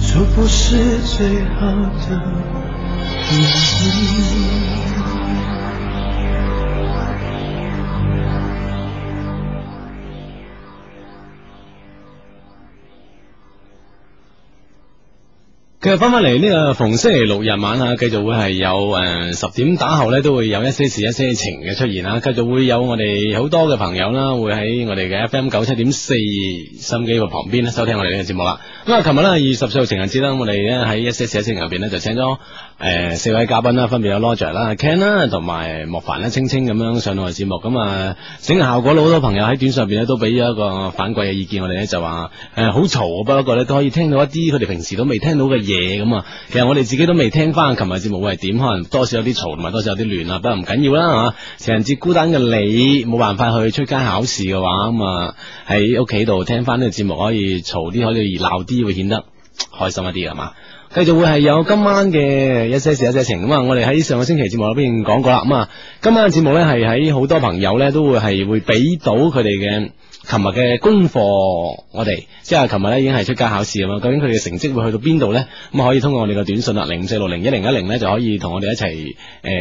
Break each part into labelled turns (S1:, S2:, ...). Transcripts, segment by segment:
S1: 这不是最好的回忆。
S2: 繼續翻翻嚟呢個逢星期六日晚啊，繼續會係有诶十、點打後咧，都會有一些事一些情嘅出現啦。繼續會有我哋好多嘅朋友啦，會喺我哋嘅 FM 九七點四心機嘅旁邊咧收聽我哋呢個節目啦。咁啊，琴日咧二月十四號情人節啦，我哋咧喺一些事一些情入邊咧就請咗诶、呃四位嘉賓啦，分別有 Roger 啦、Ken 啦同埋莫凡啦、青青咁樣上到我哋節目。咁啊，整個效果好多朋友喺短信入邊咧都俾咗一個反饋嘅意見我哋咧就話誒好嘈，啊不過咧都可以聽到一啲佢哋平時都未聽到嘅嘢咁啊。其實我哋自己都未聽翻，琴日節目會係點，可能多少有啲嘈，同埋多少有啲亂啊。不過唔緊要啦嚇。情人節孤單嘅你冇辦法去出街考試嘅話，咁啊喺屋企度聽翻呢個節目可以嘈啲，可以熱鬧啲，會顯得開心一啲係嘛。繼續會係有今晚嘅一些事一些情咁啊！我哋喺上個星期節目入邊講過啦，咁啊，今晚嘅節目咧係喺好多朋友咧都會係會俾到佢哋嘅琴日嘅功課，我哋即係琴日咧已經係出街考試咁嘛，究竟佢哋嘅成績會去到邊度咧？咁啊可以通過我哋嘅短信啦，零五四六零一零一零咧就可以同我哋一齊誒、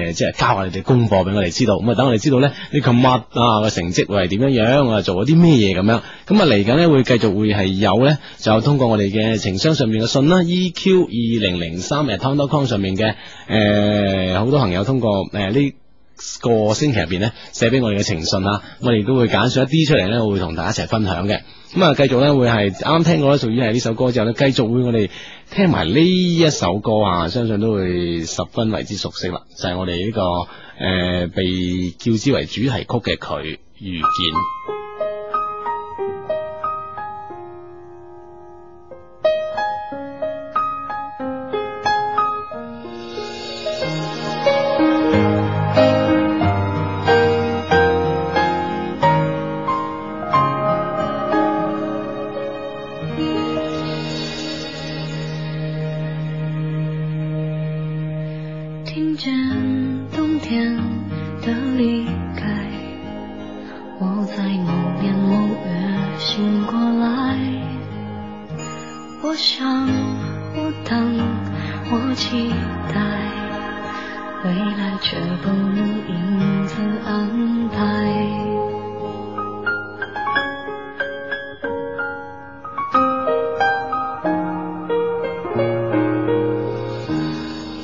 S2: 呃即係交下你哋功課俾我哋知道，咁啊等我哋知道咧你琴日啊個成績會係點樣樣，啊做咗啲咩嘢咁樣，咁啊嚟緊咧會繼續會係有咧就通過我哋嘅情商上面嘅信啦，EQ 二零零三呃日 t o n d c o m 上面嘅誒好多朋友通過誒呢。個星期入邊咧寫俾我哋嘅情信啊，我哋都會揀選一啲出嚟咧，我會同大家一齊分享嘅。咁啊，繼續咧會係啱啱聽過咧，屬於係呢首歌之後咧，繼續會我哋聽埋呢一首歌啊，相信都會十分為之熟悉啦，就係、我哋呢、個誒、呃被叫之為主題曲嘅佢遇見。
S3: 听见冬天的离开，我在某年某月醒过来。我想，我等，我期待，未来却不能因此安排。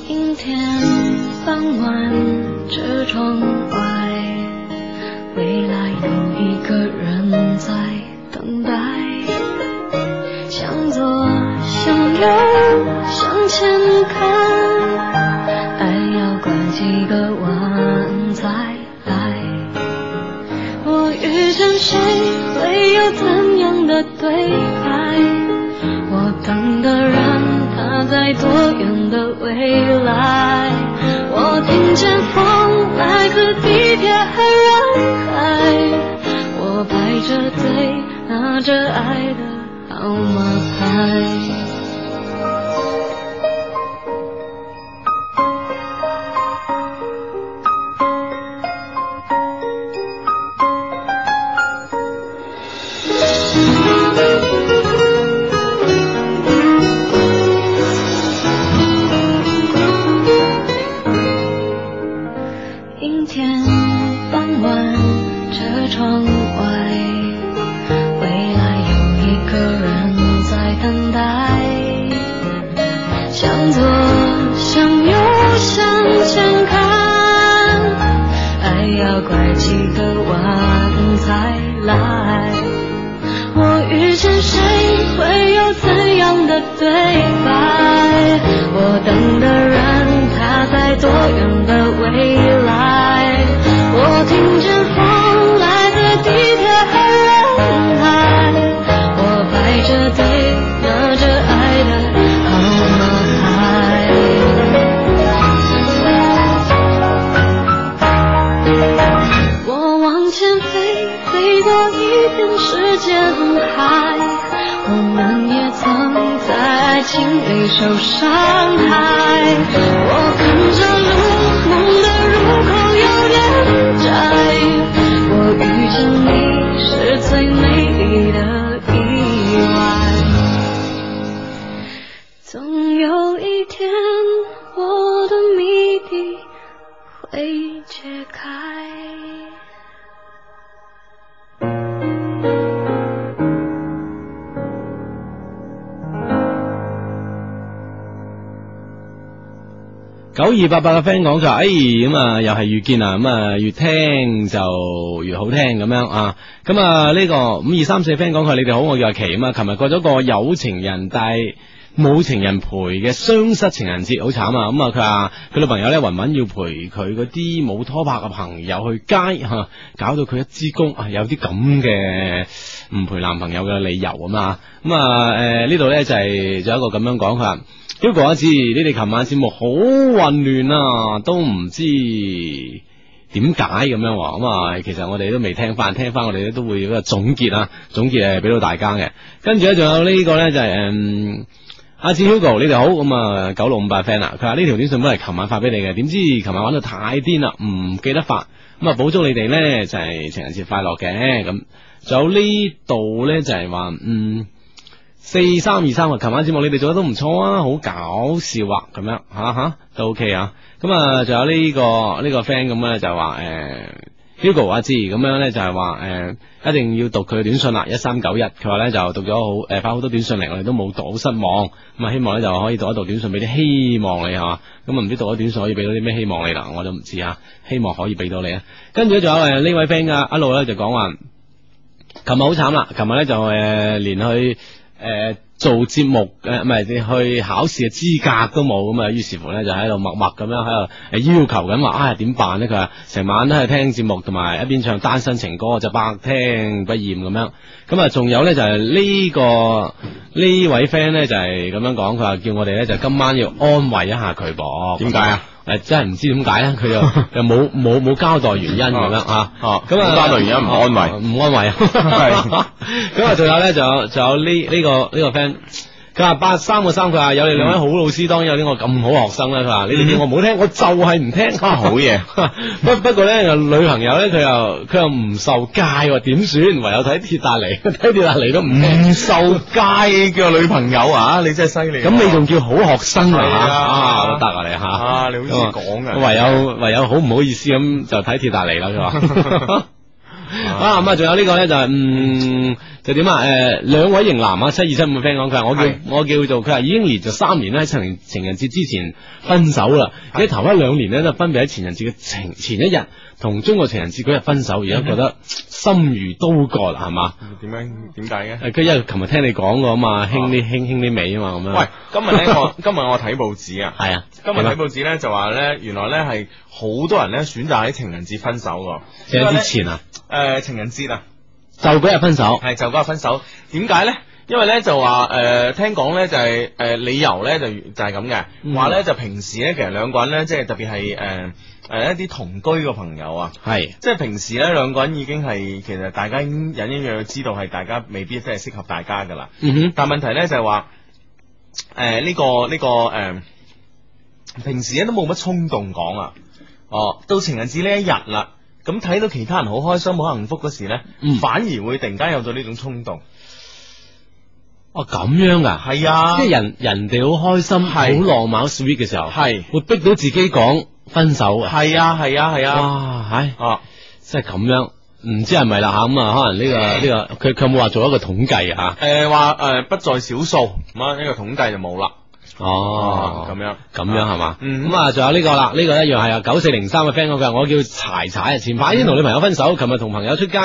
S3: 阴天傍晚，车窗外，未来有一个人在等待。向左，向右，向前看，爱要拐几个弯才来。我遇见谁，会有怎样的对白？我等的人，他在多远的未来？我听见风来自地铁和人海，我排着队拿着爱的号码牌。阴天傍晚，车窗外，未来有一个人在等待。向左，向右，向前看，爱要拐几个弯才来。我遇见谁，会有怎样的对白？我等的人，他在多远的未来？我听见风来自地铁和人海，我排着队拿着爱的号码牌。我往前飞，飞过一片时间海。我们也曾在爱情里受伤害。我看着路，梦的入口有点窄。我遇见你是总有一天，我的谜底会揭开。
S2: 九二八八嘅 friend 講佢話，哎咁啊，又係越見啊，咁啊越聽就越好聽咁樣啊。咁啊呢個五二三四 friend 講佢，你哋好，我叫阿琪啊嘛。琴日過咗個有情人但係冇情人陪嘅雙失情人節，好慘啊！咁啊佢話佢女朋友咧雲雲要陪佢嗰啲冇拖拍嘅朋友去街吓、啊搞到佢一支公啊，有啲咁嘅唔陪男朋友嘅理由啊嘛。咁啊誒呢度咧就係、仲有一個咁樣講佢話。Hugo 阿志，你哋琴晚節目好混亂啊，都唔知點解咁樣喎。咁啊，其實我哋都未聽翻，聽翻我哋咧都會有一個總結啊，總結誒俾到大家嘅。跟住咧仲有呢個咧就係、嗯阿志 Hugo，你哋好，咁啊九六五八 friend 啊，佢話呢條短信本嚟琴晚發俾你嘅，點知琴晚玩到太癲啦，唔記得發，咁啊補足你哋咧就係、情人節快樂嘅，咁仲有呢度咧就係話嗯。四三二三啊，琴晚節目你哋做得都唔錯啊，好搞笑啊，咁樣吓吓都 OK 啊。咁啊，仲有呢、個呢、個 friend 咁咧就話誒、Hugo 阿志咁樣咧就係話誒，一定要讀佢嘅短信啦，一三九一。佢話咧就讀咗好誒，發好多短信嚟，我哋都冇讀，好失望。咁啊，希望咧就可以讀一讀短信，俾啲希望你係嘛。咁啊，唔知讀咗短信可以俾到啲咩希望你啦，我都唔知啊。希望可以俾到你啊。跟住咧仲有誒呢位 friend 啊，一路咧就講話，琴日好慘啦，琴日咧就誒、連去。诶、呃做節目诶，唔、係去考試嘅資格都冇咁啊，於是乎咧就喺度默默咁樣喺度诶要求緊話啊點辦咧？佢話成晚都係聽節目同埋一邊唱單身情歌就百聽不厭咁樣。咁啊，仲有咧就係、呢、個呢位 friend 咧就係咁樣講，佢話叫我哋咧就今晚要安慰一下佢噃。
S4: 點解啊？
S2: 诶、真係唔知點解咧， 佢就又冇冇冇交代原因咁樣啊。
S4: 哦，
S2: 咁啊，
S4: 單類而家唔安慰，
S2: 唔安慰啊。 咁啊，仲有咧，仲有仲有呢呢個呢個 friend。佢話八三個三，佢話有你兩位好老師，當然有呢個咁好學生啦。佢話你哋叫我唔好聽，我就係唔聽。
S4: 啊好嘢，
S2: 不不過咧，女朋友咧佢又佢又唔受戒喎，點算？唯有睇鐵達尼， 睇鐵達尼都唔聽。
S4: 唔受街嘅女朋友啊，你真係犀利啊。
S2: 嗯咁你仲叫好學生啊？
S4: 係啊
S2: 啊，得啊你嚇。
S4: 啊，你好似講嘅，
S2: 唯有唯有好唔好意思咁就睇鐵達尼啦，佢 話。啊咁啊，仲有呢個咧就係、嗯就點啊？誒、兩位型男啊，七二七五 friend 講佢話我叫
S4: 係
S2: 我叫做佢話已經連續三年咧喺情情人節之前分手啦，而家頭一兩年咧就分別喺情人節嘅情前一日同中國情人節嗰日分手，而家覺
S4: 嗯
S2: 得心如刀割係嘛？
S4: 點樣點解嘅？
S2: 誒，佢因為琴日聽你講過啊嘛，輕啲輕輕啲尾啊嘛咁樣。
S4: 喂，今日咧我 今日我睇報紙啊，
S2: 係啊，
S4: 今日睇
S2: 點啊
S4: 報紙咧就話咧，原來咧係好多人咧選擇喺情人節分手㗎。
S2: 情人節前啊，
S4: 诶、情人節啊，
S2: 就嗰日分手。
S4: 係就嗰日分手，點解咧？因為咧就話诶、誒聽講咧就係誒理由咧就就係咁嘅，
S2: 嗯
S4: 話咧就平時咧其實兩個人咧即係特別係诶诶一啲同居嘅朋友啊。
S2: 係。
S4: 即係平時咧，
S2: 嗯
S4: 兩個人已經係其實大家已經隱隱約約知道係大家未必真係適合大家噶啦。
S2: 嗯哼。
S4: 但問題咧就係話，誒、呢、個呢、個誒、平時咧都冇乜衝動講啊。哦，到情人節呢一日啦，咁睇到其他人好開心、好幸福嗰時咧，
S2: 嗯
S4: 反而會突然間有咗呢種衝動。
S2: 哦，咁樣噶，
S4: 係啊，
S2: 即係人人哋好開心、好浪漫、好 sweet 嘅時候，
S4: 係
S2: 會逼到自己講分手啊！
S4: 係啊，係啊，係啊，
S2: 哇，唉，
S4: 啊，
S2: 即係咁樣，唔知係咪啦吓咁啊？可能呢、個呢、個佢佢有冇話做一個統計啊？
S4: 誒話誒不在少數，咁啊呢個統計就冇啦。
S2: 哦，
S4: 咁樣
S2: 咁樣係嘛？
S4: 嗯
S2: 咁啊，仲有呢個啦，呢個一樣係啊，九四零三嘅 friend 講嘅，我叫柴柴，啊前排先同女朋友分手，琴日同朋友出街，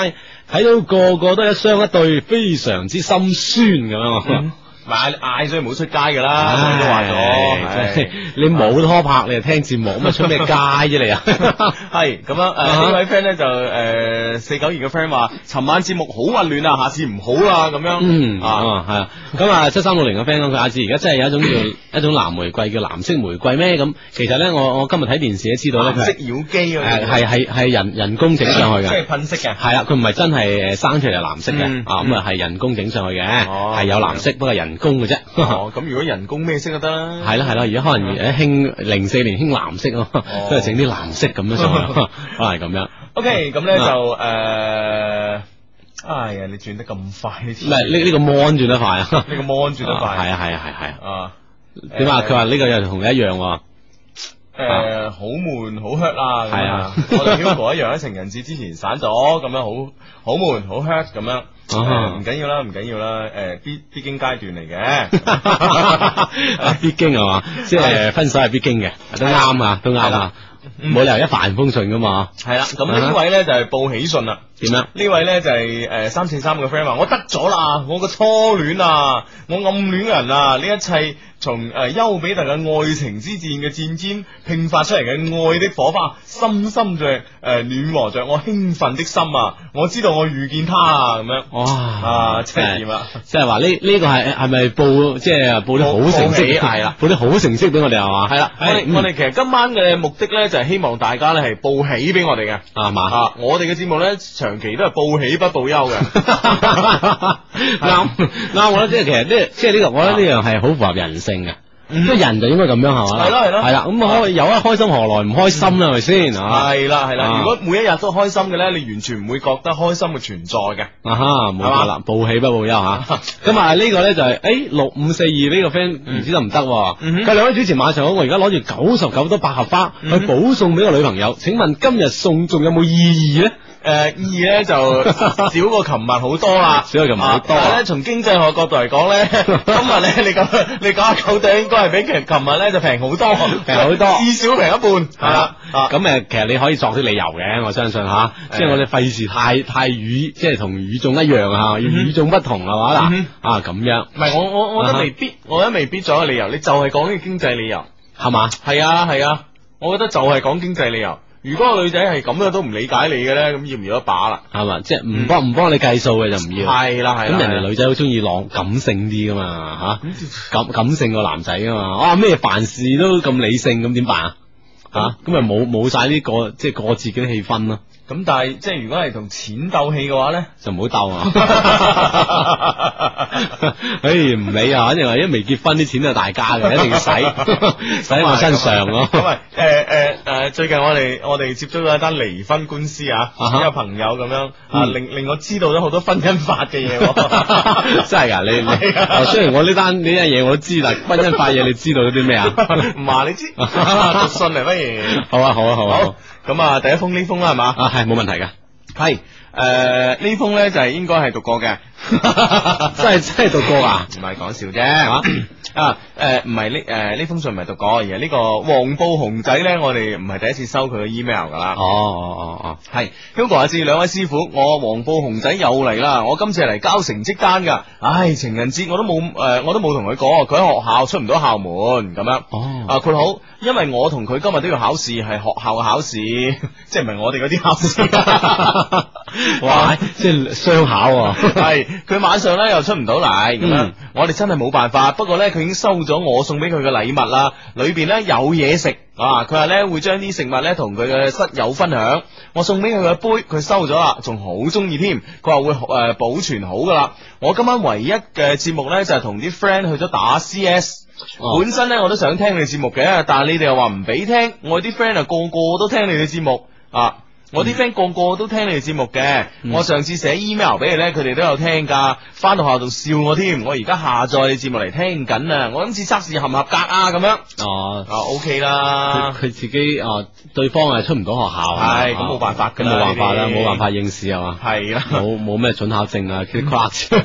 S2: 睇到個個都一雙一對，非常之心酸咁樣。
S4: 咪嗌嗌咗佢唔好出街噶啦，
S2: 嗯唉
S4: 嗯我都話咗，
S2: 真
S4: 係
S2: 係你冇拖拍，你又聽節目，咁啊出咩街啫 你啊？
S4: 系咁样，诶、
S2: 啊哈
S4: 呢位 friend 咧就诶四九二嘅 friend 话，寻晚节目好混乱啊，下次唔好啦咁样。
S2: 嗯
S4: 啊，
S2: 啊系啊，咁啊七三六零嘅 friend 講佢阿志而家真係有一種叫一種藍玫瑰叫藍色玫瑰咩咁？其實咧我我今日睇電視都知道咧
S4: 藍色
S2: 佢
S4: 妖姬嗰
S2: 係
S4: 啲
S2: 係係係人人工整上去
S4: 即
S2: 嘅
S4: 系。喷色 嘅。
S2: 係啦，佢唔係真係誒呃生出嚟係藍色嘅
S4: 嗯，
S2: 啊咁啊係人工整上去嘅，
S4: 哦
S2: 係有藍色，不過人工嘅啫。
S4: 哦，咁如果人工咩色都得啦。
S2: 係啦係啦，而家可能誒興零四年興藍色咯，
S4: 哦
S2: 都係整啲藍色咁樣上去， 可能係咁樣。
S4: OK，咁咧
S2: 啊
S4: 就诶，哎呀，你转得咁快，呢
S2: 唔係呢呢個 mon 轉得快啊！
S4: 呢個 mon 轉得快
S2: 係啊係啊係啊係啊！
S4: 啊，
S2: 点啊？佢话呢个又同你一样 喎，
S4: 诶，呃好悶，好 hurt 啦，咁
S2: 啊係啊
S4: 我同 Hugo 一樣喺情人節之前散咗，咁樣好好悶，好 hurt 咁樣，
S2: 啊
S4: 誒唔緊要啦，唔緊要啦，诶，必必經階段嚟嘅，
S2: 啊必經係嘛？即係分手係必經嘅，都啱啊，都啱啊，
S4: 嗯
S2: 冇理由一帆風順噶嘛？
S4: 係啦，咁呢位咧就係報喜訊啦。
S2: 點樣？
S4: 呢位咧就係诶三四三嘅 friend 話：我得咗啦，我個初戀啊，我暗戀嘅人啊，呢一切從诶丘比特嘅愛情之戰嘅戰尖拼發出嚟嘅愛的火花，深深着诶、呃暖和着我興奮的心啊！我知道我遇見他啊，咁樣
S2: 哇！
S4: 啊，真係掂啊！
S2: 即係話呢呢個係係咪報即係報啲好成績
S4: 報報喜係啦，
S2: 報啲好成績俾我哋係嘛？
S4: 係啦，我
S2: 係嗯
S4: 哋我哋其實今晚嘅目的咧就係希望大家咧係報喜俾我哋嘅。
S2: 啊 嘛，
S4: 啊！我哋嘅節目咧，長期都係報喜不報憂嘅。
S2: 啱啱，我覺得即係其實呢即係呢個，我覺得呢樣係好符合人性嘅。
S4: 啊嗯
S2: 即係人就應該咁樣係嘛？
S4: 係咯係咯
S2: 係啦。咁開有一啊開心，何來唔開心啦？係咪先啊？
S4: 系啦系啦，
S2: 啊
S4: 如果每一日都開心嘅咧，你完全唔會覺得開心嘅存在嘅。
S2: 啊哈，冇錯啦，報喜不報憂吓。 咁啊呢個咧就係誒六五四二呢個 friend 唔知得唔得喎？
S4: 嗯哼
S2: 佢兩位主持晚上好，我而家攞住九十九朵百合花去
S4: 嗯哼
S2: 補送俾個女朋友。請問今日送仲有冇意義咧？
S4: 诶、二咧 就少過琴日好多啦，
S2: 少過琴日好多啊
S4: 啊但係咧，從經濟學角度嚟 講咧，今日咧你咁你九啊九對應該係比琴琴日咧就平好多，
S2: 平好多
S4: 至少平一半。系
S2: 係啦
S4: 啦，，啊
S2: 咁誒，其實你可以作啲理由嘅，我相信吓，即係我哋費事太太與即係同與眾一樣啊，要與眾不同係嘛嗱
S4: 嗯
S2: 啊咁樣
S4: 唔係我我我覺
S2: 啊
S4: 得
S2: 哈
S4: 未必，我覺得未必仲有理由，你就係講呢個經濟理由。
S2: 係嘛？
S4: 係啊係啊，我覺得就係講經濟理由。如果個女仔係咁樣都唔理解你嘅咧，咁要唔要一把啦？
S2: 係嘛？即係唔幫唔幫你計數嘅就唔要。
S4: 係啦係啦，
S2: 咁人
S4: 係啦
S2: 哋女仔好中意浪感性啲噶嘛吓，感感性個男仔噶嘛，啊咩凡事都咁理性，咁點辦啊？吓咁咪冇冇晒呢個即係過節嘅啲氣氛咯，
S4: 咁但系即系如果系同錢鬥氣嘅話咧，
S2: 就唔好鬥啊！唉，唔理啊，反正話一未結婚啲錢就大家嘅，一定要使使喺我身上咯。
S4: 咁啊，诶诶诶，誒最近我哋我哋接觸咗一單離婚官司啊，
S2: 啊哈
S4: 一個朋友咁樣啊，
S2: 嗯
S4: 令令我知道咗好多婚姻法嘅嘢 喎。
S2: 真係噶，你你，哦雖然我呢單呢單嘢我都知，但婚姻快嘢你知道咗啲咩啊？
S4: 唔 話你知，讀信嚟乜嘢？
S2: 好啊，好啊，好啊，好
S4: 好，咁啊，第一封呢封啦，係嘛？
S2: 啊，係冇問題噶，
S4: 系，诶呢封咧就係應該係 讀過嘅，
S2: 真係真係讀過啊！
S4: 唔係講笑啫，嚇 啊誒唔係呢誒呢封信唔係讀過，而係呢個黃布熊仔咧，我哋唔係第一次收佢嘅 email 噶啦。
S2: 哦哦哦
S4: 系 Hugo 阿志兩位師傅，我黃布熊仔又嚟啦！我今次係嚟交成績單噶，唉，情人節我都冇诶、我都冇同佢講，佢喺學校出唔到校門咁樣。
S2: 哦，哦
S4: 啊，括好，因為我同佢今日都要考試，係學校嘅考試， 即係唔係我哋嗰啲考試。
S2: 哇，即系相考喎、
S4: 系佢晚上咧又出唔到嚟咁樣
S2: 嗯，
S4: 我哋真係冇辦法。不過咧，佢已經收咗我送俾佢嘅禮物啦，裏边咧有嘢食啊！佢話咧會將啲食物咧同佢嘅室友分享。我送俾佢嘅杯，佢收咗啦，仲好中意添。佢話會诶、呃保存好噶啦。我今晚唯一嘅節目咧就係同啲 friend 去咗打 CS。
S2: 哦
S4: 本身咧我都想聽你哋節目嘅，但係你哋又話唔俾聽，我啲 friend 啊個個都聽你哋節目啊。我啲 friend 個個都聽你哋節目嘅，
S2: 嗯
S4: 我上次寫 email 俾你咧，佢哋都有聽㗎，翻到學校仲笑我添，我而家下載你節目嚟聽緊啊，我今次測試合唔合格啊咁樣，啊
S2: 哦，
S4: OK
S2: 佢
S4: 啦，
S2: 佢自己哦，對方係出唔到學校，啊
S4: 啊
S2: 哦
S4: 係咁冇辦法㗎
S2: 咁
S4: 啦
S2: 冇辦法啦，
S4: 呢啲
S2: 冇辦法應試係 嘛，
S4: 係啦，
S2: 冇冇咩准考證 啊，缺跨字，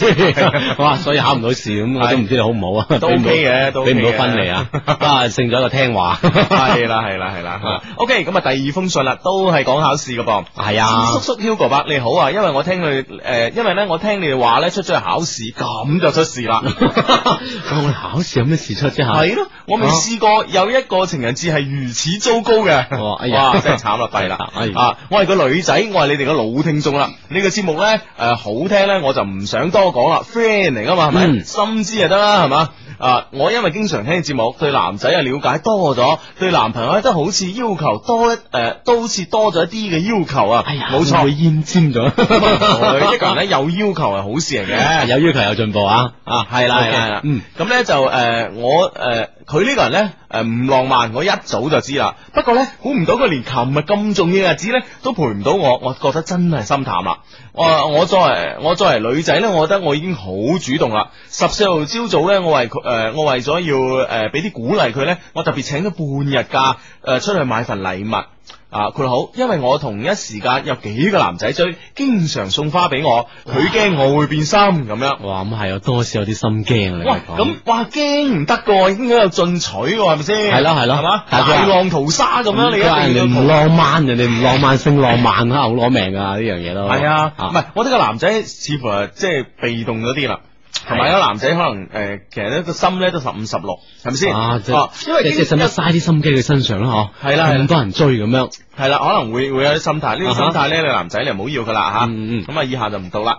S2: 哇，所以考唔到試咁，我都唔知你好唔好啊，
S4: 都
S2: 俾唔到
S4: OK 嘅都
S2: 俾
S4: OK
S2: 唔
S4: 嘅
S2: 到分你 啊，啊，勝咗一個聽話，
S4: 係啦係啦係啦
S2: 啊
S4: ，OK 咁啊第二封信啦，都係講考試嘅噃。
S2: 係啊，
S4: 叔叔 Hugo 伯你好啊，因為我聽你誒、呃因為咧我聽你哋話咧出咗去考試，咁就出事 啦。
S2: 我哋考試有咩事出啫嚇？
S4: 係咯，我
S2: 哦
S4: 未試過有一個情人節係如此糟糕嘅。
S2: 哦哎呀
S4: 哇，真係慘啦，弊啦。
S2: 哎呀
S4: 啊，我係個女仔，我係你哋嘅老聽眾啦。呢個節目咧，誒好聽咧，我就唔想多講啦。friend 嚟噶嘛，係咪？
S2: 嗯
S4: 心知就得啦，係嘛？啊！我因為經常聽節目，對男仔嘅啊了解多咗，對男朋友咧都好似要求多一誒、呃都好似多咗一啲嘅要求啊！
S2: 哎呀，
S4: 冇錯
S2: 會，啊淹尖 咗，
S4: 佢一個人咧有要求係好事嚟 嘅。
S2: 有要求有進步啊，
S4: 啊，係啦
S2: OK，
S4: 係啦係啦，
S2: 嗯，
S4: 咁咧就诶我诶佢呢個人咧诶唔浪漫，我一早就知啦。不過咧估唔到佢連琴日咁重要嘅日子咧都陪唔到我，我覺得真係心淡啦。我我作為我作為女仔咧，我覺得我已經好主動啦。十四號朝早咧，我為佢诶、我為咗要诶俾啲鼓勵佢咧，我特別請咗半日假诶、誒出去買份禮物。啊，佢話好，因為我同一時間有幾個男仔追，經常送花俾我，佢驚我會變心咁樣。
S2: 哇，咁系有多少有啲心啊惊
S4: 喂，咁哇驚唔得噶喎，應該有進取喎，係咪先？
S2: 係咯係啊咯
S4: 係嘛？
S2: 但係佢
S4: 大浪淘沙咁樣，你
S2: 話人
S4: 一定
S2: 哋
S4: 要
S2: 唔
S4: 淘
S2: 浪漫，人哋唔浪漫性浪漫啊，好 攞命啊呢樣嘢咯。
S4: 系啊，唔系，我覺得個男仔似乎係即係被動咗啲啦。同
S2: 啊
S4: 埋有男仔可能诶、其實咧個心咧都十五十六，係咪先？
S2: 啊，即
S4: 哦
S2: 係
S4: 因為
S2: 即係即
S4: 經
S2: 係使乜嘥啲心機喺佢身上啦，嗬？
S4: 係啦係啦
S2: 咁多人追咁 樣，
S4: 係啦，可能會會有啲心態，呢、個心態咧，你男仔你唔好要佢啦吓。
S2: 啊嗯嗯
S4: 咁啊，以下就唔讀啦。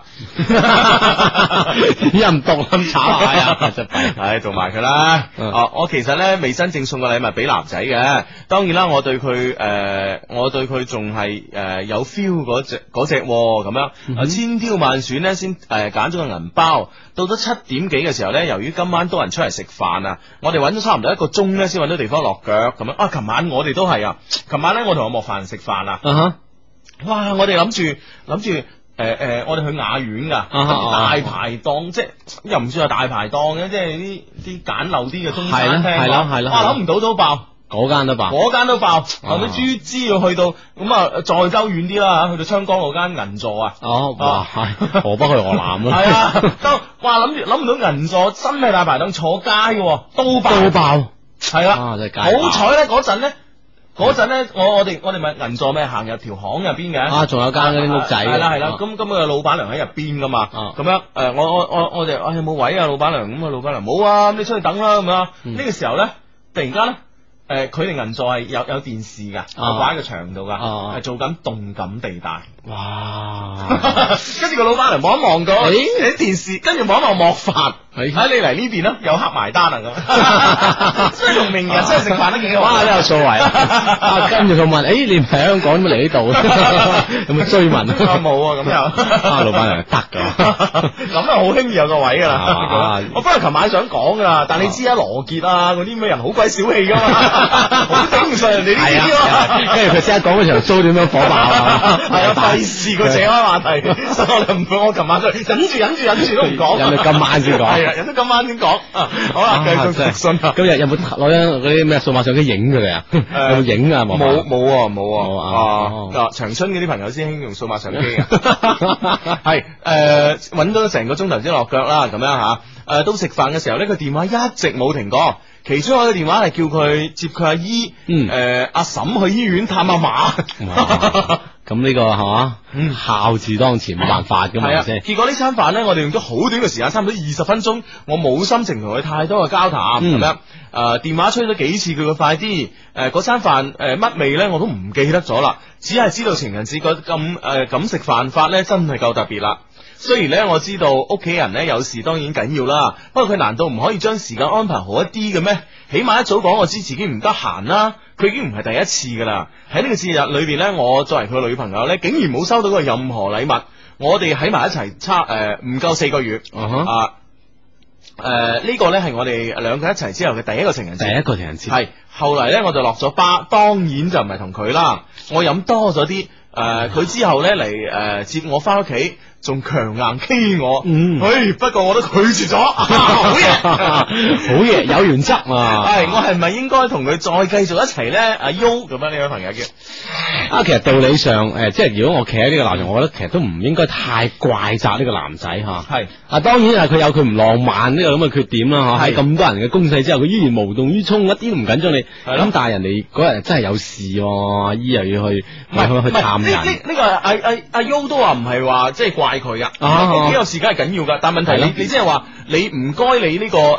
S2: 依家唔讀啦咁慘啊！哎 呀真係弊
S4: 唉，做埋佢啦。
S2: 嗯
S4: 哦，我其實咧未真正送個禮物俾男仔嘅，當然啦，我對佢诶、呃我對佢仲係诶有 feel 嗰只嗰只喎咁樣，
S2: 嗯
S4: 啊千挑萬選咧先诶揀咗個銀包。到咗七點幾嘅時候咧，由於今晚多人出嚟食飯啊，我哋揾咗差唔多一個鐘咧先揾到地方落腳咁樣。啊，琴晚我哋都係啊，琴晚咧我同我莫凡食飯啊。
S2: 啊哈，
S4: 哇！我哋諗住諗住诶诶，我哋去雅苑噶，
S2: 啊啊
S4: 大排檔即係又唔算係大排檔嘅，即係啲啲簡陋啲嘅中
S2: 係
S4: 餐
S2: 啦
S4: 廳。
S2: 係啦係啦
S4: 哇！
S2: 係啦啊
S4: 諗唔到都爆，
S2: 嗰間得吧？
S4: 嗰間都爆，後尾豬枝要去到咁啊，再周遠啲啦，去到昌江嗰間銀座啊。
S2: 哦，哇，係河北去河南
S4: 系
S2: 啊，
S4: 啊，都哇諗住諗唔到銀座真係大排檔坐街嘅喎，都爆
S2: 都爆，
S4: 系啦，
S2: 啊真係街霸
S4: 啊好彩咧嗰陣咧，嗰陣咧我我哋我哋咪銀座咪行入條巷入邊嘅
S2: 啊仲有間嗰啲屋仔
S4: 系啦係啦
S2: 啊，
S4: 咁咁嘅老闆娘喺入邊噶嘛，
S2: 啊
S4: 咁樣诶我我我我哋啊有冇位啊老闆娘咁啊老闆娘冇啊，咁你出去等啦咁樣。
S2: 嗯
S4: 呢個時候咧突然間咧。誒，佢哋銀座係有有電視㗎，係擺喺個牆度㗎，
S2: 啊
S4: 係做緊動感地帶。
S2: 哇！
S4: 跟住個老闆娘望一望個，
S2: 咦
S4: 喺電視，跟住望一望莫凡，
S2: 咦
S4: 睇啊你嚟呢邊啦，又黑埋單 啦咁。所以同名人出去食飯都幾好。
S2: 啊哇，都有數 圍啊！啊跟住佢問：，誒，你唔喺香港，點解嚟呢 度？有冇追問？
S4: 啊冇啊，咁又
S2: 啊，老闆娘得㗎。
S4: 咁啊，好輕易有個位噶啦
S2: 啊。
S4: 我本來琴晚想講噶啦，但你知啊，羅傑啊嗰啲咩人好鬼小氣 噶嘛，好頂唔順人哋呢
S2: 係
S4: 啲
S2: 啊，
S4: 啊。
S2: 跟住佢即刻講嗰場 show 點樣火爆 啊！
S4: 係啊，費事佢扯開話題，所以我就唔會。我琴晚都忍住忍住忍住都唔講，
S2: 忍到今晚先講
S4: 係啊，忍到今晚先講。啊好啦，繼續
S2: 真係
S4: 復信啊。
S2: 今日有冇攞張嗰啲咩數碼相機影佢哋啊？有冇影啊？
S4: 冇
S2: 冇
S4: 冇啊冇
S2: 冇啊
S4: 啊
S2: 哦
S4: 啊！長春嗰啲朋友先興用數碼相機嘅， 係誒揾到成個鐘頭先落腳啦，咁樣嚇。誒到食飯嘅時候呢，佢電話一直冇停過。其中一個電話係叫佢接佢阿姨，
S2: 嗯
S4: 誒阿嬸去醫院探阿嫲，
S2: 哇咁呢個係嘛？孝字當前冇辦法㗎嘛，係
S4: 嗯係
S2: 咪
S4: 啊。
S2: 先？
S4: 結果呢餐飯呢，我哋用咗好短嘅時間，差唔多二十分鐘，我冇心情同佢太多嘅交談咁
S2: 嗯
S4: 樣。誒電話催咗幾次，叫佢快啲。誒嗰餐飯誒乜味呢？我都唔記得咗啦，只係知道情人節嗰咁誒咁食飯法呢，真係夠特別啦。雖然呢，我知道屋企人呢有事當然緊要啦，不過佢難道唔可以將時間安排好一啲嘅咩？起碼一早講我知自己唔得閒啦，佢已經唔係第一次噶啦。喺呢個節日裏邊呢，我作為佢嘅女朋友呢，竟然冇收到過任何禮物。我哋喺埋一齊差誒唔夠四個月
S2: 啊哈
S4: 啊。誒、呢個呢係我哋兩個一齊之後嘅第一個情人節
S2: 第，一個情人 節
S4: 係後嚟呢，我就落咗巴，當然就唔係同佢啦。我飲多咗啲，誒、呃佢之後呢嚟誒、接我翻屋企，仲強硬 K 我，
S2: 嗯
S4: 唉不過我都拒 絕咗，啊好嘢。
S2: 好嘢，有原則啊！
S4: 係，我係咪應該同佢再繼續一齊呢？阿 U 咁樣呢位朋友叫，
S2: 啊，其實道理上，诶、即係如果我企喺呢個立場，我覺得其實都唔應該太怪責呢個男仔吓。
S4: 係
S2: 啊，當然啊，佢有佢唔浪漫呢個咁嘅缺點啦，吓
S4: 係
S2: 喺咁多人嘅攻勢之後，佢依然無動於衷，一啲都唔緊張你。
S4: 係咯
S2: 咁但係人哋嗰日真係有事喎、阿姨又要去
S4: 唔係
S2: 去去
S4: 唔係
S2: 探
S4: 呢呢
S2: 人，
S4: 呢個阿阿阿 U 都話啊唔係話即係怪佢
S2: 啊
S4: 噶，屋企有事梗係緊要噶，但問題
S2: 係
S4: 你
S2: 咯
S4: 你即係話你唔該你呢個誒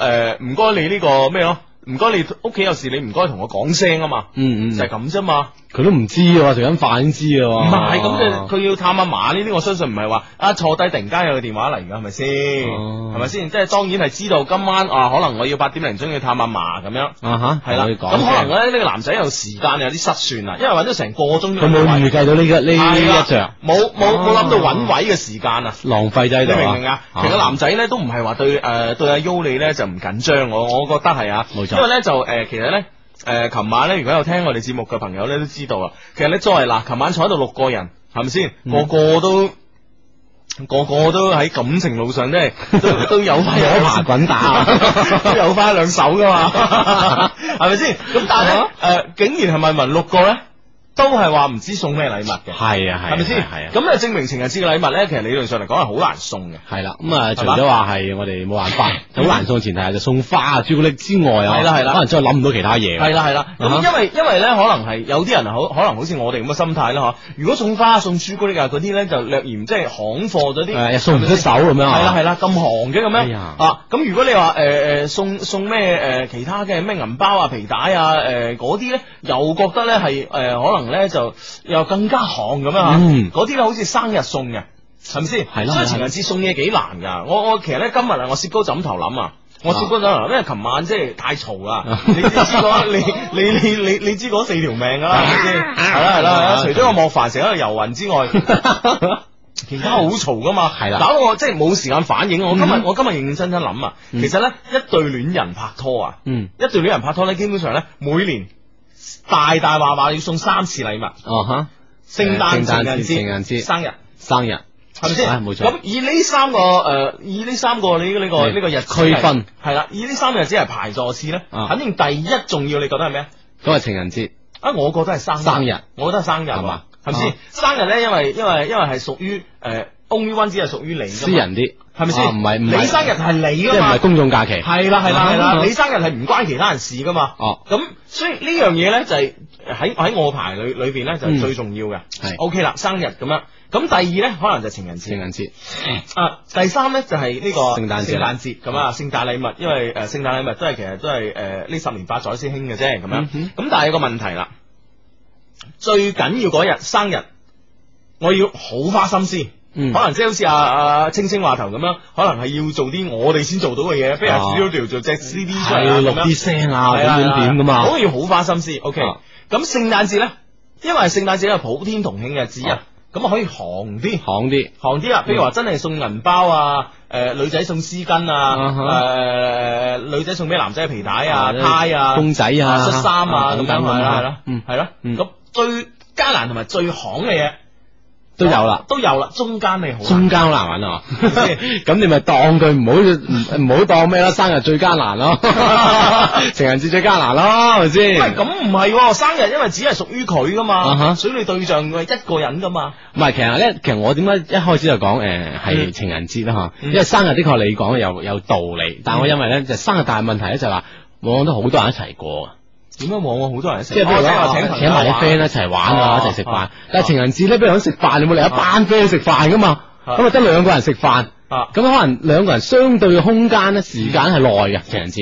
S4: 唔該你呢個咩咯？唔該你屋企有事你唔該同我講聲啊嘛，
S2: 嗯嗯，哦
S4: 就係咁啫嘛。
S2: 佢都唔知嘅喎，食緊飯先知嘅
S4: 唔
S2: 喎。啊
S4: 係咁佢佢要探阿嫲呢啲，我相信唔係話啊坐低突然間有個電話嚟㗎，係咪先？
S2: 哦
S4: 係咪先？即係當然係知道今晚啊，可能我要八點零鐘要探阿嫲咁樣。
S2: 啊吓，
S4: 係啦，
S2: 可以
S4: 咁
S2: 講
S4: 可能咧呢個男仔有時間有啲失算啦，因為揾咗成個鐘
S2: 佢冇預計到呢、個呢
S4: 係啦
S2: 一着，
S4: 啊冇冇冇
S2: 哦
S4: 谂到揾位嘅時間啊！
S2: 浪費
S4: 你
S2: 低度
S4: 明唔明啊？其實個
S2: 啊
S4: 男仔咧都唔係話對诶对阿 U 你咧就唔緊張，我我覺得係啊，
S2: 冇錯
S4: 因為咧就诶其實咧。诶，琴、晚咧，如果有聽我哋節目嘅朋友咧，都知道啊。其實咧，作為嗱，琴晚坐喺度六個人，係咪先？
S2: 嗯
S4: 個個都個個都喺感情路上都係 都都有翻
S2: 摸爬滾打
S4: 都有翻兩手 噶嘛，係咪先？咁但係
S2: 啊
S4: 咧诶，竟然係咪文六個咧，都係話唔知送咩禮物嘅，
S2: 係啊，係啊
S4: 係咪先？
S2: 係啊。
S4: 咁啊，證明情人節嘅禮物咧，其實理論上嚟講係好難送嘅。
S2: 系啦，咁啊，除
S4: 係嘛
S2: 咗話係我哋冇辦 法，好難送嘅前提下就送花啊、朱古力之外啊，
S4: 係啦係啦
S2: 可能真係諗唔到其他嘢。
S4: 系啦系啦，
S2: 啊
S4: 咁因為因為咧，可能係有啲人好，可能好似我哋咁嘅心態啦吓。如果送花送朱古力啊嗰啲咧，就略嫌即係行貨咗啲，
S2: 誒送唔出手咁樣啊
S4: 係啦係啦，咁行嘅咁
S2: 哎
S4: 樣
S2: 呀
S4: 啊。咁如果你話诶诶送送咩诶其他嘅咩銀包啊皮帶啊诶嗰啲咧，又覺得咧係诶可能咧就又更加行咁樣啊。
S2: 嗯
S4: 嗰啲咧好似生日送嘅，係咪先？
S2: 係啦
S4: 所
S2: 係啦
S4: 以情人節送嘢幾難㗎。我我其實咧今日啊，我攝高枕頭諗啊。我
S2: 啊
S4: 攝高枕頭，因為琴晚即係太嘈啦，你你知嗰你你你你你知嗰四條命
S2: 啊
S4: 噶啦，係咪先？係啦係啦係啦，除咗個莫凡成日喺度遊魂 之外，其他好嘈噶嘛，
S2: 係啦
S4: 搞到我即係冇時間反應。我今日
S2: 嗯
S4: 我今日認認真真諗啊，
S2: 嗯
S4: 其實咧一對戀人拍拖啊，
S2: 嗯，
S4: 一對戀人拍拖咧，基本上咧每年大大話話要送三次禮物，
S2: 哦吓，
S4: 聖誕、
S2: 聖誕
S4: 情人
S2: 節
S4: 節、
S2: 情人節
S4: 生日。
S2: 生日
S4: 系咪先？
S2: 唉冇錯
S4: 咁以呢三個诶、呃以呢三個你呢、呢個
S2: 嗯
S4: 呢、個日子
S2: 區分
S4: 系啦，以呢三個日子係排座次咧，
S2: 啊
S4: 肯定第一重要，你覺得係咩啊？
S2: 咁啊，情人節
S4: 啊，我覺得係生
S2: 生日，
S4: 我覺得係生日
S2: 係嘛
S4: 啊，係咪先
S2: 啊？
S4: 生日咧，因為因為因為係屬於呃诶 only one 只係屬於你
S2: 私
S4: 㗎嘛，
S2: 人啲，
S4: 啊係咪
S2: 啊
S4: 先？
S2: 唔係唔係
S4: 你生日係你
S2: 即
S4: 噶
S2: 係唔
S4: 嘛
S2: 係？公眾假期？
S4: 係啦係啦係
S2: 啊
S4: 啦，你生日係唔關其他人事噶嘛？
S2: 哦，
S4: 咁所以呢樣嘢咧就係喺喺我排裏裏边咧就
S2: 嗯
S4: 係最重要嘅。
S2: 係
S4: O K 啦，生日咁樣。咁第二咧可能就情人節
S2: 情。人節
S4: 啊，第三咧就係呢個
S2: 聖誕節嗯
S4: 聖誕節咁啊，聖誕禮物，因為誒聖誕禮物都係其實都係誒呢十年八載先興嘅啫，咁樣。
S2: 嗯哼
S4: 咁但係有個問題啦，最緊要嗰日生日，我要好花心思。
S2: 嗯
S4: 可能即係好似阿阿青青話頭咁樣，可能係要做啲我哋先做到嘅嘢，譬如
S2: 啊
S4: studio 做隻 CD 出嚟
S2: 係
S4: 啊咁
S2: 錄
S4: 樣
S2: 啲聲啊，
S4: 係
S2: 點
S4: 啊係
S2: 點
S4: 啊
S2: 點噶嘛
S4: 嗰，個要好花心思。OK，
S2: 啊
S4: 咁聖誕節咧，因為聖誕節係普天同慶嘅日子啊
S2: 啊，
S4: 咁啊可以行啲。
S2: 行啲
S4: 行啲啦，啊
S2: 嗯
S4: 譬如話真係送銀包啊，诶、女仔送絲巾
S2: 啊哈
S4: 啊，诶、女仔送俾男仔嘅皮帶啊、呔啊、
S2: 公仔啊、
S4: 恤衫啊咁
S2: 等
S4: 樣
S2: 等
S4: 係
S2: 咁
S4: 啦，係啦
S2: 啊，嗯，
S4: 係啦，
S2: 嗯
S4: 咁最艱難同埋最行嘅嘢
S2: 都有啦。
S4: 都有啦，中間你好難
S2: 中間好難玩啊！ 咁你咪當佢唔好唔唔好當咩啦，生日最艱難 咯，情人節最艱難咯，係咪
S4: 喂，
S2: 先？
S4: 咁唔係喎，生日因為只係屬於佢噶嘛
S2: 啊哈
S4: 所以你對象係一個人噶嘛，
S2: 唔係，其實咧，其實我點解一開始就講誒係
S4: 嗯
S2: 情人節啦啊嚇，
S4: 嗯
S2: 因為生日的確你講得有有道理，但我因為咧就生日大問題咧就係話。往往都好多人一齊過，
S4: 點樣往往好多人一齊
S2: 即係譬如
S4: 哦即係
S2: 話啊
S4: 話請朋友
S2: 埋啲
S4: 玩
S2: friend 一齊玩啊，
S4: 哦
S2: 一齊食飯
S4: 啊。
S2: 但係情人節咧，譬如講食飯，你冇嚟一班 friend 食飯噶嘛，
S4: 啊
S2: 咁啊得兩個人食飯，
S4: 啊
S2: 咁，可能兩個人相對嘅空間咧時間係耐嘅情人節，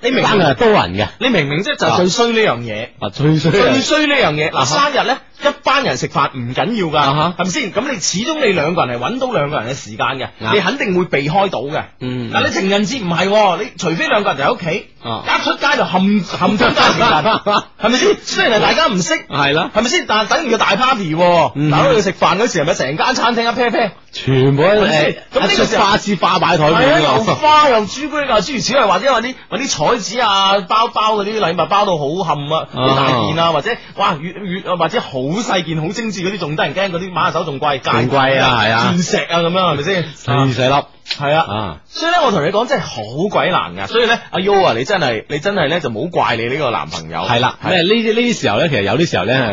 S4: 你明唔
S2: 生日
S4: 明
S2: 係？多人嘅，
S4: 你明唔明即係就係最衰呢樣嘢。
S2: 啊最衰
S4: 最
S2: 係
S4: 衰呢樣嘢，
S2: 啊
S4: 嗱
S2: 哈
S4: 生日咧一班人食飯唔緊要
S2: 啊
S4: 噶
S2: 哈，
S4: 係咪先？咁你始終你兩個人係揾到兩個人嘅時間嘅，
S2: 啱
S4: 你肯定會避開到嘅。
S2: 啊嗯
S4: 但你情人節唔係喎，你除非兩個人就喺屋企，
S2: 啊
S4: 一出街就冚冚中街 食飯，係咪先？雖然係大家唔識。
S2: 係啦，
S4: 係咪先？但係等於個大 party，
S2: 啊嗯
S4: 喎大佬你食飯嗰時係咪成間餐廳一 pair pair？
S2: 全部
S4: 咪先
S2: 誒
S4: 咁
S2: 一
S4: 呢個
S2: 出
S4: 時候
S2: 花枝花擺台
S4: 係啊，
S2: 面
S4: 又
S2: 喎。
S4: 花又朱古力啊，諸如此類，或者揾啲揾啲彩紙啊、包包嗰啲禮物包到好冚啊，好大件啊，或者哇越越或者好細件、好精緻嗰啲，仲得人驚嗰啲馬手仲貴，
S2: 仲貴啊係啊
S4: 鑽石啊咁樣係咪先？
S2: 細細粒
S4: 係啊。
S2: 啊，
S4: 所以咧，我同你講真係好鬼難噶，所以咧，阿 U 啊，你真係你真係咧就冇怪你呢個男朋友，
S2: 係啦，咩啊呢啲呢啲時候咧，其實有啲時候咧，
S4: 啊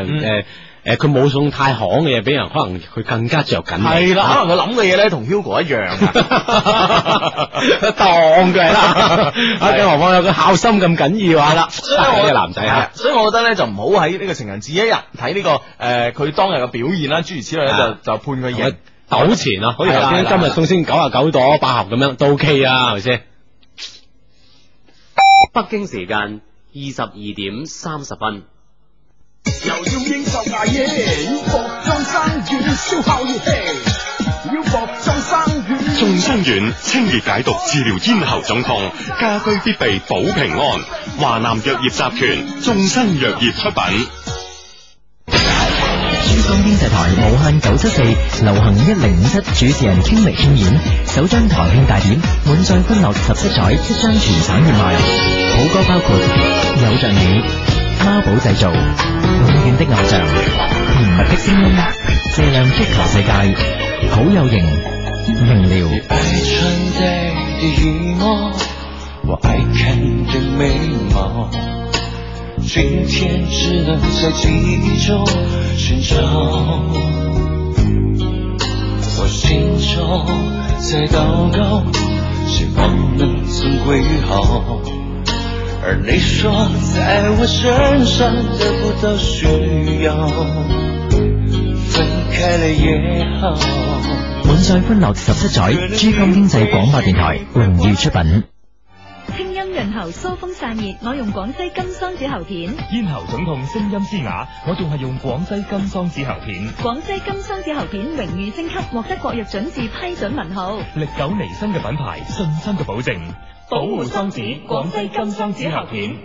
S2: 誒誒，佢冇送太行嘅嘢俾人，可能佢更加着緊啊你。
S4: 係啦，可能佢諗嘅嘢咧同 Hugo 一樣啊。
S2: 當佢係 啦，啊，更何況有個孝心咁緊要啊！啦，
S4: 所以我
S2: 呢個男仔
S4: 係啊
S2: 啊，
S4: 所以我覺得咧就唔好喺呢個情人節一日睇呢個誒佢當日嘅表現啦，諸如此類咧就
S2: 啊
S4: 就判佢
S2: 同佢
S4: 贏。
S2: 糾纏啊，好似
S4: 係啦
S2: 頭
S4: 係
S2: 先
S4: 啦
S2: 今
S4: 係
S2: 日
S4: 啦
S2: 送先九啊九朵百合咁樣都 OK 啊，係咪先？
S5: 北京時間二十二點三十分。
S6: 又要應酬捱夜，要服裝生軟，消耗熱氣，要服裝生軟。
S7: 眾生丸清熱解毒，治療咽喉腫痛，家居必備保平安。華南藥業集團眾生藥業出品。
S8: 珠江經濟台無限九七四，流行一零五七，主持人傾力獻演，首張台慶大典，滿載歡樂十色彩，即將全省熱賣。好歌包括有着你、孖寶製造、永遠的偶像、甜蜜的聲音、這樣足球世界、好有型、明了。
S1: 爱穿戴的羽毛，我爱看的眉毛。今天只能在记忆中寻找，我心中在祷告，希望能总归于好。而你说在我身上得不到需要，分开了也好。
S8: 满载歡樂十七載，珠江經濟廣播電台榮譽出品。
S9: 清音潤喉，疏風散熱，我用廣西金桑子喉片。
S10: 咽喉腫痛，聲音嘶啞，我仲係用廣西金桑子喉片，
S9: 廣西金桑子喉片榮譽升級，獲得國藥準字批准文號。
S10: 歷久彌新嘅品牌，信心嘅保證，
S9: 保護桑子廣西金桑子喉片。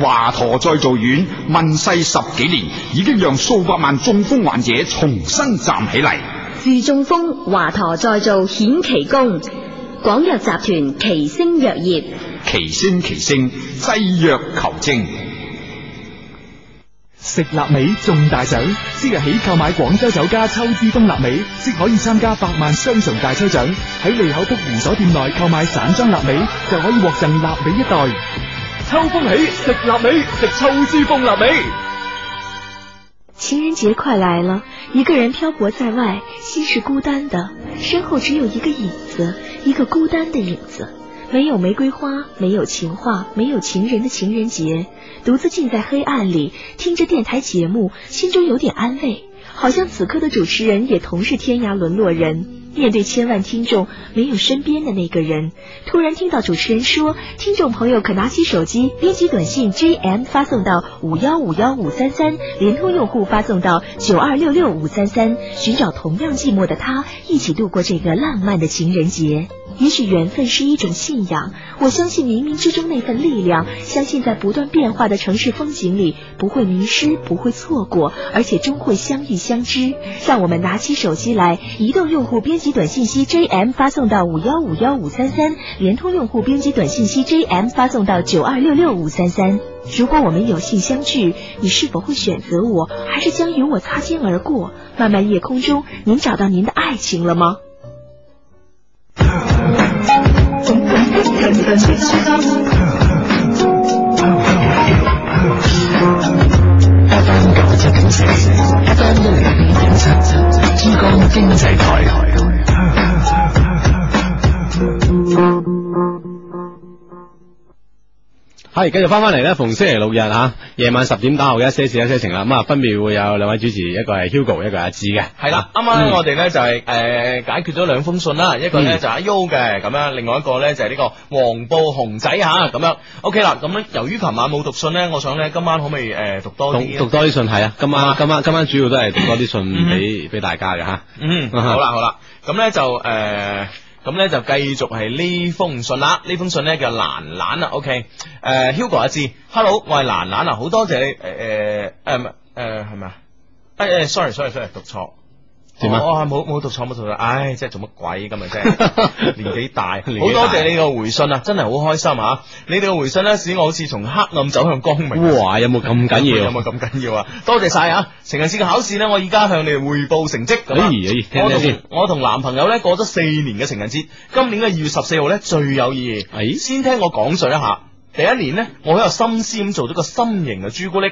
S6: 華佗再造院問世十幾年，已經讓數百萬中風患者重新站起嚟。
S11: 御中風華佗再造顯奇功，廣藥集團奇星藥業。
S6: 奇星奇星，製藥求精。
S12: 食臘味中大獎，即日起購買廣州酒家秋之東臘味，即可以參加百萬雙重大抽獎。喺利口福連鎖店內購買散裝臘味，就可以獲贈臘味一袋。秋風起，食臘味，食秋之風臘味。
S13: 情人节快来了，一个人漂泊在外，心是孤单的，身后只有一个影子，一个孤单的影子。没有玫瑰花，没有情话，没有情人的情人节，独自浸在黑暗里，听着电台节目，心中有点安慰，好像此刻的主持人也同是天涯沦落人。面对千万听众，没有身边的那个人，突然听到主持人说，听众朋友可拿起手机编辑短信 JM 发送到五幺五幺五三三，联通用户发送到九二六六五三三，寻找同样寂寞的他，一起度过这个浪漫的情人节。也许缘分是一种信仰，我相信冥冥之中那份力量，相信在不断变化的城市风景里，不会迷失，不会错过，而且终会相遇相知。让我们拿起手机来，移动用户编辑短信息 JM 发送到五幺五幺五三三，联通用户编辑短信息 JM 发送到九二六六五三三。如果我们有幸相聚，你是否会选择我，还是将与我擦肩而过？漫漫夜空中，您找到您的爱情了吗？
S8: FM 九七點四，FM 一零五點七，珠江經濟台。
S2: 系，繼續翻翻嚟咧，逢星期六日吓，夜晚十點打後嘅一些事一些情啦。咁啊，分別會有兩位主持，一個係 Hugo，一個係阿志嘅。啊嗯
S4: 系啦，啱啱咧我哋咧就係诶解決咗兩封信啦，一個咧就阿 U 嘅咁樣，另外一個咧就係呢個黃布熊仔吓咁樣。OK 啦，咁咧由於琴晚冇讀信咧，我想咧今晚可唔可以诶讀多
S2: 讀
S4: 啲？
S2: 讀多啲信係啊，今晚今晚今晚主要都係讀多啲信俾俾大家嘅吓。
S4: 嗯，好啦好啦，咁咧就诶。呃咁咧就繼續係呢封信啦，呢封信咧叫蘭蘭啊，OK，誒、Hugo 阿志，Hello，我係蘭蘭啊，好多謝你呃誒誒誒唔係誒係咪啊？誒誒，sorry sorry sorry，讀錯。
S2: 點啊
S4: 我我係冇冇讀錯冇讀錯，唉，真係做乜鬼今日真係 年紀大，好
S2: 紀大
S4: 多謝你個回信啊，真係好開心啊！你哋嘅回信咧，使我好似從黑暗走向光明。啊
S2: 哇，有冇咁緊要
S4: 有？冇咁緊要啊？多謝晒啊！情人節嘅考試呢，我而家向你哋匯報成績咁啊
S2: 咦哎咦聽
S4: 我
S2: 聽
S4: 同
S2: 先
S4: 我同男朋友呢過咗四年嘅情人節，今年嘅二月十四號呢最有意義。
S2: 咦
S4: 先聽我講述一下。第一年呢，我好有心思咁做咗個心形嘅朱古力，誒、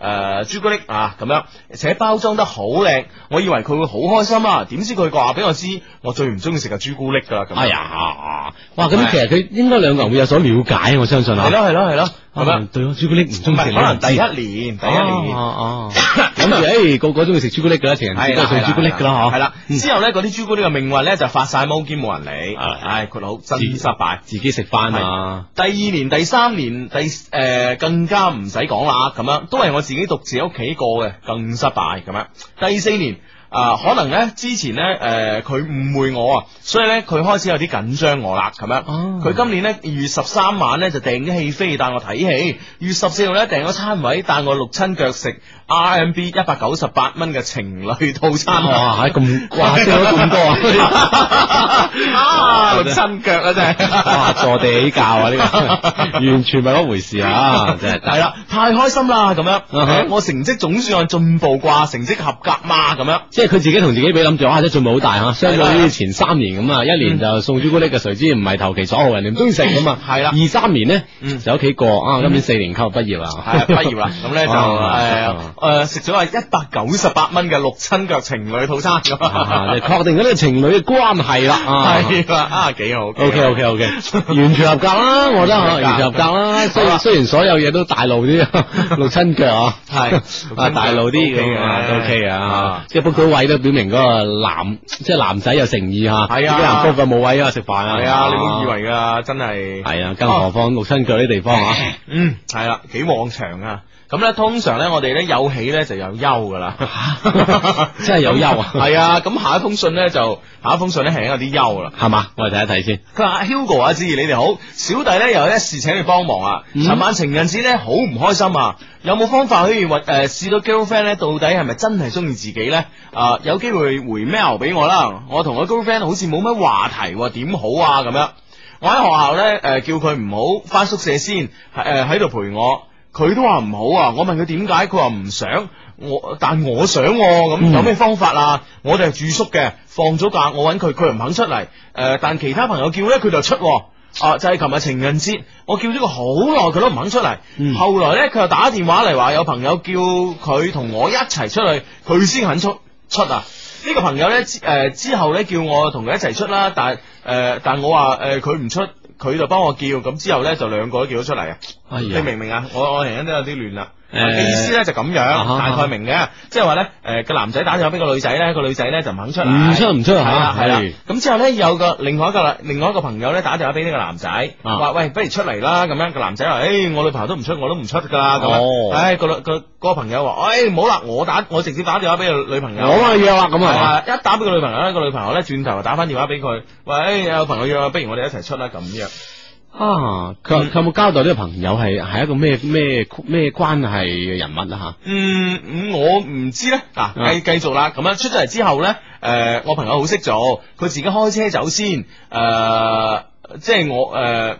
S4: 誒朱古力啊咁樣，而且包裝得好靚，我以為佢會好開心啊，點知佢話俾我知，我最唔中意食嘅朱古力㗎啦咁樣。
S2: 哎呀，哇！咁其實佢應該兩個人會有所了解，我相信啊。
S4: 係咯係咯係咯，係咪啊
S2: 啊？？對我朱古力唔中
S4: 唔
S2: 意食，
S4: 係
S2: 你
S4: 可能
S2: 唔知
S4: 第一年，第一年。
S2: 哦哦，諗住誒個個中意食朱古力㗎啦，情人節都係送朱古力㗎啦，嗬。嗯
S4: 系啦，之後咧嗰啲朱古力嘅命運咧就發晒毛兼冇人理，
S2: 係
S4: 唉，佢好真失敗。
S2: 自己食翻啊。
S4: 第二年、第三年、第诶、更加唔使講啦，咁樣都係我自己獨自喺屋企過嘅，更失敗咁樣。第四年啊、可能咧之前咧诶佢誤會我啊，所以咧佢開始有啲緊張我啦，咁樣。
S2: 哦
S4: 佢今年咧二月十三晚咧就訂咗戲飛帶我睇戲，二月十四號咧訂咗餐位帶我六親腳食 RMB 一百九十八蚊嘅情侶套餐。
S2: 啊哇！咁哇，食咗咁多啊！
S4: 啊， 六親腳啊真
S2: 哇！
S4: 係。
S2: 坐地起教啊，呢個 完全唔係一回事啊！真係
S4: 系啦，太開心啦咁樣，
S2: 嗯哼
S4: 我成績總算有進步啩，成績合格嘛咁樣。
S2: 即係佢自己同自己比諗住，哇！即係進步好大嚇，相對於前三年咁啊，一年就送朱古力嘅，誰知唔係投其所好，人哋唔中意食咁啊。係啦，二三年呢，就喺屋企過啊，今年四年級畢業啊啦，
S4: 系 畢業啦，咁
S2: 哦
S4: 咧就誒誒食咗係一百九十八蚊嘅六親腳情侶套餐咁
S2: 啊就確定咗呢個情侶嘅關 係啦。啊
S4: 係啦，啊幾好
S2: O K O K O K，完 全合格啦，我覺得啊完全合格啦。雖
S4: 啊
S2: 然雖然所有嘢都大 路啲，六親腳啊，
S4: 係
S2: 啊大路啲咁啊都 OK 啊，即係 book 到位都表明嗰個男即係男仔有誠意嚇，
S4: 係啊
S2: 啲男 book 嘅冇位啊食飯啊，
S4: 係啊，你唔好以為㗎，真係
S2: 係啊，更何況六親腳呢地方啊，
S4: 嗯，系啦，幾旺場啊！咁咧，通常咧，我哋咧有喜咧就有憂噶啦，
S2: 真係有憂啊
S4: 係啊，咁下一封信咧就下一封信咧係有啲憂啦。
S2: 係嘛？我哋睇一睇先。
S4: 佢話 Hugo 阿志，你哋好，小弟咧有一事請你幫忙啊。尋、晚情人節咧好唔開心啊，有冇方法可以揾誒試到 girlfriend 咧到底係咪真係中意自己咧？啊、有機會回 mail 俾我啦，我同我 girlfriend 好似冇乜話題喎，點好啊咁樣。我喺學校咧，诶、叫佢唔好翻宿舍先，诶喺度陪我，佢都話唔好啊。我問佢點解，佢話唔想。我但我想喎咁、有咩方法啊？我哋係住宿嘅，放咗假我揾佢，佢又唔肯出嚟。诶、但其他朋友叫咧，佢就出喎、啊，就係琴日情人節，我叫咗佢好耐，佢都唔肯出嚟。
S2: 嗯
S4: 後來咧，佢又打電話嚟話有朋友叫佢同我一齊出去，佢先肯出出啊。呢個朋友咧，之誒之後咧叫我同佢一齊出啦，但係誒、但我話誒佢唔出，佢就幫我叫，咁之後咧就兩個都叫咗出嚟啊！
S2: 哎
S4: 你
S2: 呀
S4: 明唔明啊？我我突然間都有啲亂啦。
S2: 誒
S4: 嘅意思咧就咁樣，
S2: 啊
S4: 大概明嘅，即係話咧，誒個呃男仔打電話俾個女仔咧，個女仔咧就唔肯出嚟，
S2: 唔出唔出啊
S4: 係啦
S2: 嚇
S4: 係啦
S2: 係。
S4: 咁之後咧有個另外一個啦另外一個朋友咧打電話俾呢個男仔，
S2: 啊
S4: 話喂不如出嚟啦咁樣，個男仔話誒我女朋友都唔出，我都唔出㗎啦咁樣。
S2: 哦
S4: 唉個女個個朋友話誒唔好啦，我打我直接打電話俾個女朋友，
S2: 我啊約啦咁啊
S4: 係啊一打俾個女朋友咧，個女朋友咧轉頭打翻電話俾佢，喂有朋友約啊，不如我哋一齊出啦咁樣。
S2: 啊，佢佢有冇交代呢個朋友係係一個咩咩咩關係嘅人物啊？
S4: 嗯，嗯我唔知咧。嗱、
S2: 啊
S4: 繼繼續啦。咁樣出咗嚟之後咧，誒、我朋友好識做，佢自己開車走先。誒、呃即係我誒，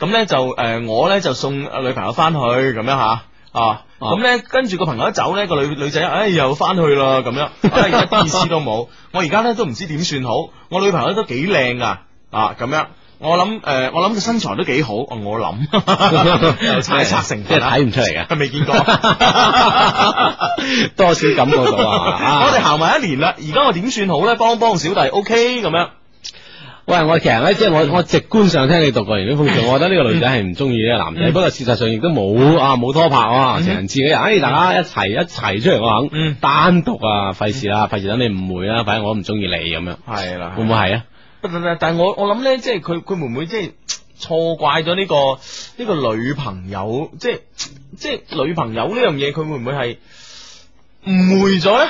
S4: 咁、咧就誒、呃我咧就送女朋友翻去咁樣吓。啊，咁咧跟住個朋友一走咧，個女女仔，唉、又翻去啦咁樣，唉一啲意思都冇。我而家咧都唔知點算好。我女朋友都幾靚噶，啊咁樣。我諗誒、呃我諗佢身材都幾好，哦我 諗又猜測成分啦啊
S2: 即係睇唔出嚟
S4: 嘅，未 見過。
S2: 吓， 多少感覺到 啊！啊
S4: 我哋行埋一年啦，而家我點算好咧？幫幫小弟，OK 咁樣。
S2: 喂，我其實咧，即係我我直觀上聽你讀過完 呢封信，我覺得呢個女仔係唔中意呢個男仔，
S4: 嗯
S2: 不過事實上亦都冇啊冇拖拍啊，情人節嘅人，哎大
S4: 嗯
S2: 家一齊一齊出嚟我肯，單獨啊費事
S4: 嗯
S2: 啦，費事等你誤會啦，反正我都唔中意你咁樣，
S4: 係啦
S2: 會唔會係啊？
S4: 但但但係我我諗咧，即係佢佢會唔會即係錯怪咗呢、個呢、個女朋友？即係即係女朋友呢樣嘢，佢會唔會係誤會咗咧？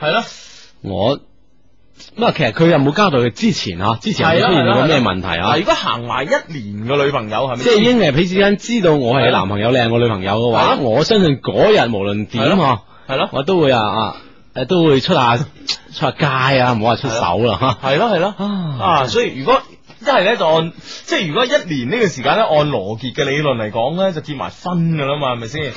S4: 係咯，
S2: 我咁啊，其實佢有冇交代佢之前啊？之前
S4: 係
S2: 有
S4: 啦
S2: 冇出現
S4: 係啦
S2: 過咩
S4: 係啦
S2: 問題啊
S4: 嗱，？如果行埋一年嘅女朋友係咪？
S2: 即係已經係彼此間知道我係你男朋友，你係我女朋友嘅話，
S4: 係
S2: 我相信嗰日無論點啊，
S4: 係 咯
S2: 我都會啊啊誒都會出下出下街啊，唔好話出手啦嚇。
S4: 係咯係咯
S2: 嗯
S4: 啊！所以如果一係咧就按即係如果一年呢個時間咧，按羅傑嘅理論嚟講咧，就結埋婚噶啦嘛，係 咪先？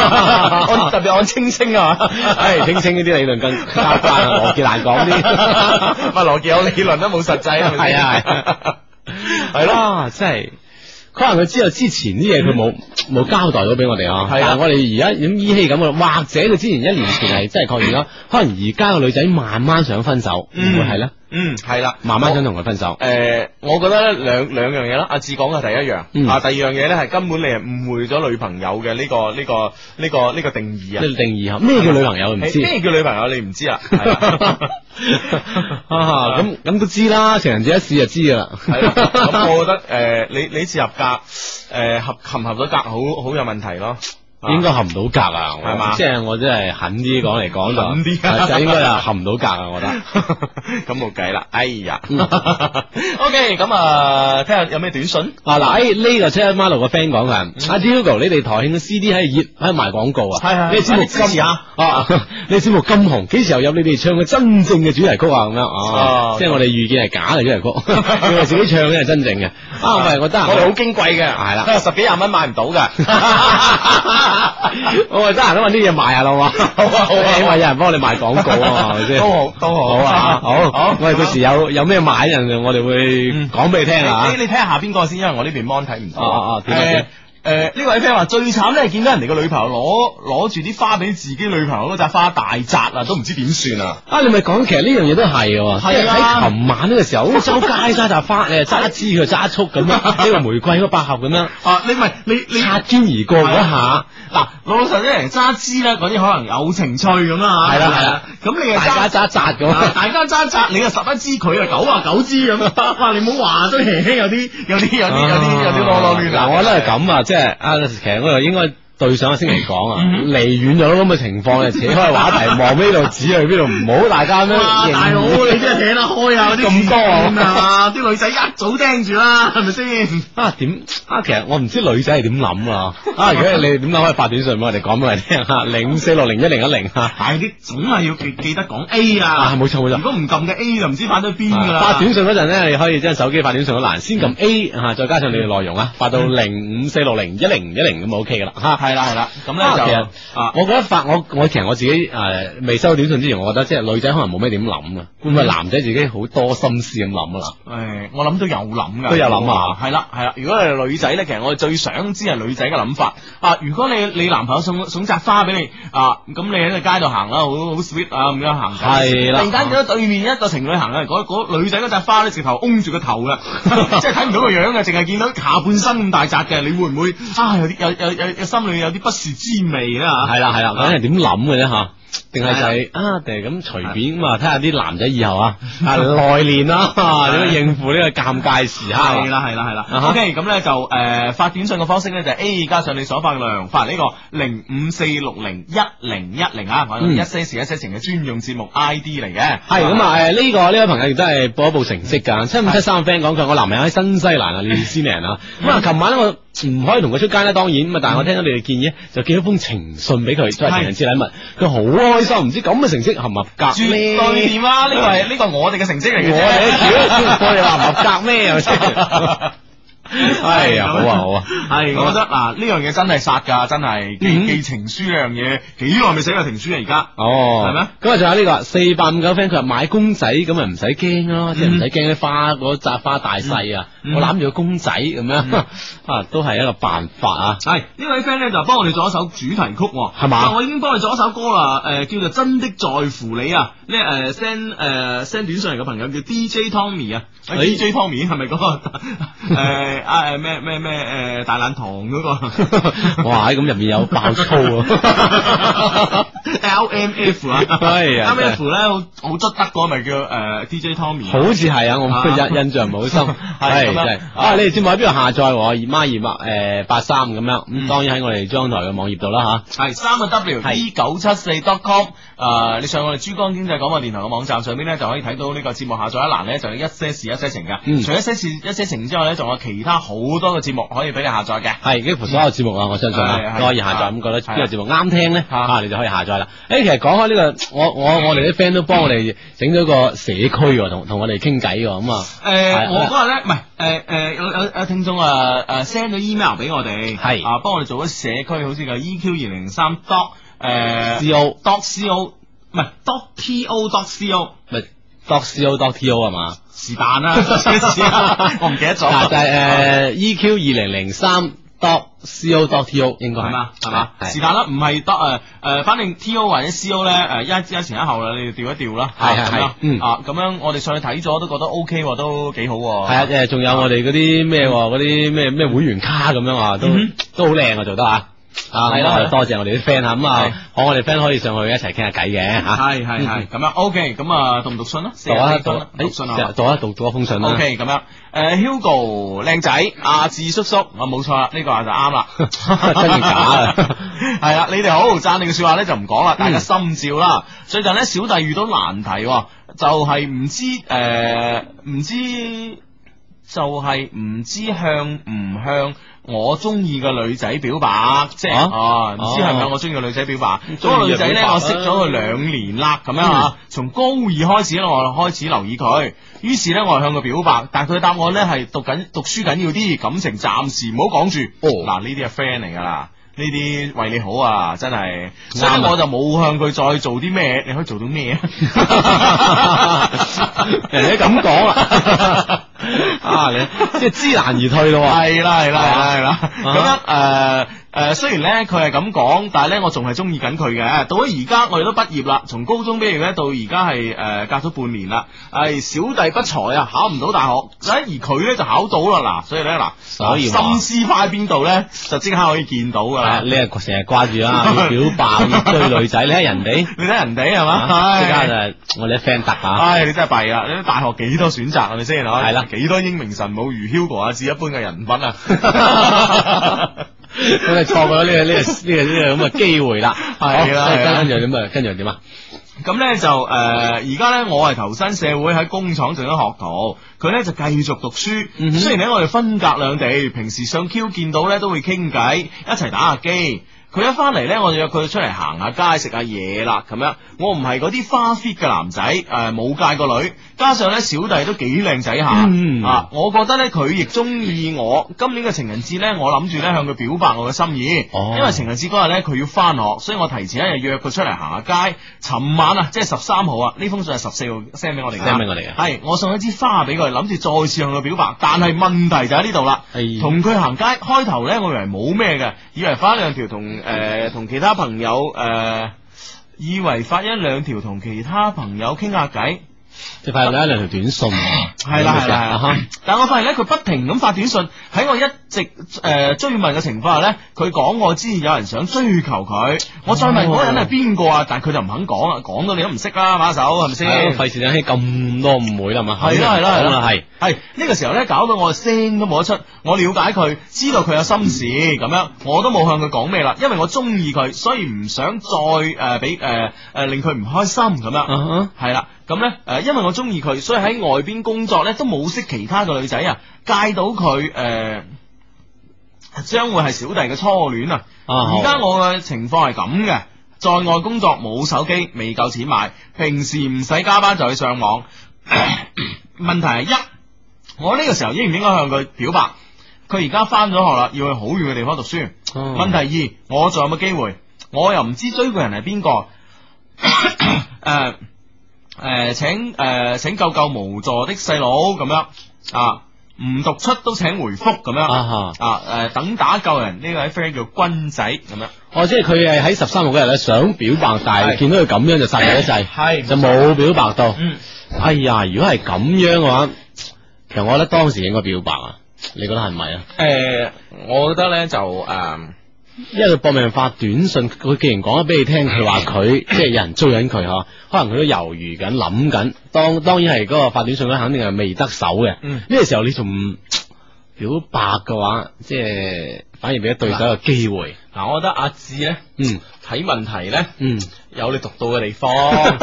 S4: 按特別按青青啊，
S2: 唉，聽 清呢啲理論更 加關啊，羅傑難講啲。
S4: 咪羅傑有理論都冇實際係咪
S2: 係
S4: 先？
S2: 啊係 係啦，真係。可能佢知道之前啲嘢佢冇冇交代咗俾我哋啊，
S4: 係啊
S2: 但我哋而家咁依稀咁啊，或者佢之前一年前係真係確認咗，可能而家個女仔慢慢想分手，會唔會係咧？
S4: 嗯，哦係啦，
S2: 慢慢想同佢分手。
S4: 诶、我覺得咧兩兩樣嘢啦，阿志講嘅第一樣，
S2: 嗯
S4: 啊第二樣嘢咧係根本你係誤會咗女朋友嘅呢、個呢、個呢、個呢、個定義啊，
S2: 呢個定義啊咩叫女朋友唔知
S4: 係咩叫女朋友你 唔知啊？係啊
S2: 啊，咁咁都知啦，情人節一試就知噶啦。
S4: 係 咯，啊咁我覺得诶、誒你你呢次合格，诶、合合唔合到格好好有問題咯，啊
S2: 應該合唔到格啊，我
S4: 係嘛
S2: 即係我真係狠啲講嚟講就，
S4: 狠啲啊
S2: 係就應該係合唔到格啊，我覺 得。
S4: 咁冇計啦，哎呀
S2: 嗯
S4: ，OK，咁啊睇下有咩短信
S2: 啊嗱，誒呢個 c h a Marlo 個 friend 講
S4: 嗯
S2: 嘅，阿 Hugo 你哋台慶嘅 CD 喺度熱喺度賣廣告啊，
S4: 係
S2: 你節目
S4: 支持
S2: 金
S4: 啊
S2: 啊， 你節目金紅，幾時候有你哋唱嘅真正嘅主題曲啊？咁樣
S4: 哦
S2: 哦，即係我哋預見係假嘅主題曲， 你哋自己唱嘅係真正嘅。啊，喂，我得閒
S4: 我哋好矜貴嘅，
S2: 係啦
S4: 十幾廿蚊買唔到噶。
S2: 我話得閒都搵啲嘢賣下啦嘛，好啊好啊，起碼有人幫你賣廣告 啊嘛，係咪先？
S4: 都好都好
S2: 好 啊，好，
S4: 好嗯
S2: 我哋到時有有咩買人，我哋會講俾你聽啊
S4: 你。你睇下下邊個先，因為我呢邊 mon 睇唔到。
S2: 哦哦哦點啊點啊
S4: 誒呢位 friend 話最慘咧，見到人哋個女朋友攞攞住啲花俾自己女朋友嗰扎花大扎啊，都唔知點算啊！
S2: 啊，你咪講，其實呢樣嘢都係嘅，即係
S4: 係啊
S2: 喺琴晚呢個時候，好似周街揸扎花，你係揸一支佢揸一束 咁樣，呢個玫瑰，嗰個百合咁樣，
S4: 啊，你唔係你你啊
S2: 擦肩而過嗰一下，
S4: 嗱，老老實實人揸支咧，嗰啲可能有情趣咁啦
S2: 係啦係啦，
S4: 咁你又
S2: 大家揸一扎咁
S4: 啊大家揸一扎，你又十一支，佢又九啊九支咁，哇！你唔好話都輕輕有啲有啲有啲有啲有啲囉囉
S2: 啊
S4: 攣
S2: 嗱，
S4: 啊！
S2: 我覺得係咁啊，即係啊，其實我又應該。對上個星期講啊，
S4: 嗯
S2: 離遠咗咁嘅情況，啊就扯開話題，望呢度指去邊度，唔好大家咩？
S4: 哇！大佬，你真係扯得開啊！嗰啲
S2: 咁多
S4: 啊，啲女仔一早盯住啦，係咪先？
S2: 啊點啊？其實我唔知女仔係點諗啊！啊，如果你哋點諗，可以發短信俾我哋講俾我哋聽嚇，零五四六零一零一零嚇。
S4: 係啲總係要記記得講 A 啊，
S2: 啊冇錯冇錯啊
S4: 如果唔撳嘅 A 就唔知翻咗邊㗎啦。嗯
S2: 發短信嗰陣咧，你可以將手機發短信嗰欄先撳 A 嚇，再加上你嘅內容啊，發到零五四六零一零一零咁就 OK 噶啦嚇。
S4: 係啦係啦，咁
S2: 啊其
S4: 咧
S2: 實
S4: 就啊，
S2: 我覺得發我我其實我自己誒、呃未收到短信之前，我覺得即係女仔可能冇咩點諗啊，會唔會男仔自己好多心思咁諗啊？
S4: 誒，哎我諗都有諗噶，
S2: 都有諗啊
S4: 係啦係啦。如果係女仔咧，其實我最想知係女仔嘅諗法啊。如果你你男朋友送送扎花俾你啊，咁你喺個街度行啦，好好 sweet 啊咁樣行緊，
S2: 係啦
S4: 突然間見到對面一個情侶行啊，嗰嗰女仔嗰扎花咧，直頭擁住個頭啦， 即係睇唔到個樣嘅，淨係見到下半身咁大扎嘅，你會唔會啊有啲有有有有心裏有啲不是滋味咧嚇？
S2: 係啦係啦，
S4: 啊
S2: 咁係點諗嘅啫嚇？定係就係、
S4: 係
S2: 啊？定係咁隨便咁啊？睇下啲男仔以後 啊，啊內練啦，啊點樣應付呢個尷尬時刻啊？
S4: 係啦係啦係
S2: 啊
S4: 啦
S2: 哈
S4: ，OK，咁咧就誒發短信嘅方式咧就係 A 加上你所發嘅內容，發嚟呢個零五四六零一零一零啊，我哋
S2: 嗯
S4: 一些事一些情嘅專用節目 ID 嚟嘅，
S2: 系咁啊！诶，呢個呢位朋友亦都係報一報成績㗎。七五七三嘅 friend 講佢，我男朋友喺新西蘭啊，new z e a 啊。咁啊，琴晚咧我唔可以同佢出街啦，當然咁啊。但係我聽到你哋建議，就寄咗封情信俾佢，作為情人節禮物。佢好開心，唔知咁嘅成績合唔合格哎
S4: 絕
S2: 咧？
S4: 對掂啦！呢個係呢個我哋嘅成績嚟嘅啫，
S2: 啊我 哋我哋話唔合格咩？係咪先？啊 哎呀，好啊好啊！嗯
S4: 係，我覺得嗱呢樣嘢真係殺㗎，真係寄寄情書呢樣嘢，幾耐未寫過情書啊？
S2: 哦，
S4: 係咩？
S2: 咁啊，仲有呢個四百五九 friend，佢話買公仔咁啊，唔使驚咯，即係唔使驚啲花嗰扎花大細啊，
S4: 嗯
S2: 我攬住個公仔咁樣 啊，都係一個辦法啊。
S4: 而家係呢位 friend 咧就幫我哋做一首主題曲喎，
S2: 係嘛
S4: 但我已經幫你做一首歌啦，誒叫做真的在乎你啊，呢誒 send 誒 send 短信嚟嘅朋友叫 DJ Tommy 啊
S2: 哎
S4: 喂，DJ Tommy 係咪嗰 個誒啊誒咩咩咩誒大懶堂嗰個
S2: 哇！咁入面有爆粗 啊！
S4: L M F 啊
S2: 係啊
S4: ，L M F 咧好好執得嗰個咪叫誒 DJ Tommy，
S2: 好似係啊，我
S4: 啊
S2: 印印象唔好深，
S4: 係
S2: 係
S4: 咁樣
S2: 真係啊！你哋節目喺邊度下載喎？姨媽姨媽誒八三咁樣，
S4: 嗯
S2: 咁當然喺我哋珠江台嘅網頁度啦嚇。
S4: 系三個 W E 九七四 dot com，诶，你上我哋珠江經濟廣播電台嘅網站上邊咧，就可以睇到呢個節目下載一欄咧，就有一些事一些情噶。
S2: 嗯
S4: 除咗一些事一些情之外咧，仲有其他好多嘅節目可以俾你下載嘅。
S2: 係幾乎所有節目啊，我相信
S4: 係
S2: 啊
S4: 係
S2: 都可以下載。咁覺得
S4: 係
S2: 邊個節目啱聽咧，啊你就可以下載啦。誒，其實講開呢個，我我我哋啲 friend 都幫我
S4: 嗯
S2: 哋整咗個社區喎，同同我哋傾偈喎，咁啊。
S4: 诶、
S2: 係
S4: 呃我嗰日咧，唔係诶诶，有有有聽眾啊诶 send 咗 email 俾我哋，
S2: 係
S4: 啊，幫我哋做咗社區，好似個 EQ 二零三 dot 诶
S2: CO
S4: dot co，唔係 dot to dot co
S2: 咪 dot co dot to 係嘛？
S4: 是 但啦， 啊我唔記得咗。
S2: 嗱，就係誒呃 EQ 二零零三 dot co dot to 應該
S4: 係
S2: 係
S4: 嘛啊係嘛，
S2: 係
S4: 是但啦，唔係得誒誒，反正 T O 或者 C O 咧誒一一前一後啦，你哋調一調啦，
S2: 係係
S4: 啊咁樣
S2: 係嗯
S4: 啊咁樣我哋上去睇咗都覺得 O K 喎，都幾好喎，
S2: 系啊，誒，仲有我哋嗰啲咩喎，嗰啲咩咩會員卡咁樣啊，都都好靚啊，做得啊，啊，
S4: 係
S2: 係
S4: 啦
S2: 啦
S4: 係啦，
S2: 多謝我哋啲 friend 啊，咁
S4: 係
S2: 啊，好，我哋 friend 可以上去一齊傾下偈嘅嚇，
S4: 係係係
S2: 嗯
S4: 咁樣 O K，咁啊讀唔讀信啊？四
S2: 讀
S4: 十
S2: 啊
S4: 四
S2: 讀
S4: 分啦
S2: 啊，，
S4: 讀信
S2: 誒
S4: 啊。
S2: 讀一讀讀一封信啦
S4: O K，咁樣，誒 Hugo 靚仔，阿志叔叔，我冇錯啦，呢個就啱啦，
S2: 真定假啊？ 嗯
S4: 係啦，你哋好，讚你嘅說話咧就唔講啦，大家心照啦。最近咧小弟遇到難題喎，就係唔知誒唔知就係唔知向唔向。我中意嘅女仔表白，即係啊，
S2: 啊
S4: 唔知係咪我中意嘅女仔表白？嗰個
S2: 中意
S4: 女
S2: 就
S4: 仔咧，
S2: 表白嗯
S4: 我
S2: 啦
S4: 識咗佢兩年啦，咁樣啊，從高二開始咧，我開始留意佢，於是咧我係向佢表白，但係佢答我咧係讀緊讀書緊要啲，感情暫時唔好講住。
S2: 哦
S4: 嗱呢啲係 friend 嚟㗎啦。呢啲為你好啊，真係，
S2: 啱
S4: 所
S2: 啊
S4: 以我就冇向佢再做啲咩，你可以做到咩啊？啊
S2: 人哋都咁講啦，啊你即係知難而退咯喎，
S4: 系啦系啦系啦系啦，
S2: 啊
S4: 咁样诶诶，虽然咧佢系咁講，但系咧我仲係中意緊佢嘅。到咗而家我哋都畢業啦，從高中畢業咧到而家係诶隔咗半年啦。係小弟不才啊，考唔到大學，哎而佢咧就考到啦嗱，所以咧嗱，
S2: 所以話
S4: 心思快邊度咧就即刻可以見到噶啦
S2: 啊。你係成日掛住啦，要表白要追女仔，你睇人哋，
S4: 你睇人哋係嘛？
S2: 啊即刻
S4: 唉
S2: 就我哋啲 friend 得啊，
S4: 唉，你真係弊啦！你啲大學幾多選擇係咪啊先？
S2: 係啦
S4: 幾多英明神武如 Hugo 阿志一般嘅人啊品啊！
S2: 咁你錯過咗呢個呢個呢個呢個咁嘅機會啦，
S4: 係啦
S2: 好
S4: 係啦
S2: 跟住點啊？跟住點啊？
S4: 咁咧就誒，呃而家咧我係投身社會喺工廠做緊學徒，佢咧就繼續讀書。雖然咧我哋分隔兩地，平時上 Q 見到咧都會傾偈，一齊打下機。佢一翻嚟咧，我就約佢出嚟行下街、食下嘢啦，咁樣。我唔係嗰啲花 fit 嘅男仔，誒、冇戒過女，加上咧小弟都幾靚仔下、
S2: 嗯
S4: 啊，我覺得咧佢亦中意我。今年嘅情人節咧，我諗住咧向佢表白我嘅心意，
S2: 哦
S4: 因為情人節嗰日咧佢要翻學，所以我提前一日約佢出嚟行下街。尋晚啊，即係十三號啊，呢封信係十四號 send 俾我哋㗎
S2: send 俾我哋嘅
S4: 係我送一支花俾佢，諗住再次向佢表白，但係問題就喺呢度啦。
S2: 係
S4: 同佢行街，開頭咧我以為冇咩嘅，以為發一兩條同誒同其他朋友誒、呃以為發一兩條同其他朋友傾下偈。
S2: 你發現有一兩條短信喎，
S4: 係啦係啦
S2: 啊
S4: 係
S2: 哈
S4: 啦，但我發現咧，佢不停咁發短信，喺我一直誒、呃追問嘅情況下咧，佢講我知有人想追求佢，我再問嗰個人係邊個啊，但係佢就唔肯講啊，講到你都唔識啦，把手係咪先？
S2: 係啊費事引起咁多誤會啦嘛，
S4: 係啦係啦係
S2: 好
S4: 啦
S2: 啊啦係。
S4: 系呢個時候咧，搞到我聲都冇得出。我了解佢，知道佢有心事咁樣，我都冇向佢講咩啦，因為我中意佢，所以唔想再诶俾诶诶令佢唔開心咁樣。
S2: 啊
S4: 係啦，咁咧诶，誒因為我中意佢，所以喺外邊工作咧都冇識其他嘅女仔啊，戒到佢呃诶。誒將會係小弟嘅初戀啊！
S2: 啊
S4: 而家我嘅情況係咁嘅，在外工作冇手機，未夠錢買，平時唔使加班就去上 網。問題係一，我呢個時候應唔應該向佢表白？佢而家翻咗學啦，要去好遠嘅地方讀書。
S2: 問
S4: 問題二，我仲有冇機會？我又唔知追嘅人係邊 個。誒誒，請誒請呃救救無助的細佬咁樣啊！唔讀出都請回覆咁樣
S2: 啊
S4: 啊！誒、等打救人呢位 friend 叫君仔咁樣。
S2: 哦，即係佢係喺十三號嗰日咧想表白，但係
S4: 係
S2: 見到佢咁樣就殺咗一掣，
S4: 係
S2: 就冇表白到。
S4: 嗯，
S2: 哎呀，如果係咁樣嘅話，其實我覺得當時應該表白啊，你覺得係咪啊？
S4: 誒、呃我覺得咧就呃誒。
S2: 因為佢搏命發短信，佢既然講咗俾你聽，佢話 佢即係有人追緊佢嗬，可能佢都猶豫緊、諗緊。當當然係嗰個發短信咧，肯定係未得手嘅。
S4: 嗯
S2: 呢個時候你仲唔表白嘅話，即係反而俾咗對手嘅機會。
S4: 嗱，我覺得阿志咧
S2: 嗯
S4: 睇問題咧
S2: 嗯，
S4: 有你讀到嘅地方，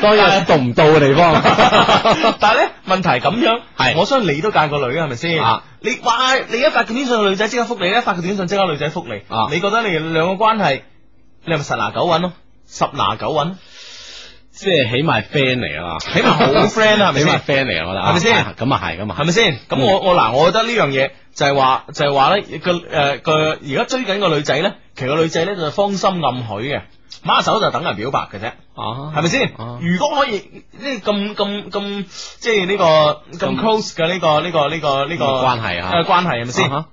S2: 當然有讀唔到嘅地方。
S4: 但係咧問題係咁樣，係我相信你都戒過女啊，係咪先
S2: 啊？
S4: 你哇！你一發短信個女仔即刻覆你，一發個短信即刻女仔覆你
S2: 啊，
S4: 你覺得你哋兩個關係，你係咪十拿九穩咯？十拿九穩，
S2: 啊即係起碼係 friend 嚟啊嘛，
S4: 起碼好 friend 啦係咪先
S2: 起碼 friend 嚟啊，我覺得
S4: 係咪先
S2: 啊咁啊係，咁啊
S4: 係咪先？咁我我嗱，我覺得呢樣嘢就係話就係話咧個誒個而家追緊個女仔咧，其實個女仔咧就係芳心暗許嘅，馬手就等人表白嘅啫。
S2: 啊
S4: 系咪先
S2: 啊？
S4: 如果可以呢咁咁咁，即系呢個咁
S2: 咁
S4: close 嘅呢個呢個呢個呢個
S2: 關係啊
S4: 誒關係係咪先？
S2: 啊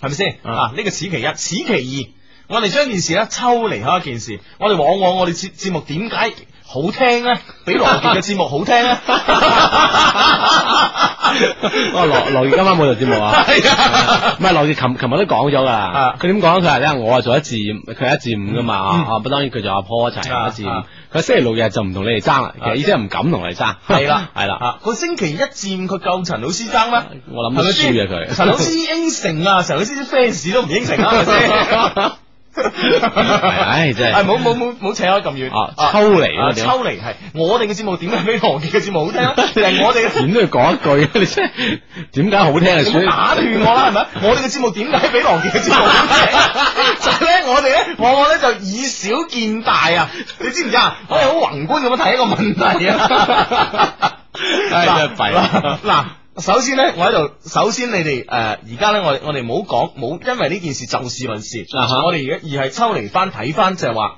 S4: 係咪先？
S2: 啊
S4: 啊，呢個此其一，此其二，我哋將件事咧抽離開一件事，我哋往往我哋節節目點解好聽咧？比羅傑嘅節目好聽咧？
S2: 哦，羅羅傑今晚冇做節 目啊，
S4: 係啊
S2: 唔係羅傑琴琴日都講咗噶
S4: 啊，
S2: 佢點講？佢話咧，我啊做一至五，佢係一至五噶嘛，
S4: 嗯
S2: 啊，當然佢就阿 Paul 一齊
S4: 啊
S2: 一至五
S4: 啊，
S2: 佢星期六日就唔同你哋爭啦，其實意思係唔敢同你哋爭，
S4: 係啦，
S2: 係啦，
S4: 啊！佢星期一至五佢救陳老師爭咩？
S2: 我諗都輸啊佢，
S4: 陳老師應承啊，陳老師啲 fans 都唔應承啊，係咪 先？啊
S2: 唉真係
S4: 唉冇冇冇冇扯開咁遠
S2: 啊抽離啊
S4: 啊
S2: 點
S4: 抽離係我哋嘅節目點解比羅傑嘅節目好聽 啊？定係我哋
S2: 點都要講一句，你真係點解好啊聽就
S4: 你冇
S2: 算
S4: 打斷我啦，係咪？我哋嘅節目點解比羅傑嘅節目好聽？ 就係咧，我哋咧往往咧就以小見大啊！你知唔知啊？我哋好宏觀咁樣睇一個問題啊！
S2: 唉真係弊啦
S4: 嗱。嗱首先咧，我喺度，首先你哋诶，呃而家咧，我哋我哋唔好讲，冇因为呢件事就事论事，
S2: 啊哈
S4: 我哋而家而系抽离翻睇翻，就系话，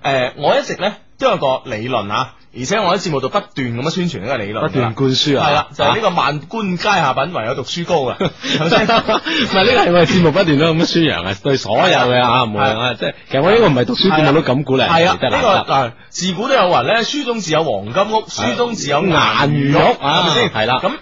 S4: 诶，我一直咧都有個理論啊，而且我喺節目度不斷咁樣宣傳呢個理論㗎
S2: 不
S4: 啦，
S2: 斷灌輸啊
S4: 係啦，就係呢個萬官皆下品，唯有讀書高啊，係咪先？
S2: 唔係呢個係我哋節目不斷都咁樣宣揚啊，對所有嘅啊，無論啊，即係其實我呢個唔係讀 書節目都咁鼓勵，
S4: 係啊，
S2: 得
S4: 呢
S2: 啦啊
S4: 個嗱，自古都有云咧，書中自有黃金屋，書中自有
S2: 顏
S4: 顏
S2: 如
S4: 如
S2: 玉
S4: 玉，
S2: 啊
S4: 係咪先？
S2: 係啦
S4: 咁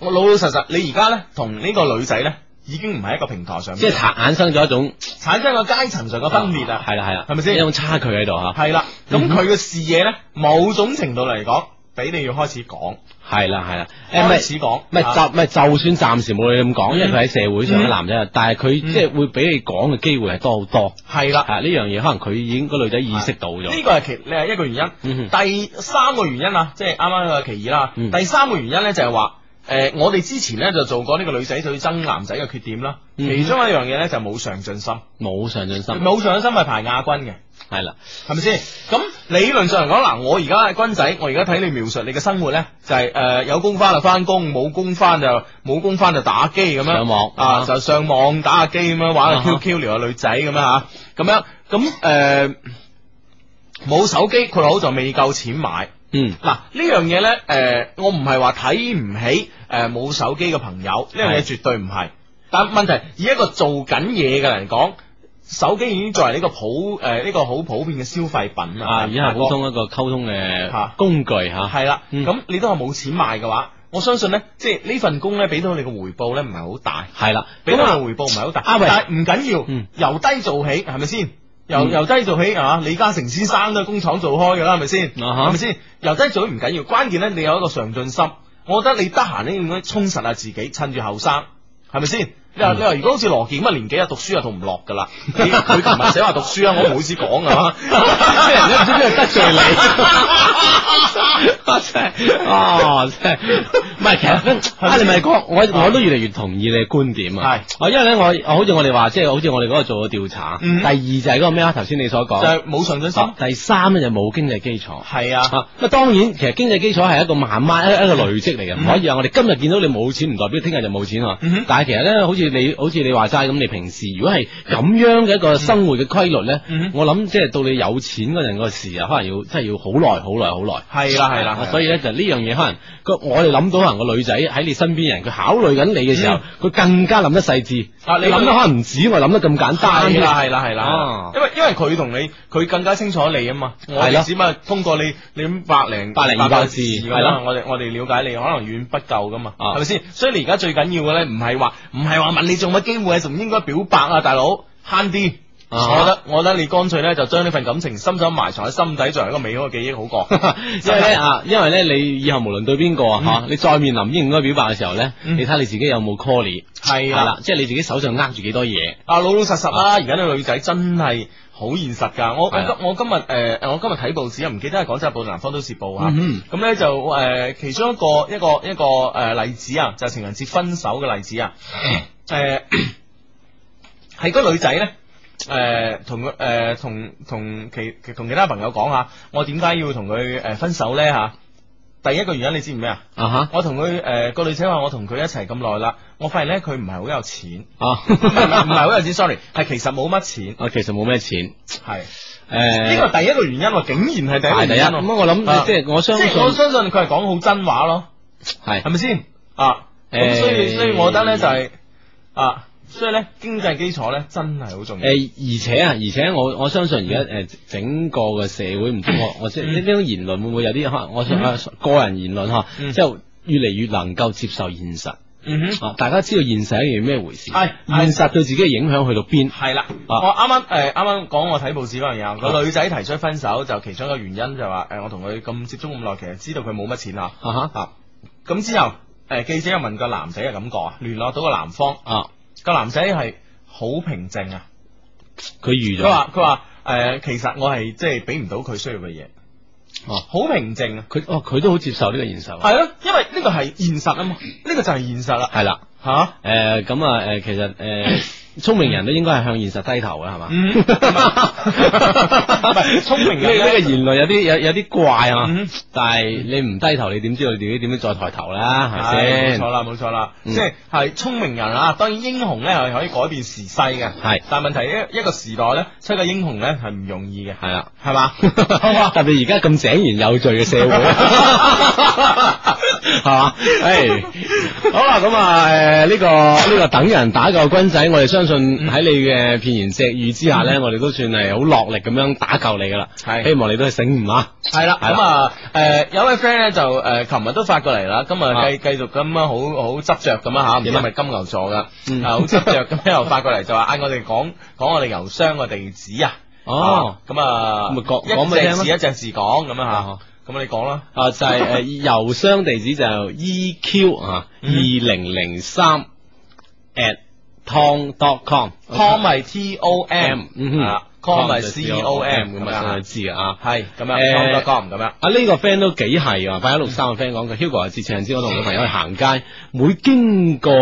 S4: 我老老實實，你而家咧同呢個女仔咧，已經唔喺一個平台上面，
S2: 即係產產生咗一種
S4: 產生個階層上嘅分裂啊，
S2: 係啦係啦，
S4: 係咪先
S2: 一種差距喺度啊吓，
S4: 係啦。
S2: 嗯
S4: 咁佢嘅視野咧，某種程度嚟講，俾你要開始講，
S2: 係啦係啦，誒唔
S4: 開
S2: 係
S4: 始講，
S2: 唔係
S4: 啊
S2: 就唔係就算暫時冇你咁講，因為佢喺社會上嘅
S4: 嗯
S2: 男仔，但係佢即係會俾你講嘅機會係多好多，
S4: 係啦
S2: 啊呢樣嘢可能佢已經個女仔意識到咗，
S4: 呢個係其誒一個原因。第三個原因啊，即係啱啱個其二啦。
S2: 嗯
S4: 第三個原因咧就係話，誒我哋之前咧就做過呢個女仔最憎男仔嘅缺點啦。
S2: 嗯
S4: 其中一樣嘢咧就冇上進心，
S2: 冇上進心，
S4: 冇上進心係排亞軍嘅。
S2: 係啦，
S4: 係咪先？咁理論上嚟講，嗱，我而家係軍仔，我而家睇你描述你嘅生活咧，就係、呃有工翻就翻工，冇工翻就冇工翻就打機咁樣，
S2: 上網
S4: 啊，就上網打下機咁樣，玩
S2: 啊
S4: 下
S2: 哈
S4: QQ 聊下女仔咁樣嚇，咁樣咁誒冇手機，佢好就未夠錢買。
S2: 嗯。
S4: 嗱呢樣嘢呢，誒、我唔係話睇唔起誒冇、手機嘅朋友，呢樣嘢絕對唔係。但問題以一個做緊嘢嘅人講，手機已經作為呢個普誒呢、個好普遍嘅消費品啦
S2: 啊，而家係
S4: 大哥
S2: 普通一個溝通嘅
S4: 嚇
S2: 工具吓，
S4: 係啦，
S2: 嗯
S4: 咁、你都係冇錢賣嘅話，我相信呢，即係呢份工呢，俾到你嘅回報呢，唔係好大，
S2: 係啦，
S4: 俾
S2: 咁
S4: 到
S2: 啊
S4: 你回報唔係好大，
S2: 啊喂
S4: 但係唔緊要，
S2: 嗯
S4: 由低做起係咪先？由、
S2: 嗯
S4: 由低做起啊！李嘉誠先生都喺工廠做開㗎啦，係咪先？
S2: 啊哈
S4: 係咪先？由低做起唔緊要，關鍵呢，你有一個上進心。我覺得你得閒咧應該充實下自己，趁住後生，係咪先？你話
S2: 嗯
S4: 你話如果好似羅健咁嘅年紀啊，讀書啊讀唔落 㗎啦。你佢琴日寫話讀書啊，我唔好意思講啊。
S2: 即係人都唔知邊度得罪 你。啊真係
S4: 哦
S2: 啊真係，唔係其實啊你咪講，我我都越嚟越同意你嘅觀點啊。係，啊因為咧我我好似我哋話，即係好似我哋嗰個做嘅調查，
S4: 嗯
S2: 第二就係嗰個咩啊？頭先你所
S4: 就
S2: 講，
S4: 係冇上進心
S2: 啊。第三咧就冇經濟基礎。
S4: 係啊。
S2: 啊，咁啊當然，其實經濟基礎係一個慢慢一一個累積嚟嘅，唔
S4: 嗯
S2: 可以話我哋今日見到你冇錢，唔代表聽日就冇錢啊
S4: 嗯哼。
S2: 但係其實咧，好似你好似你話齋咁，你平時如果係咁樣嘅一個生活嘅規律咧
S4: 嗯哼，
S2: 我諗即係到你有錢嗰陣個事啊，可能要真係要好耐好耐好耐。啊
S4: 係啦係啦係啦
S2: 所以咧就呢樣嘢可能個我哋諗到可能個女仔喺你身邊人，佢考慮緊你嘅時候，佢更加諗得細緻。
S4: 嗯啊你
S2: 諗得可能唔止我諗得咁簡單
S4: 係
S2: 添。
S4: 啦係啦係啦
S2: 啊，
S4: 因為因為佢同你佢更加清楚你啊嘛，我
S2: 係啦
S4: 哋只不過通過你你咁百零
S2: 百零二百字
S4: 咁
S2: 係啦
S4: 啦，我哋我哋了解你可能遠不夠噶嘛，
S2: 啊
S4: 係咪先？所以你而家最緊要嘅咧，唔係話唔係話問你做乜機會，仲應該表白啊，大佬慳啲。
S2: 啊
S4: 我覺得，我覺得你乾脆咧就將呢份感情深深埋藏喺心底，作為一個美好嘅記憶好過。
S2: 因為咧 啊，因為咧你以後無論對邊個啊吓，嚇你再面臨應該表白嘅時候咧，
S4: 嗯
S2: 你睇下你自己有冇 call 你，
S4: 係
S2: 係啦
S4: 啦，，
S2: 即係你自己手上握住幾多嘢，
S4: 啊老老實實啦，而家啲女仔真係好現實㗎。我我
S2: 係啊
S4: 今我今日誒、呃我今日睇報紙啊，唔記得係廣州日報定南方都市報啊。
S2: 嗯
S4: 咁咧、就誒、呃其中一個一個一個誒、呃例子啊，就係情人節分手嘅例子啊。誒 係個女仔咧。誒同佢誒同同其其同其他朋友講下，我點解要同佢誒分手咧嚇？第一個原因你知唔知啊？
S2: 啊哈
S4: 我同佢誒個女仔話，我同佢一齊咁耐啦，我發現咧佢唔係好有錢。
S2: 啊，
S4: 唔係唔係好有錢，sorry，係其實冇乜錢，
S2: 啊其實冇咩錢，
S4: 係呢個
S2: 誒，
S4: 係第一個原因喎，竟然係第一
S2: 排
S4: 個
S2: 第一，
S4: 原因喎
S2: 咁我
S4: 啊
S2: 諗即係我相
S4: 即
S2: 信
S4: 係我相信佢係講好真話咯，係
S2: 係
S4: 咪先啊？咁
S2: 誒
S4: 所以所以我覺得咧就係啊，所以咧經濟基礎咧真係好重要，
S2: 誒，而且啊，而且我我相信而家
S4: 嗯
S2: 誒整個嘅社會 唔知我我即係呢呢種言論會唔會有啲可能我想啊個人言論嚇，
S4: 嗯
S2: 即係越嚟越能夠接受現實。
S4: 嗯哼。
S2: 啊！大家知道現實係一件咩回事，
S4: 係
S2: 現實對自己嘅影響去到邊？
S4: 係啦，
S2: 啊
S4: 我啱啱誒啱啱講我睇報紙嗰樣嘢啊，個女仔提出分手就其中一個原因就係話誒我同佢咁接觸咁耐，其實知道佢冇乜錢啊，
S2: 啊哈
S4: 啊咁之後誒記者又問個男仔嘅感覺啊，聯絡到個男方，
S2: 啊！
S4: 個男仔係好平靜啊。
S2: 佢預咗，
S4: 佢話佢話诶，誒其實我係即係俾唔到佢需要嘅嘢，
S2: 哦
S4: 好平靜啊，
S2: 佢哦，佢都好接受呢個現實喎。
S4: 係咯，因為呢個係現實啊嘛，呢個就係現實啦，
S2: 係啦，
S4: 吓，
S2: 誒咁啊誒，其實誒聪明人都應該係向現實低頭嘅係嘛？
S4: 嗯，聰明人
S2: 呢
S4: 呢嗯
S2: 呢個言論有啲有有啲怪啊，但係你唔低頭，你點知道你自己點樣再抬頭啦？係咪
S4: 係冇
S2: 先？
S4: 錯啦，冇錯啦，
S2: 嗯
S4: 即係係聰明人啊！當然英雄咧係可以改變時勢嘅，
S2: 係
S4: 但係問題一一個時代咧，出個英雄咧係唔容易嘅，
S2: 係啦，
S4: 係 嘛？
S2: 特別而家咁井然有序嘅 社會，係嘛？誒，好啦，咁啊，誒呢個呢個等人打救軍仔，我哋相
S4: 嗯
S2: 信喺你嘅片言隻語之下咧，我哋都算係好落力咁樣打救你噶啦。
S4: 係
S2: 希望你都係醒悟啊！
S4: 系啦，
S2: 係啦
S4: 咁啊，诶，有位 friend 咧就诶，琴日都發過嚟啦，今日
S2: 啊
S4: 繼繼續咁樣好好執着咁啊吓，唔知係咪金牛座噶，啊
S2: 嗯
S4: 好執着咁又發過嚟就話哎嗌我哋講講我哋郵箱個地址啊，
S2: 哦
S4: 啊，咁啊，
S2: 咪講講
S4: 一
S2: 俾你
S4: 隻
S2: 聽啦
S4: 字一隻字講咁啊吓，咁你講啦，
S2: 啊，就係誒郵箱地址就 EQ 啊，
S4: 嗯
S2: 二零零三 at tom dot com。
S4: ，com 咪 T O M，
S2: 嗯哼
S4: 啊，com 咪 C O M
S2: 咁
S4: 咁
S2: 啊，
S4: 啊
S2: 真係，Ờ。知啊。
S4: 係咁啊
S2: 誒
S4: ，com com 咁樣。
S2: 啊呢個 friend 都幾係啊！八一六三嘅 friend 講佢 Hugo 啊，節情人節我同女朋友去行街，每經過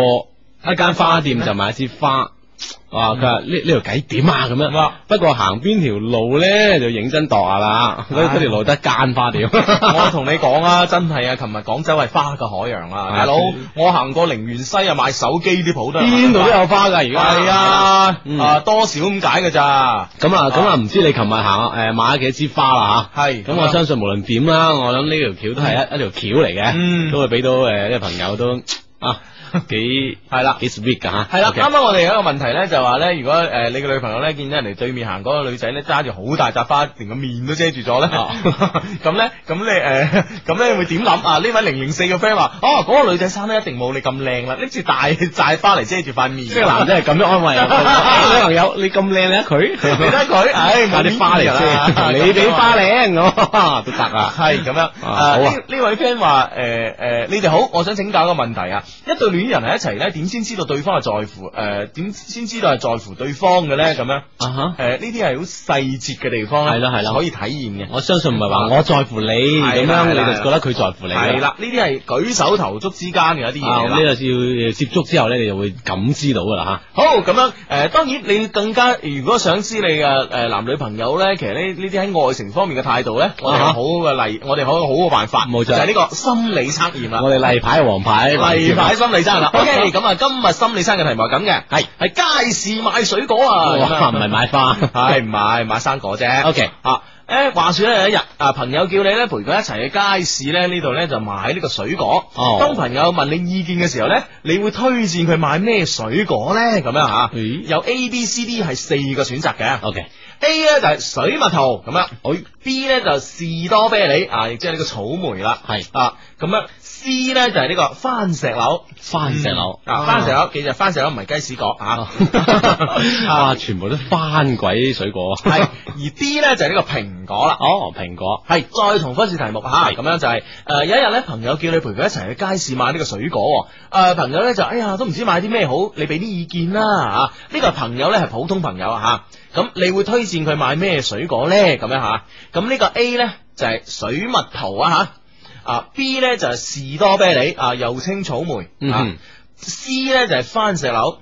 S2: 一間花店就買一支花。啊！佢話呢呢條計點啊咁樣，不過行邊條路咧就認真度下啦。嗰嗰條路得間花店，
S4: 我同你講啊，真係啊，琴日廣州係花嘅海洋啊，
S2: 係
S4: 大佬，我行過陵園西啊，買手機啲鋪都係
S2: 邊度都有花㗎而家
S4: 係啊，
S2: 嗯
S4: 啊多少咁解㗎咋？
S2: 咁啊，咁啊，唔知你琴日行誒買咗幾支花啦嚇？
S4: 係
S2: 咁我相信無論點啦，我諗呢條橋都係一一條橋嚟嘅，
S4: 嗯
S2: 都會俾到誒呢個朋友都 啊幾
S4: 係啦
S2: 幾 sweet 㗎嚇。
S4: 係啦，
S2: OK
S4: 啱啱我哋有一個問題咧，就話咧，如果誒你嘅女朋友咧見到人哋對面行嗰個女仔咧揸住好大扎花，連個面都遮住咗咧，
S2: 啊
S4: 咁咧咁你誒 咁咧會點諗啊？呢位零零四嘅 friend 話：哦，嗰個女仔生得一定冇你咁靚啦，拎住大 扎花嚟遮住塊面。
S2: 即係男仔係咁樣安慰我 哎女朋友，你咁靚你睇佢，
S4: 你睇啊 佢唉
S2: 買啲花嚟
S4: 冇面㗎啦
S2: 啫，你俾花靚我 都得啊。
S4: 系咁样。
S2: 好
S4: 啊
S2: 啊
S4: 呢呢位 friend 话诶诶，你哋好，我想请教一個問題啊，一對戀人喺一齊咧，點先知道對方係在乎诶，點先知道係在乎對方嘅咧？咁樣
S2: 啊哈，
S4: 诶呃呢啲係好細節嘅地方咧，啊
S2: 係啦係啦
S4: 可以體現嘅。
S2: 我相信唔係話我在乎你咁
S4: 啊係啦
S2: 樣，
S4: 係
S2: 你
S4: 啦
S2: 就覺得佢在乎你㗎
S4: 係啦，呢啲係舉手投足之間嘅一啲
S2: 啊，
S4: 嘢
S2: 咁呢
S4: 啦
S2: 個要要接觸之後咧，你就會感知到㗎啦嚇。
S4: 好咁樣，誒、呃當然你更加如果想知你嘅誒、男女朋友咧，其實呢呢啲喺愛情方面嘅態度咧，我哋有
S2: 啊哈
S4: 好嘅例，我哋可以有好嘅辦法，
S2: 冇錯
S4: 就係呢個心理測驗啦。
S2: 我哋例牌黃牌，
S4: 例牌心理 生啦，OK，咁啊，今日心理生嘅題目係咁嘅，系係街市買水果啊，咁
S2: 哇
S4: 啊
S2: 唔係買花，
S4: 系唔系买生果啫
S2: OK
S4: 啊，诶，话说咧有一日啊，朋友叫你咧陪佢一齊去街市咧呢度咧就買呢個水果。
S2: 哦
S4: 當朋友問你意見嘅時候咧，你會推薦佢買咩水果咧？咁樣吓，
S2: 咦哦
S4: 有 A、B、C、D 係四個選擇嘅。
S2: OK。
S4: A 咧就係水蜜桃咁樣，B
S2: 哎
S4: 咧就士多啤梨啊，亦即係呢個草莓啦，
S2: 係
S4: 啊咁樣 C 咧就係呢個番石榴，
S2: 番石榴哦
S4: 嗯啊，番石榴，記住番石榴唔係雞屎角 啊，
S2: 啊，全部都翻鬼水果。
S4: 係而 D 咧就係呢個蘋果啦。
S2: 哦，蘋果。
S4: 系，再重複一次題目吓，咁樣就係呃有一日咧，朋友叫你陪佢一齊去街市買呢個水果喎，诶朋友咧就哎呀都唔知買啲咩好，你俾啲意見啦啊！呢個朋友咧係普通朋友啊吓，咁你會推薦佢買咩水果咧？咁樣吓，咁呢個 A 咧就係水蜜桃啊吓，啊 B 咧就係士多啤梨啊，又稱草莓啊
S2: 嗯
S4: ，C 咧就係番石榴，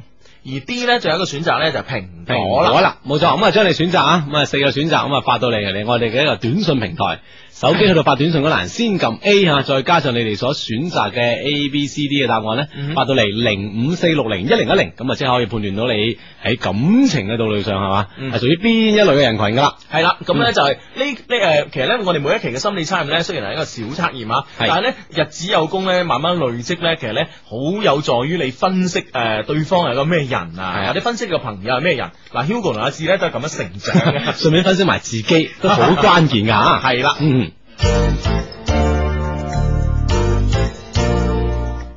S4: 而 D 咧仲有一個選擇咧就係蘋
S2: 蘋果
S4: 果啦。
S2: 哎啦，冇錯，咁啊將你選擇啊，咁啊四個選擇，咁啊發到嚟嚟我哋嘅一個短信平台，手機去到發短信嗰欄，先撳 A 啊，再加上你哋所選擇嘅 A、B、C、D 嘅答案咧，
S4: 嗯
S2: 發到嚟零五四六零一零一零，咁啊即係可以判斷到你喺感情嘅道路上係嘛，
S4: 嗯
S2: 係屬於邊一類嘅人群噶啦。
S4: 系啦，咁咧
S2: 嗯
S4: 就係呢呢诶，其實咧我哋每一期嘅心理測驗咧，雖然係一個小測驗啊，但係咧日子有功咧，慢慢累積咧，其實咧好有助於你分析诶對方係個咩人啊，或者分析個朋友係咩人。嗱，Hugo 同阿志咧都係咁樣成長 嘅。
S2: 順便分析埋自己都 好關鍵噶嚇。
S4: 係啦
S2: 嗯。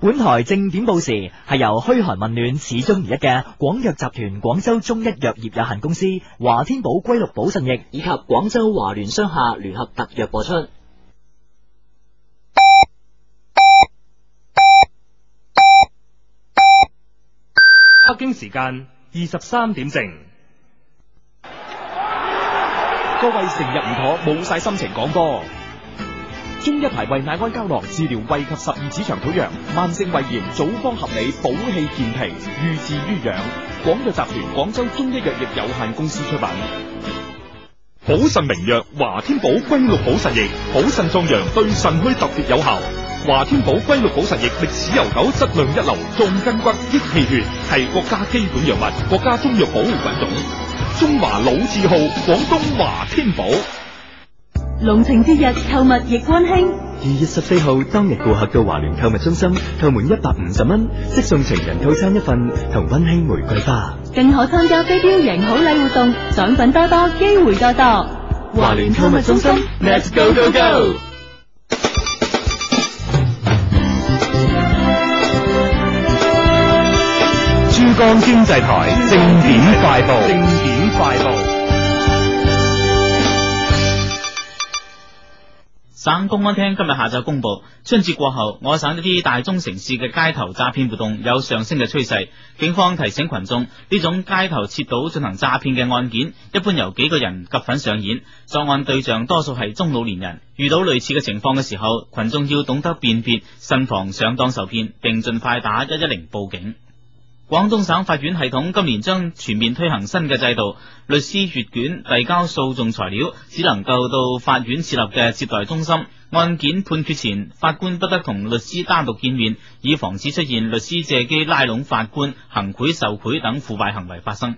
S14: 本台正點報時係由噓寒問暖始終如一嘅廣藥集團廣州中一藥業有限公司、華天寶歸綠保腎液以及廣州華聯商廈聯合特約播出。
S10: 北京時間二十三點正。
S6: 各位成日唔妥，冇晒心情講波。
S15: 中一排胃乃安膠囊治療胃及十二指腸潰瘍、慢性胃炎，組方合理，補氣健脾，寓治於養。廣藥集團廣州中醫藥業有限公司出品。
S7: 補腎名藥華天寶龜鹿補腎液，補腎壯陽對腎虛特別有效。華天寶龜鹿補腎液歷史悠久，質量一流，壯筋骨，益氣血，係國家基本藥物，國家中藥保護品種。中華老字號廣東華天寶。
S16: 龍情節日購物亦温馨，
S17: 二月十四號當日顧客到華聯購物中心購滿一百五十蚊，即送情人套餐一份同温馨玫瑰花。
S16: 更可參加飛鏢贏好禮活動，獎品多多，機會多多。
S17: 華聯購物中心，Let's go go go！
S10: 珠江經濟台正點快報。
S3: 正點快報。
S18: 省公安廳今日下晝公布，春節過後，我省一啲大中城市嘅街頭詐騙活動有上升嘅趨勢。警方提醒群眾，呢種街頭設賭進行詐騙嘅案件，一般由幾個人夾份上演，作案對象多數係中老年人。遇到類似嘅情況嘅時候，群眾要懂得辨別，慎防上當受騙，並盡快打一一零報警。廣東省法院系統今年將全面推行新嘅制度，律師閱卷遞交訴訟材料，只能夠到法院設立嘅接待中心。案件判決前，法官不得同律師單獨見面，以防止出現律師借機拉攏法官、行賄受賄等腐敗行為發生。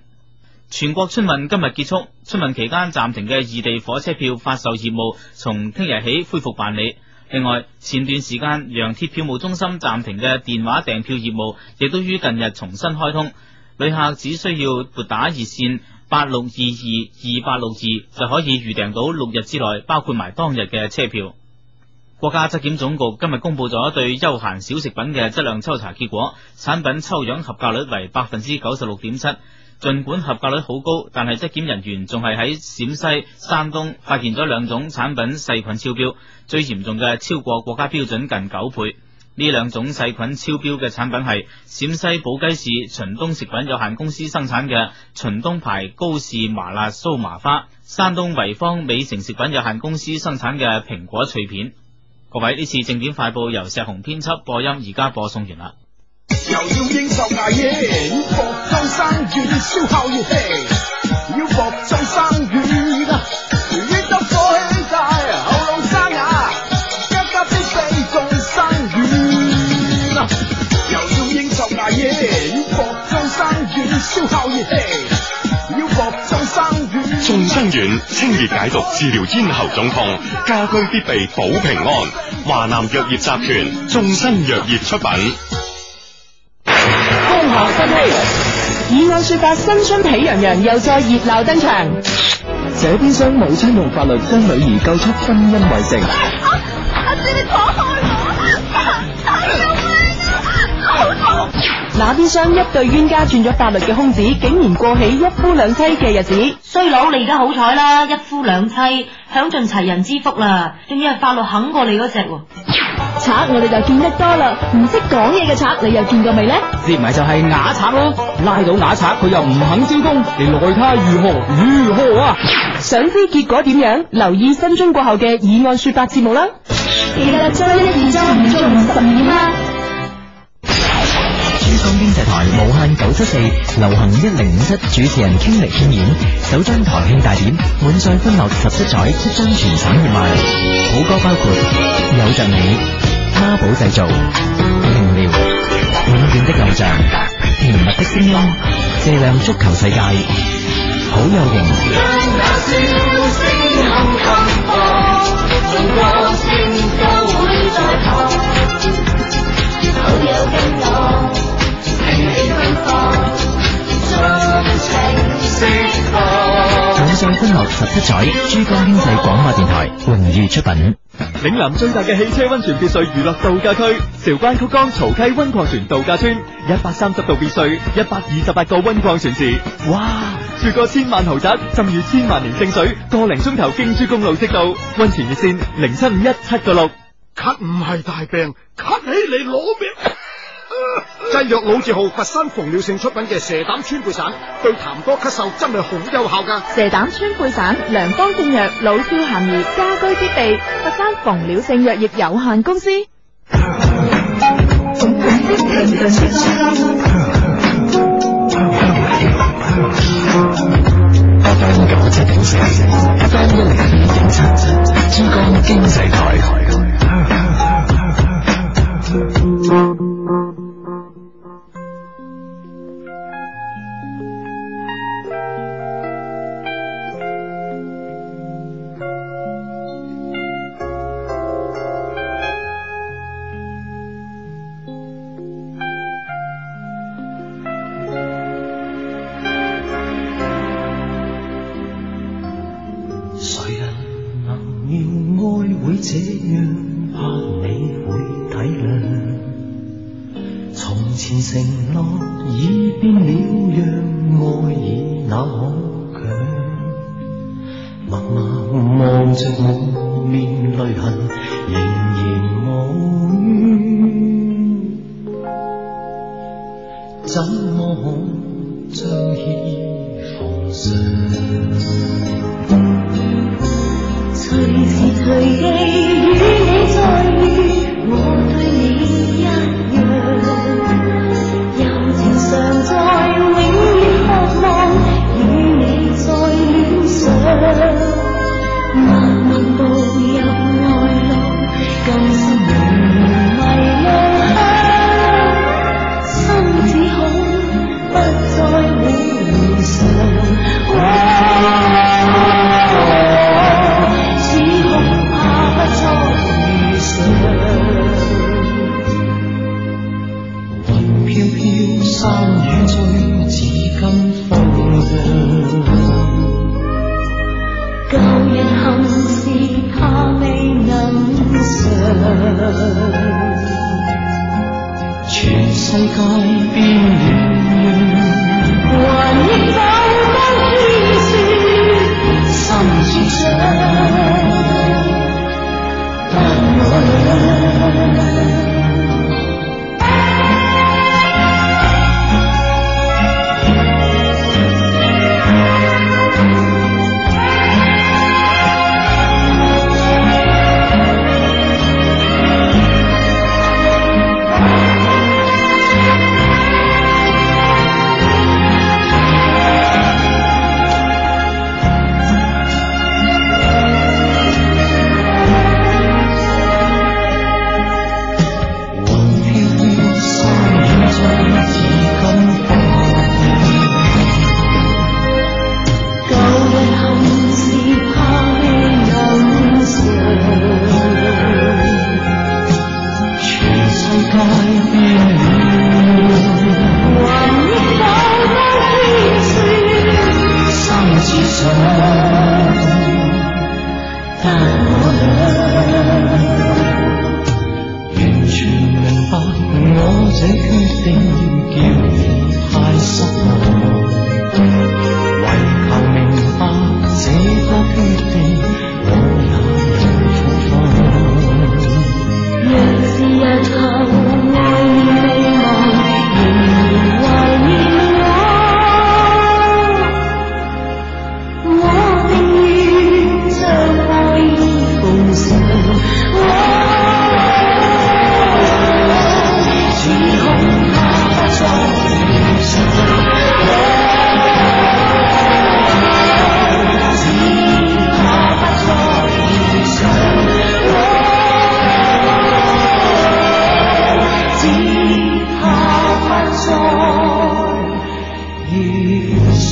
S18: 全國春運今日結束，春運期間暫停嘅異地火車票發售業務，從聽日起恢復辦理。另外，前段時間羊鐵票務中心暫停嘅電話訂票業務，亦都於近日重新開通。旅客只需要撥打熱線八六二二二八六二就可以預訂到六日之內，包括埋當日嘅車票。國家質檢總局今日公布咗對休閒小食品嘅質量抽查結果，產品抽樣合格率為百分之九十六點七。儘管合格率好高，但係質檢人員仲係喺陝西、山東發現咗兩種產品細菌超標，最嚴重嘅超過國家標準近九倍。呢兩種細菌超標嘅產品係陝西寶雞市秦東食品有限公司生產嘅秦東牌高士麻辣酥麻花，山東濰坊美城食品有限公司生產嘅蘋果脆片。各位，呢次正點快報由石紅編輯播音，而家播送完啦。
S3: 又要應酬捱夜，博裝生意消耗熱氣，要博裝生意啦，益得火氣大，後腦生啊牙，家家必備做生意啦。又要應酬捱夜，博裝生意消耗熱氣，要博裝生意。
S7: 眾生丸清熱解毒，治療咽喉腫痛，家居必備保平安。華南藥業集團眾生藥業出品。
S19: 恭賀新禧，以案說法新春喜洋洋又再熱鬧登場。
S8: 這邊廂母親用法律將女兒救出婚姻圍城，
S19: 那邊廂一對冤家轉咗法律嘅空子，竟然過起一夫兩妻嘅日子。
S13: 衰佬，你而家好彩啦，一夫兩妻，享盡齊人之福啦，仲要係法律肯過你嗰隻喎。
S20: 賊我哋就見得多啦，唔識講嘢嘅賊你又見過未呢？
S4: 接埋就係啞賊咯，拉到啞賊佢又唔肯招供，你奈他如何如何啊？
S19: 想知結果點樣？留意新春過後嘅議案說法節目啦。
S21: 記得周一、二、周五中午十二點啦。
S8: 珠江經濟台無限九七四，流行一零五七，主持人傾力獻演，首張台慶大典，滿載歡樂十七載，即將全省熱賣。好歌包括《有着你》、他寶製造、明瞭、永遠的偶像、甜蜜的聲音、這輛足球世界、好有型、滿載歡樂十七載，珠江經濟廣播電台榮譽出品。
S15: 嶺南最大嘅汽車溫泉別墅娛樂度假區，韶關曲江曹溪溫礦泉度假村，一百三十度別墅，一百二十八個溫礦泉池，哇！住過千萬豪宅，浸住千萬年聖水，個零鐘頭京珠公路即到，溫泉熱線零七五一七個六。
S3: 咳唔係大病，咳起嚟攞命。
S6: 制藥老字號佛山馮了性出品嘅蛇膽川貝散，對痰多咳嗽真係好有效㗎。
S13: 蛇胆川貝散，良方正藥，老少咸宜，家居必備。佛山馮了性藥業有限公司。
S22: FM 九七點四，FM 一零五點七，珠江經濟台。
S23: 谁人能要爱会这样？盼你会体谅。从前承诺已变了样，爱已那可强。默默望着我面泪痕，仍然無语。怎么可将起奉上？
S3: 隨時隨地與你再遇，我對你一樣，友情常在，永遠渴望與你再戀上。漫漫步入內路，今生仍迷路，心只恐不再戀上。只恐怕不再遇上。
S23: 云飘飘，山雨追，至今风凉。
S3: 舊日憾事怕未能償，
S23: 全世界變了
S3: 還憶走不知處，心處想，但我俩。舊日憾事怕未能償，全世界變了，還憶否當天算，心似想，但我倆完全明白我這決定叫你太失望。唯求明白這個決定，我也有苦況。若是日後愛意未忘，仍然懷念我，我定願將愛意奉上。我只恐怕不再遇上。只怕不再遇上我，只怕不再遇上。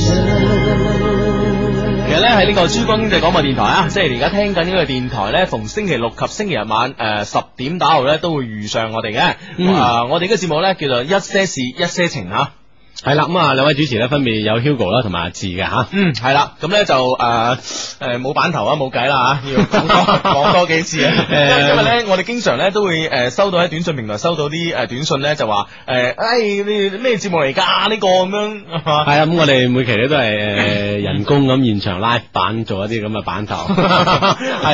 S4: 其實咧喺呢個珠江經濟廣播電台啊，即係而家聽緊呢個電台咧，逢星期六及星期日晚誒十、點打後咧，都會遇上我哋嘅。啊、
S24: 嗯
S4: 我哋嘅節目咧叫做一些事一些情啊。
S2: 系啦，咁啊兩位主持咧分別有 Hugo 啦同埋阿志嘅吓，
S4: 嗯，系啦，咁咧就诶诶冇版頭啊，冇計啦吓，要講多講多幾次啊，
S2: 誒
S4: 因為咧我哋經常咧都會诶收到喺短信平台收到啲诶短信咧就話诶，哎你咩節目嚟㗎啊呢個咁樣係嘛
S2: 係啊，咁我哋每期咧都係诶人工咁現場 live 版做一啲咁嘅版頭，
S4: 系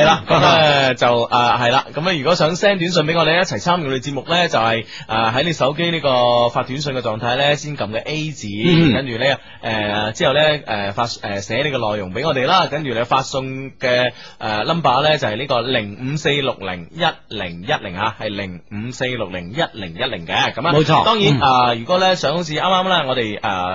S4: 啦，咁咧就诶系啦，咁咧啊如果想 send 短信俾我哋一齊參與我哋節目咧，就係诶喺你手機呢個發短信嘅狀態咧，先撳嘅 A 字，
S2: 嗯
S4: 跟住咧诶之後咧诶發诶写呢個內容俾我哋啦，跟住你發送嘅诶 number 咧就係呢個零五四六零一零一零吓，係零五四六零一零一零嘅，咁啊，
S2: 冇錯
S4: 當
S2: 嗯
S4: 然啊，如果咧想好似啱啱咧我哋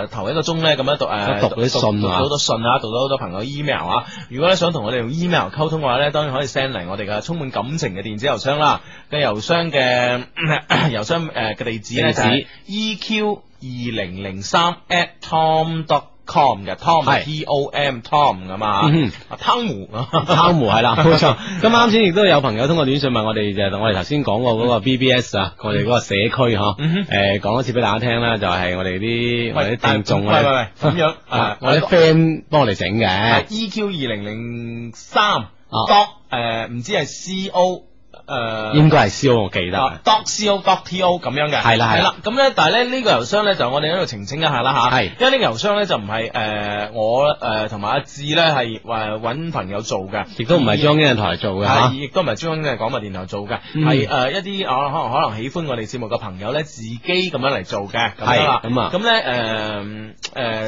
S4: 诶頭一個鐘咧咁樣讀诶
S2: 讀嗰啲信啊
S4: 好多信啊，讀到好多朋友 email 啊。如果咧想同我哋用 email 溝通嘅話咧，當然可以 send 嚟我哋嘅充滿感情嘅電子郵箱啦。嘅郵箱嘅 郵箱诶嘅地址咧就係 eq 二零零三 at tom dot com 嘅 tom 係 t o m tom 咁啊
S2: 嗯，
S4: 啊湯姆啊
S2: 敲門 係啦，冇錯。咁啱先亦都有朋友通過短信問我哋，就係我哋頭先講過嗰個 BBS 啊，我哋嗰個社區嗬
S4: 嗯，
S2: 誒講一次俾大家聽啦，就係我哋啲我哋啲聽眾
S4: 喂喂喂
S2: 咧，
S4: 咁樣啊
S2: 啊，我哋啲 friend 幫我哋整嘅。
S4: EQ 二零零三
S2: 哦
S4: dot 诶唔知係 C O 呃诶
S2: 應該係 C O，我記得。
S4: dot co dot to 咁樣嘅，
S2: 係啦係啦
S4: 係啊啦。咁咧，但係咧呢個郵箱咧就我哋喺度澄清一下啦吓，
S2: 係
S4: 因為呢個郵箱咧就唔係誒我誒同埋阿志咧係誒揾朋友做嘅，
S2: 亦都唔係中央電台做嘅嚇
S4: 係亦都唔係中央嘅廣播電台做嘅，
S2: 嗯
S4: 係誒一啲啊可能可能喜歡我哋節目嘅朋友咧自己咁樣嚟做嘅，咁樣啦
S2: 係咁啊
S4: 咁咧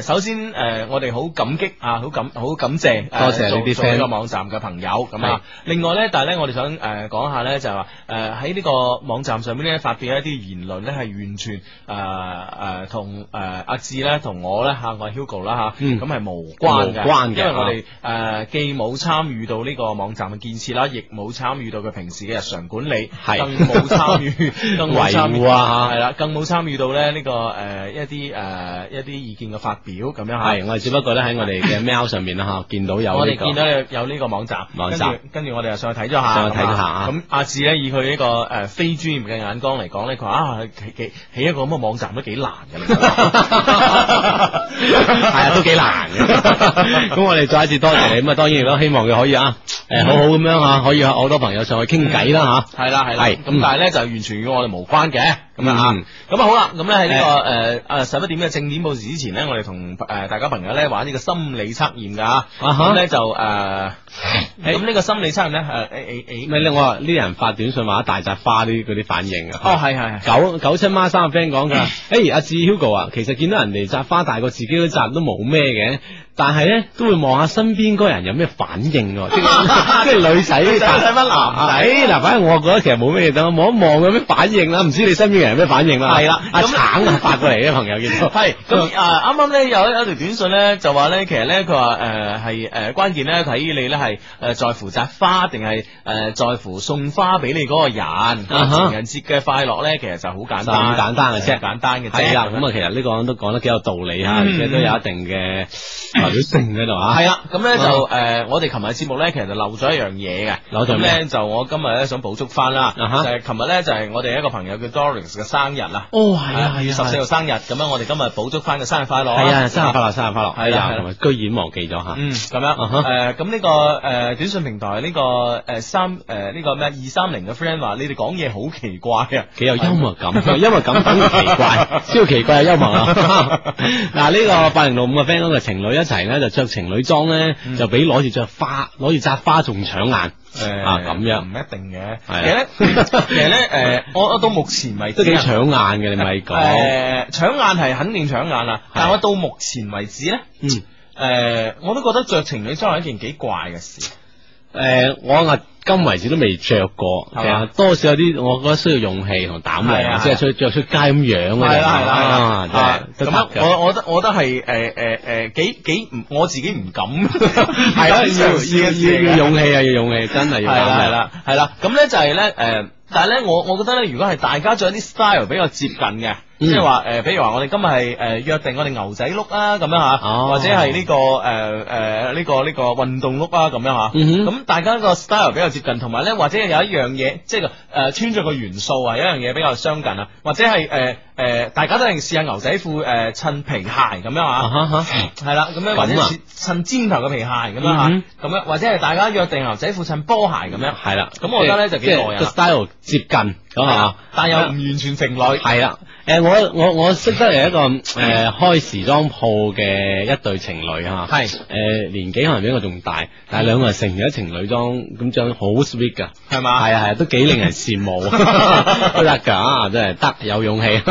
S4: 誒誒，首先誒我哋好感激啊，好感好感謝，誒
S2: 多謝呢啲
S4: 做做呢個
S2: friend
S4: 網站嘅朋友咁啊。另外咧，但係咧，我哋想誒講下咧，就係話誒喺呢個網站上面咧發表一啲言論咧，係完全誒誒同誒呃阿志咧同我咧嚇，我係 Hugo 啦嚇，
S2: 嗯
S4: 咁係無關嘅，
S2: 無關嘅啊
S4: 因為我哋誒既冇參與到呢個網站嘅建設啦，亦冇參與到佢平時嘅日常管理，
S2: 係
S4: 更冇參 與，更冇參
S2: 維
S4: 與
S2: 護啊嚇
S4: 係啦，更冇參與到咧呢個誒一啲誒一啲意見嘅發表咁樣嚇。
S2: 係，我哋只不過咧喺我哋 嘅 mail 上面啦嚇，見到有
S4: 我
S2: 呢
S4: 哋
S2: 個
S4: 見到有有呢個網站，
S2: 網站
S4: 跟住跟住我哋又上去睇咗下，
S2: 上去睇咗下
S4: 咁啊
S2: 啊
S4: 咁阿志咧以佢呢個誒非專業嘅眼光嚟講咧，佢話啊起起起一個咁嘅網站都幾難 嘅，
S2: 係啊，都幾難嘅。 咁我哋再一次多謝你，咁啊當然亦都希望佢可以啊，誒好好咁樣啊，可以有好多朋友上去傾偈啦嚇。
S4: 係啦係啦，嗯
S2: 係
S4: 咁但係咧就完全與我哋無關嘅咁樣啊
S2: 嗯。
S4: 咁啊好啦，咁咧喺
S2: 哎
S4: 呢個誒誒十一點嘅正點報時之前咧，我哋同誒大家朋友咧玩呢個心理測驗㗎啊
S2: 哈哎
S4: 咁咧就誒咁呢個心理測驗咧誒呃哎誒誒誒
S2: 咪咧，我話呢啲人發短信話大扎花啲嗰啲反應啊。
S4: 哦係係係。
S2: 九九七孖三個 friend 講噶，诶阿志 Hugo 啊，其實見到人哋摘花大過自己嗰扎都冇咩嘅，但係咧都會望下身邊嗰人有咩反應 喎，即係即係女仔
S4: 女仔睇返男仔
S2: 誒嗱，反正我覺得其實冇咩嘢，等我望一望有咩反應啦，唔知你身邊嘅人有咩反應啦。
S4: 係啦
S2: 阿
S4: 咁
S2: 橙啊發過嚟嘅朋友見到，
S4: 系咁啊！啱啱咧有一有條短信咧就話咧，其實咧佢呃話誒係誒關鍵咧睇你咧係誒在乎摘花定係誒在乎送花俾你嗰個人。
S2: 啊哈
S4: 情人節嘅快樂咧，其實就好簡
S2: 就
S4: 單，
S2: 咁簡單嘅啫，
S4: 簡單嘅啫。
S2: 係啦，咁啊，其實呢個都講得幾有道理嚇，
S4: 嗯
S2: 而且都有一定嘅代表性喺度嚇。
S4: 系啦，咁咧就
S2: 啊
S4: 誒、呃我哋琴日節目咧，其實就漏咗一樣嘢嘅。
S2: 漏咗
S4: 咁
S2: 咩
S4: 咧就我今日咧想補足翻啦，
S2: 啊哈
S4: 就係琴日咧就係、我哋一個朋友叫 Doris 嘅生日啦。
S2: 哦係啊係啊
S4: 二月十四號
S2: 係啊
S4: 生日，咁樣我哋今日補足翻個生日快樂啦。
S2: 係啊，生日快樂，生日快樂！
S4: 係啦
S2: 哎呀
S4: 係啦
S2: 同埋居然忘記咗嚇。
S4: 嗯，咁樣
S2: 啊哈
S4: 誒，咁呢個誒短信平台呢個誒三誒呢個咩二三零嘅 friend 話你哋講嘢好奇怪啊，
S2: 幾有幽默感，幽默感等於奇 怪，超奇怪嘅幽默啊！嗱，呢個八零六五嘅 friend 嗰個情侶一齊咧，就着情侶裝咧，
S4: 嗯
S2: 就比攞住着花、攞住扎花仲搶眼。
S4: 誒
S2: 啊咁樣
S4: 呃唔一定嘅。其實
S2: 係
S4: 咧
S2: 啊，
S4: 其實咧誒，我我到目前為止
S2: 都幾
S4: 啊
S2: 搶眼嘅，你咪
S4: 誒
S2: 講。
S4: 呃搶眼係肯定搶眼啦，但係我到目前為止咧，
S2: 嗯，
S4: 誒我都覺得着情侶裝係一件幾怪嘅事。
S2: 誒，我啊今為止都未着過，其
S4: 係嘛
S2: 實多少有啲，我覺得需要勇氣同膽
S4: 係
S2: 量
S4: 啊，
S2: 即係出着出街咁樣嗰
S4: 係
S2: 啲
S4: 啦係啦
S2: 啊
S4: 係啦，
S2: 真
S4: 咁
S2: 係
S4: 樣
S2: 都得㗎
S4: 我我覺得我覺得係誒誒誒幾幾唔我自己唔敢，係
S2: 係啦，啊
S4: 嘗試嘅事
S2: 要要要
S4: 嚟嘅
S2: 勇氣啊，要勇氣，真係
S4: 系
S2: 要
S4: 啦
S2: 膽量
S4: 系啦系啦，咁咧就係咧诶，誒但係咧我我覺得咧，如果係大家着啲 style 比較接近嘅，即係話诶，呃比如話我哋今日係诶約定我哋牛仔碌啊咁樣吓，
S2: 嗯
S4: 或者係
S2: 哦
S4: 呢個诶诶呢個呢個運動碌啊咁樣吓，
S2: 嗯
S4: 咁大家個 style 比較接近，同埋咧或者有一樣嘢即係诶穿着個元素啊，有一樣嘢比較相近啊，或者係诶诶大家都係試下牛仔褲诶襯皮鞋咁樣啊，係啦咁樣或者
S2: 咁啊
S4: 試襯尖頭嘅皮鞋咁樣吓，
S2: 嗯
S4: 咁樣或者係大家約定牛仔褲襯波鞋咁樣，
S2: 系啦，
S4: 咁我覺得咧就幾
S2: 即係
S4: 耐
S2: 個
S4: 啊。
S2: style 接近咁啊，
S4: 但又唔完全成內。
S2: 系啦，诶，我我我識得有一個诶開時裝鋪嘅一對情侶吓，
S4: 嗯係
S2: 诶年紀可能比我仲大，但係兩個人成咗情侶裝，咁着好 sweet 噶，
S4: 係嘛
S2: 係啊係啊，都幾令人羨 慕，都得㗎，啊真係得有勇氣。
S4: 系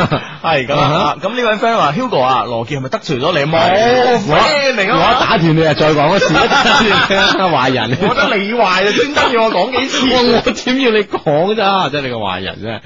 S2: 嗯
S4: 咁啊！咁呢位 friend 話 Hugo 啊，羅傑係咪得罪咗你？冇
S2: 我
S4: friend 嚟㗎嘛
S2: 我打斷你啊，再講一次，啊 壞人。
S4: 我覺得 你壞啊，專登要我講幾次。
S2: 哇我點要你講咋？真係你個壞人真係。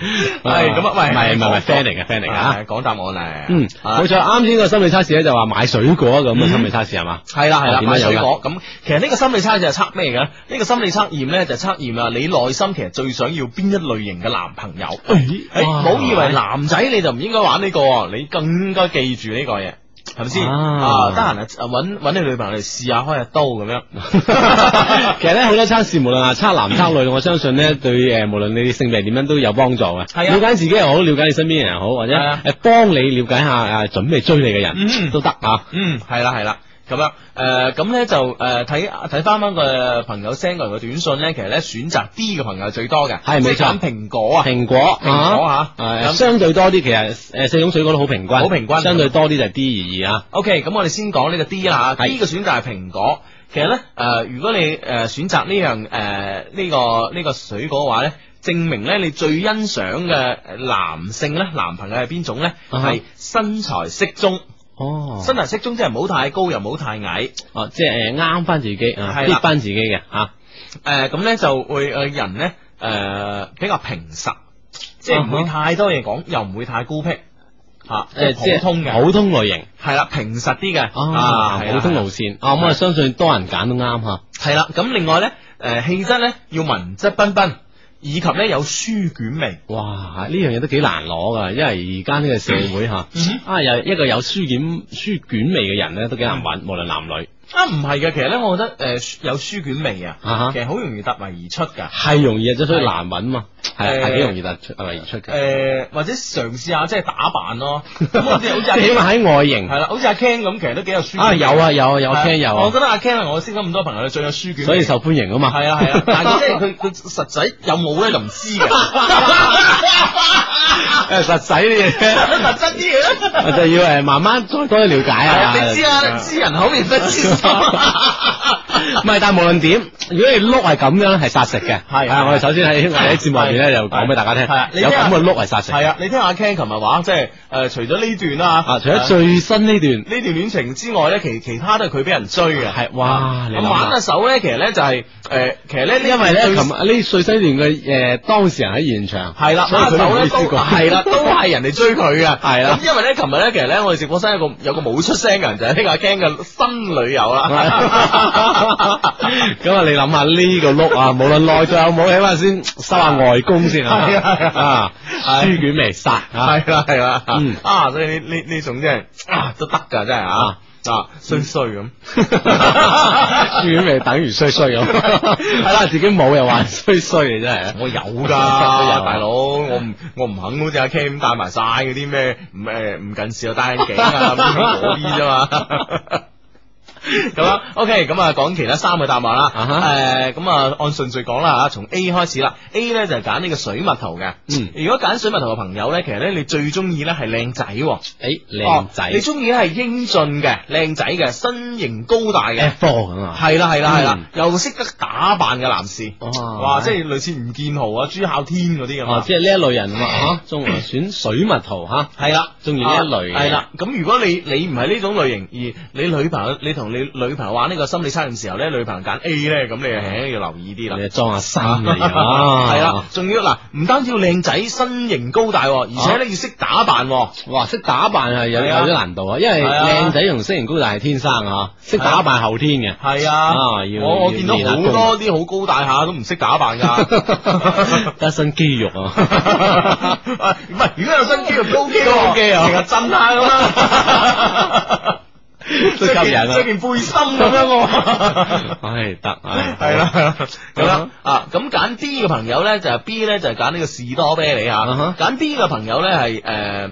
S4: 係咁啊喂
S2: 唔係唔係唔係
S4: 講
S2: friend 嚟嘅啊 friend 嚟㗎
S4: 係講答案嚟。啊
S2: 嗯，冇錯，啱先個心理測試咧就話買水果咁
S4: 嗯
S2: 嘅心理測試係 嘛？
S4: 系啦系啦，
S2: 哦點樣
S4: 買水
S2: 有㗎
S4: 果咁，其實呢個心理測就係測咩嘅呢？呢個心理測驗咧就測驗啊，你內心其實最想要邊一類型嘅男朋友？誒
S2: 哎
S4: 唔好以為男仔你就唔應該玩呢個喎，你更該記住呢個嘢。係咪先啊？
S2: 啊
S4: 得閒啊，揾揾你女朋友嚟試下開下刀咁樣。
S2: 其實咧好多測試，無論係測男測女，我相信咧對誒無論你性別係點樣都有幫助嘅。
S4: 嗯係啊
S2: 了解自己又好，了解你身邊嘅人好，或者
S4: 係啊
S2: 誒幫你了解下誒準備追你嘅
S4: 嗯
S2: 人都得啊。
S4: 嗯，系啦系啦。咁樣誒咁咧就誒睇睇翻翻個朋友 send 過嚟嘅短信咧，其實咧選擇 D 嘅朋友最多嘅，
S2: 係
S4: 即
S2: 冇
S4: 係
S2: 錯
S4: 揀蘋果啊，
S2: 蘋果，啊
S4: 蘋果嚇，
S2: 誒
S4: 咁
S2: 相對多啲，其實誒四種水果都好平均，
S4: 好平均啊
S2: 相對多啲就係 D 而二啊。
S4: OK，咁我哋先講呢個 D 啦嚇，D 嘅選擇係蘋果。其實咧，誒、如果你誒、呃、選擇呢樣誒呢、個呢、個水果嘅話咧，證明咧你最欣賞嘅呃男性咧，男朋友係邊種咧？
S2: 啊哈
S4: 係、身材適中，
S2: 哦
S4: 身材適中即係唔好太高又唔好太矮。
S2: 哦，即係誒啱翻自己啊
S4: 係啦
S2: ，fit 翻自己嘅啊嚇。
S4: 诶，呃咁咧、就會诶人咧诶、呃比較平實，即係唔會
S2: 啊
S4: 太多嘢講，又唔會太孤僻吓，
S2: 誒即係
S4: 普通嘅，
S2: 普通類型
S4: 係啦，平實啲嘅
S2: 啊，
S4: 啊係啦
S2: 普通路線啊，咁我相信多人揀都啱嚇。
S4: 係啦。咁另外咧，呃诶、氣質咧要文質彬彬，以及咧有書卷味。
S2: 哇！呢樣嘢都幾難攞噶，因為而家呢個社會吓，
S4: 嗯
S2: 啊有一個有書卷書卷味嘅人咧，都幾難揾，無論男女，
S4: 啊，唔係嘅，其實咧，我覺得诶、呃有書卷味啊，
S2: 啊哈
S4: 其實好容易突圍而出㗎。
S2: 係容易啊，即所以難揾嘛，係啊
S4: 誒
S2: 係幾容易突出突圍而出嘅。
S4: 诶、呃或者嘗試下即係打 扮咯，咁好似好似阿
S2: 起碼喺外
S4: 系
S2: 形
S4: 啦，好似阿 Ken 咁，其實都幾有書卷
S2: 啊有啊有啊有啊
S4: 係
S2: Ken 有啊
S4: 我覺得阿 Ken 係我識得咁多朋友裏最有書卷，
S2: 所以受歡迎啊嘛
S4: 係啊係啊，但係即係佢佢實仔有冇咧就唔 知嘅，
S2: 誒 實使啲 嘢，
S4: 實質啲嘢呢。
S2: 我就要誒慢慢再多啲了解
S4: 係啊
S2: 啊。
S4: 你知啊，你知人口面不知心。
S2: 唔係，但係無論點，如果你碌係咁樣咧，係殺食嘅。係啊，我哋首先喺我哋喺節目入面咧，就講俾大家聽
S4: 係啊，你聽
S2: 有
S4: 下
S2: 咁嘅碌係殺食。
S4: 係啊，你聽阿 Ken 琴日話，即係誒，除咗呢段啊，
S2: 啊，除咗最新呢段。
S4: 呢段戀情之外咧，其其他都係佢俾人追嘅。係
S2: 啊哇你諗下
S4: 挽下手咧，其實咧就係誒，其實咧啊呢
S2: 因為咧，
S4: 最
S2: 琴日呢碎西段嘅
S4: 呃
S2: 誒當事人喺現場，
S4: 系啦，
S2: 所以
S4: 馬
S2: 佢
S4: 手
S2: 都
S4: 咧
S2: 意
S4: 都
S2: 思過，
S4: 係 啦，都係人哋追佢嘅，
S2: 係啦
S4: 咁因為咧，琴日咧，其實咧，我哋直播室有個有個冇出聲嘅人，就係呢個阿 Ken 嘅新女友啦。
S2: 咁 啊，你諗下呢個碌啊，無論內在有冇，起碼先收下外公先啊
S4: 係啊係，啊
S2: 啊，書卷未殺啊，
S4: 係啦係啦
S2: 嗯，
S4: 啊，所以呢呢呢種真係啊都得㗎，真係啊。啊，衰 衰咁，
S2: 書卷未等於衰衰咁，係啦，自己冇又話衰衰嘅真係，
S4: 我有 㗎，
S2: 啊
S4: 大佬，我唔我唔肯好似阿 K 咁戴埋晒嗰啲咩唔誒唔近視又戴眼 鏡啊嗰啲啫嘛。 咁啊，OK，咁啊，講其他三個答案啦。誒、咁啊，按順序講啦嚇，從 A 開始啦。A 咧就係揀呢個水蜜桃嘅。
S2: 嗯，
S4: 如果揀水蜜桃嘅朋友咧，其實咧你最中意咧係靚仔喎。
S2: 誒哎靚
S4: 哦你
S2: 仔
S4: 中意係英俊嘅、靚仔嘅、身形高大嘅。
S2: F 咁啊，
S4: 係啦係啦係啦
S2: 嗯，
S4: 又識得打扮嘅男士，哇！即係類似吳建豪啊、朱孝天嗰啲咁
S2: 啊哦
S4: 啊，。
S2: 即係呢一類人啊嘛，啊中啊選水蜜桃嚇，啊
S4: 啊係啦，
S2: 中意呢一類嘅
S4: 系啦。咁如果你你唔係呢種類型，而你女朋友你同你你女朋友玩呢個心理測驗時候咧，女朋友揀 A 咧，咁你就輕輕要留意啲啦。
S2: 你裝下衫啊而 家
S4: 係啦，仲要嗱，唔單止要靚仔、身形高大喎，而且
S2: 啊
S4: 咧要識打扮喎。
S2: 哇，識打扮係有
S4: 係
S2: 有
S4: 啊
S2: 啲難度啊，因為
S4: 係啊
S2: 靚仔同身形高大係天生啊，識
S4: 係啊
S2: 打扮後天 嘅。
S4: 係
S2: 啊
S4: 啊，
S2: 要
S4: 我我
S2: 要
S4: 見到
S2: 練下
S4: 好
S2: 功
S4: 多啲好高大下都唔識打扮㗎。
S2: 得一身肌肉啊，
S4: 唔係，如果有新肌肉高肌
S2: 高肌啊
S4: 成日震下咁啊啦，
S2: 都吸引
S4: 着
S2: 啊！
S4: 件背心咁樣喎。
S2: 唉，得唉，
S4: 係啦，係啦，咁
S2: 嗯
S4: 啦啊，咁揀 D 嘅朋友咧就係 B 咧就係揀呢個士多啤梨
S2: 嗯
S4: 吓，
S2: Uh-huh
S4: 揀 D 嘅朋友咧係誒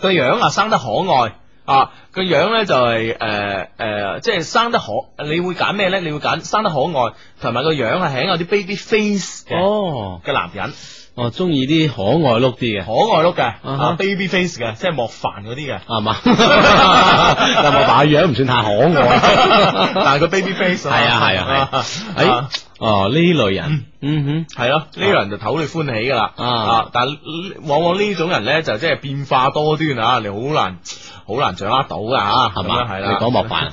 S4: 個樣啊生得可愛啊個樣咧就係誒誒即係生得可，你會揀咩咧？你會揀生得可愛同埋個樣啊係有啲 baby face 嘅
S2: 哦
S4: 嘅男人，
S2: 我中意啲可愛碌啲嘅，
S4: 可愛碌嘅
S2: 啊
S4: 啊
S2: 哈
S4: baby face 嘅，即係莫凡嗰啲嘅。
S2: 係嘛？但我把樣唔算太可愛，
S4: 但係個 baby face 啊
S2: 係啊係啊 係。
S4: 啊
S2: 誒，哦呢類人，嗯
S4: 哼，係咯，呢類人就討你歡喜噶啦，啊，但往往呢種人咧就即係變化多端啊，你好難好難掌握到噶吓，
S2: 係嘛
S4: 係啦，
S2: 你講莫 凡。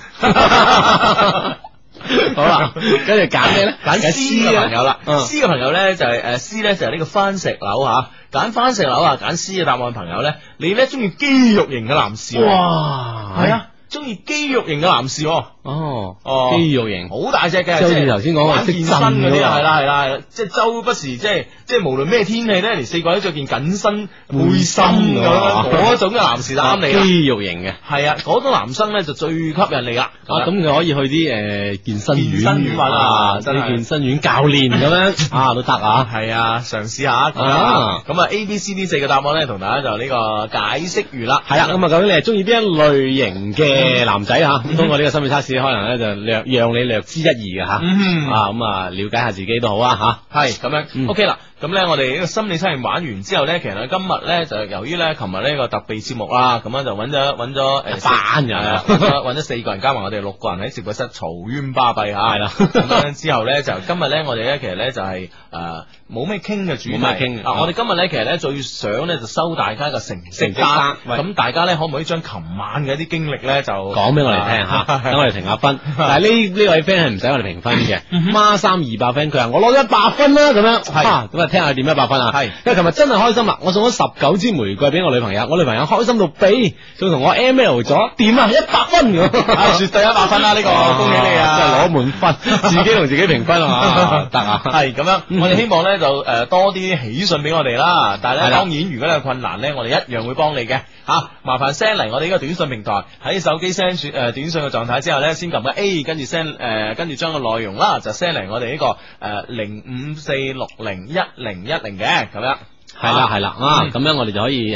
S2: 好啦，跟住揀咩咧？
S4: 揀 C 嘅朋友啦
S2: 嗯
S4: ，C 嘅朋友咧就係誒 C 咧就係呢個番石榴吓，揀番石榴啊，揀 C 嘅答案嘅朋友咧，你咧中意肌肉型嘅男士喎，
S2: 哇
S4: 係啊，中意肌肉型嘅男士喎。
S2: 哦，
S4: 哦
S2: 肌肉型，
S4: 好大隻嘅，
S2: 即係好似
S4: 係
S2: 頭先講話
S4: 玩
S2: 識
S4: 健身
S2: 震
S4: 嗰啲
S2: 嗰個
S4: 啊，係啦係啦係啦，即係周不時即係即係無論咩天氣咧，連四季都着件緊身背心咁
S2: 啊
S4: 樣，嗰種嘅男士就啱你啦。
S2: 肌肉型嘅。
S4: 係啊，嗰種男生咧就最吸引你啦。
S2: 啊，咁佢可以去啲誒健身院，
S4: 健身院揾啊真係
S2: 啲健身院教練咁樣 啊都得啊，
S4: 係啊，嘗試下咁
S2: 啊
S4: 啊，咁啊 A、B、C、D 四個答案咧，同大家就呢個解釋完啦。
S2: 係啦，咁啊究竟你係中意邊一類型
S4: 嗯
S2: 嘅男仔嚇？咁通過呢個心理測試，可能咧就略讓你略知一二嘅嚇，
S4: 嗯
S2: 啊咁啊了解下自己都好啊嚇。
S4: 係咁樣、
S2: 嗯
S4: o k 啦。咁咧，我哋呢個心理測驗玩完之後咧，其實今日咧就由於咧，琴日呢個特備節目啦，咁樣就揾咗揾咗誒
S2: 班人啊
S4: 係揾咗揾咗四個人加埋我哋六個人喺直播室嘈冤巴閉嚇，係啦。咁樣之後咧，就今日咧，我哋咧其實咧就係誒冇咩傾嘅主
S2: 冇
S4: 題，
S2: 咩傾嘅
S4: 啊！我哋今日咧其實咧最想咧就收大家嘅成績
S2: 成績單
S4: 單，
S2: 喂
S4: 咁大家咧可唔可以將琴晚嘅啲經歷咧就
S2: 講俾我哋 聽吓，
S4: 啊
S2: 等我哋評下 分。但係呢呢位 friend 係唔使我哋評分嘅，
S4: 嗯
S2: 孖三二百 friend，佢話我攞咗一百分啦，咁樣，啊咁啊聽下佢點一百分啊。係，因為琴日真係開心啦，我送咗十九支玫瑰俾我女朋友，我女朋友開心到痹，仲同我 M L 咗，點啊一百分咁，
S4: 啊絕對一百分啦 呢個恭喜你啊
S2: 真係攞滿分， 自己同自己評分啊嘛，得啊，
S4: 系咁样，我哋希望咧就诶多啲喜訊俾我哋啦。但系
S2: 係
S4: 咧，
S2: 啦
S4: 當然如果你有困難咧，我哋一樣會幫你嘅吓、啊麻煩 send 嚟我哋呢個短信平台，喺手機 send 住诶短信嘅狀態之後咧，先撳個 A，跟住 send 诶，跟住將個內容啦就 send 嚟我哋呢、個诶零五四六零一零一零嘅咁樣。
S2: 係啦係啦啊，
S4: 嗯
S2: 咁樣我哋就可以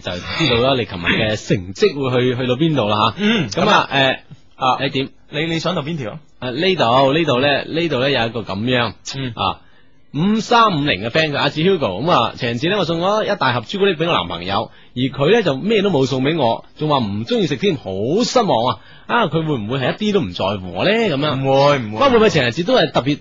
S2: 誒就知道啦，你琴日嘅成績會去去到邊度啦嚇。
S4: 嗯
S2: 咁啊誒
S4: 啊，
S2: 你點？
S4: 你你想到邊條？
S2: 啊呢度呢度咧呢度咧有一個咁樣，
S4: 嗯
S2: 啊。五三五零嘅 friend 佢阿志 Hugo 咁啊，情人節咧我送咗一大盒朱古力俾我男朋友，而佢咧就咩都冇送俾我，仲話唔中意食添，好失望啊！啊，佢會唔會係一啲都唔在乎我咧？咁樣
S4: 唔會唔會
S2: 不過會唔會情人節都係特別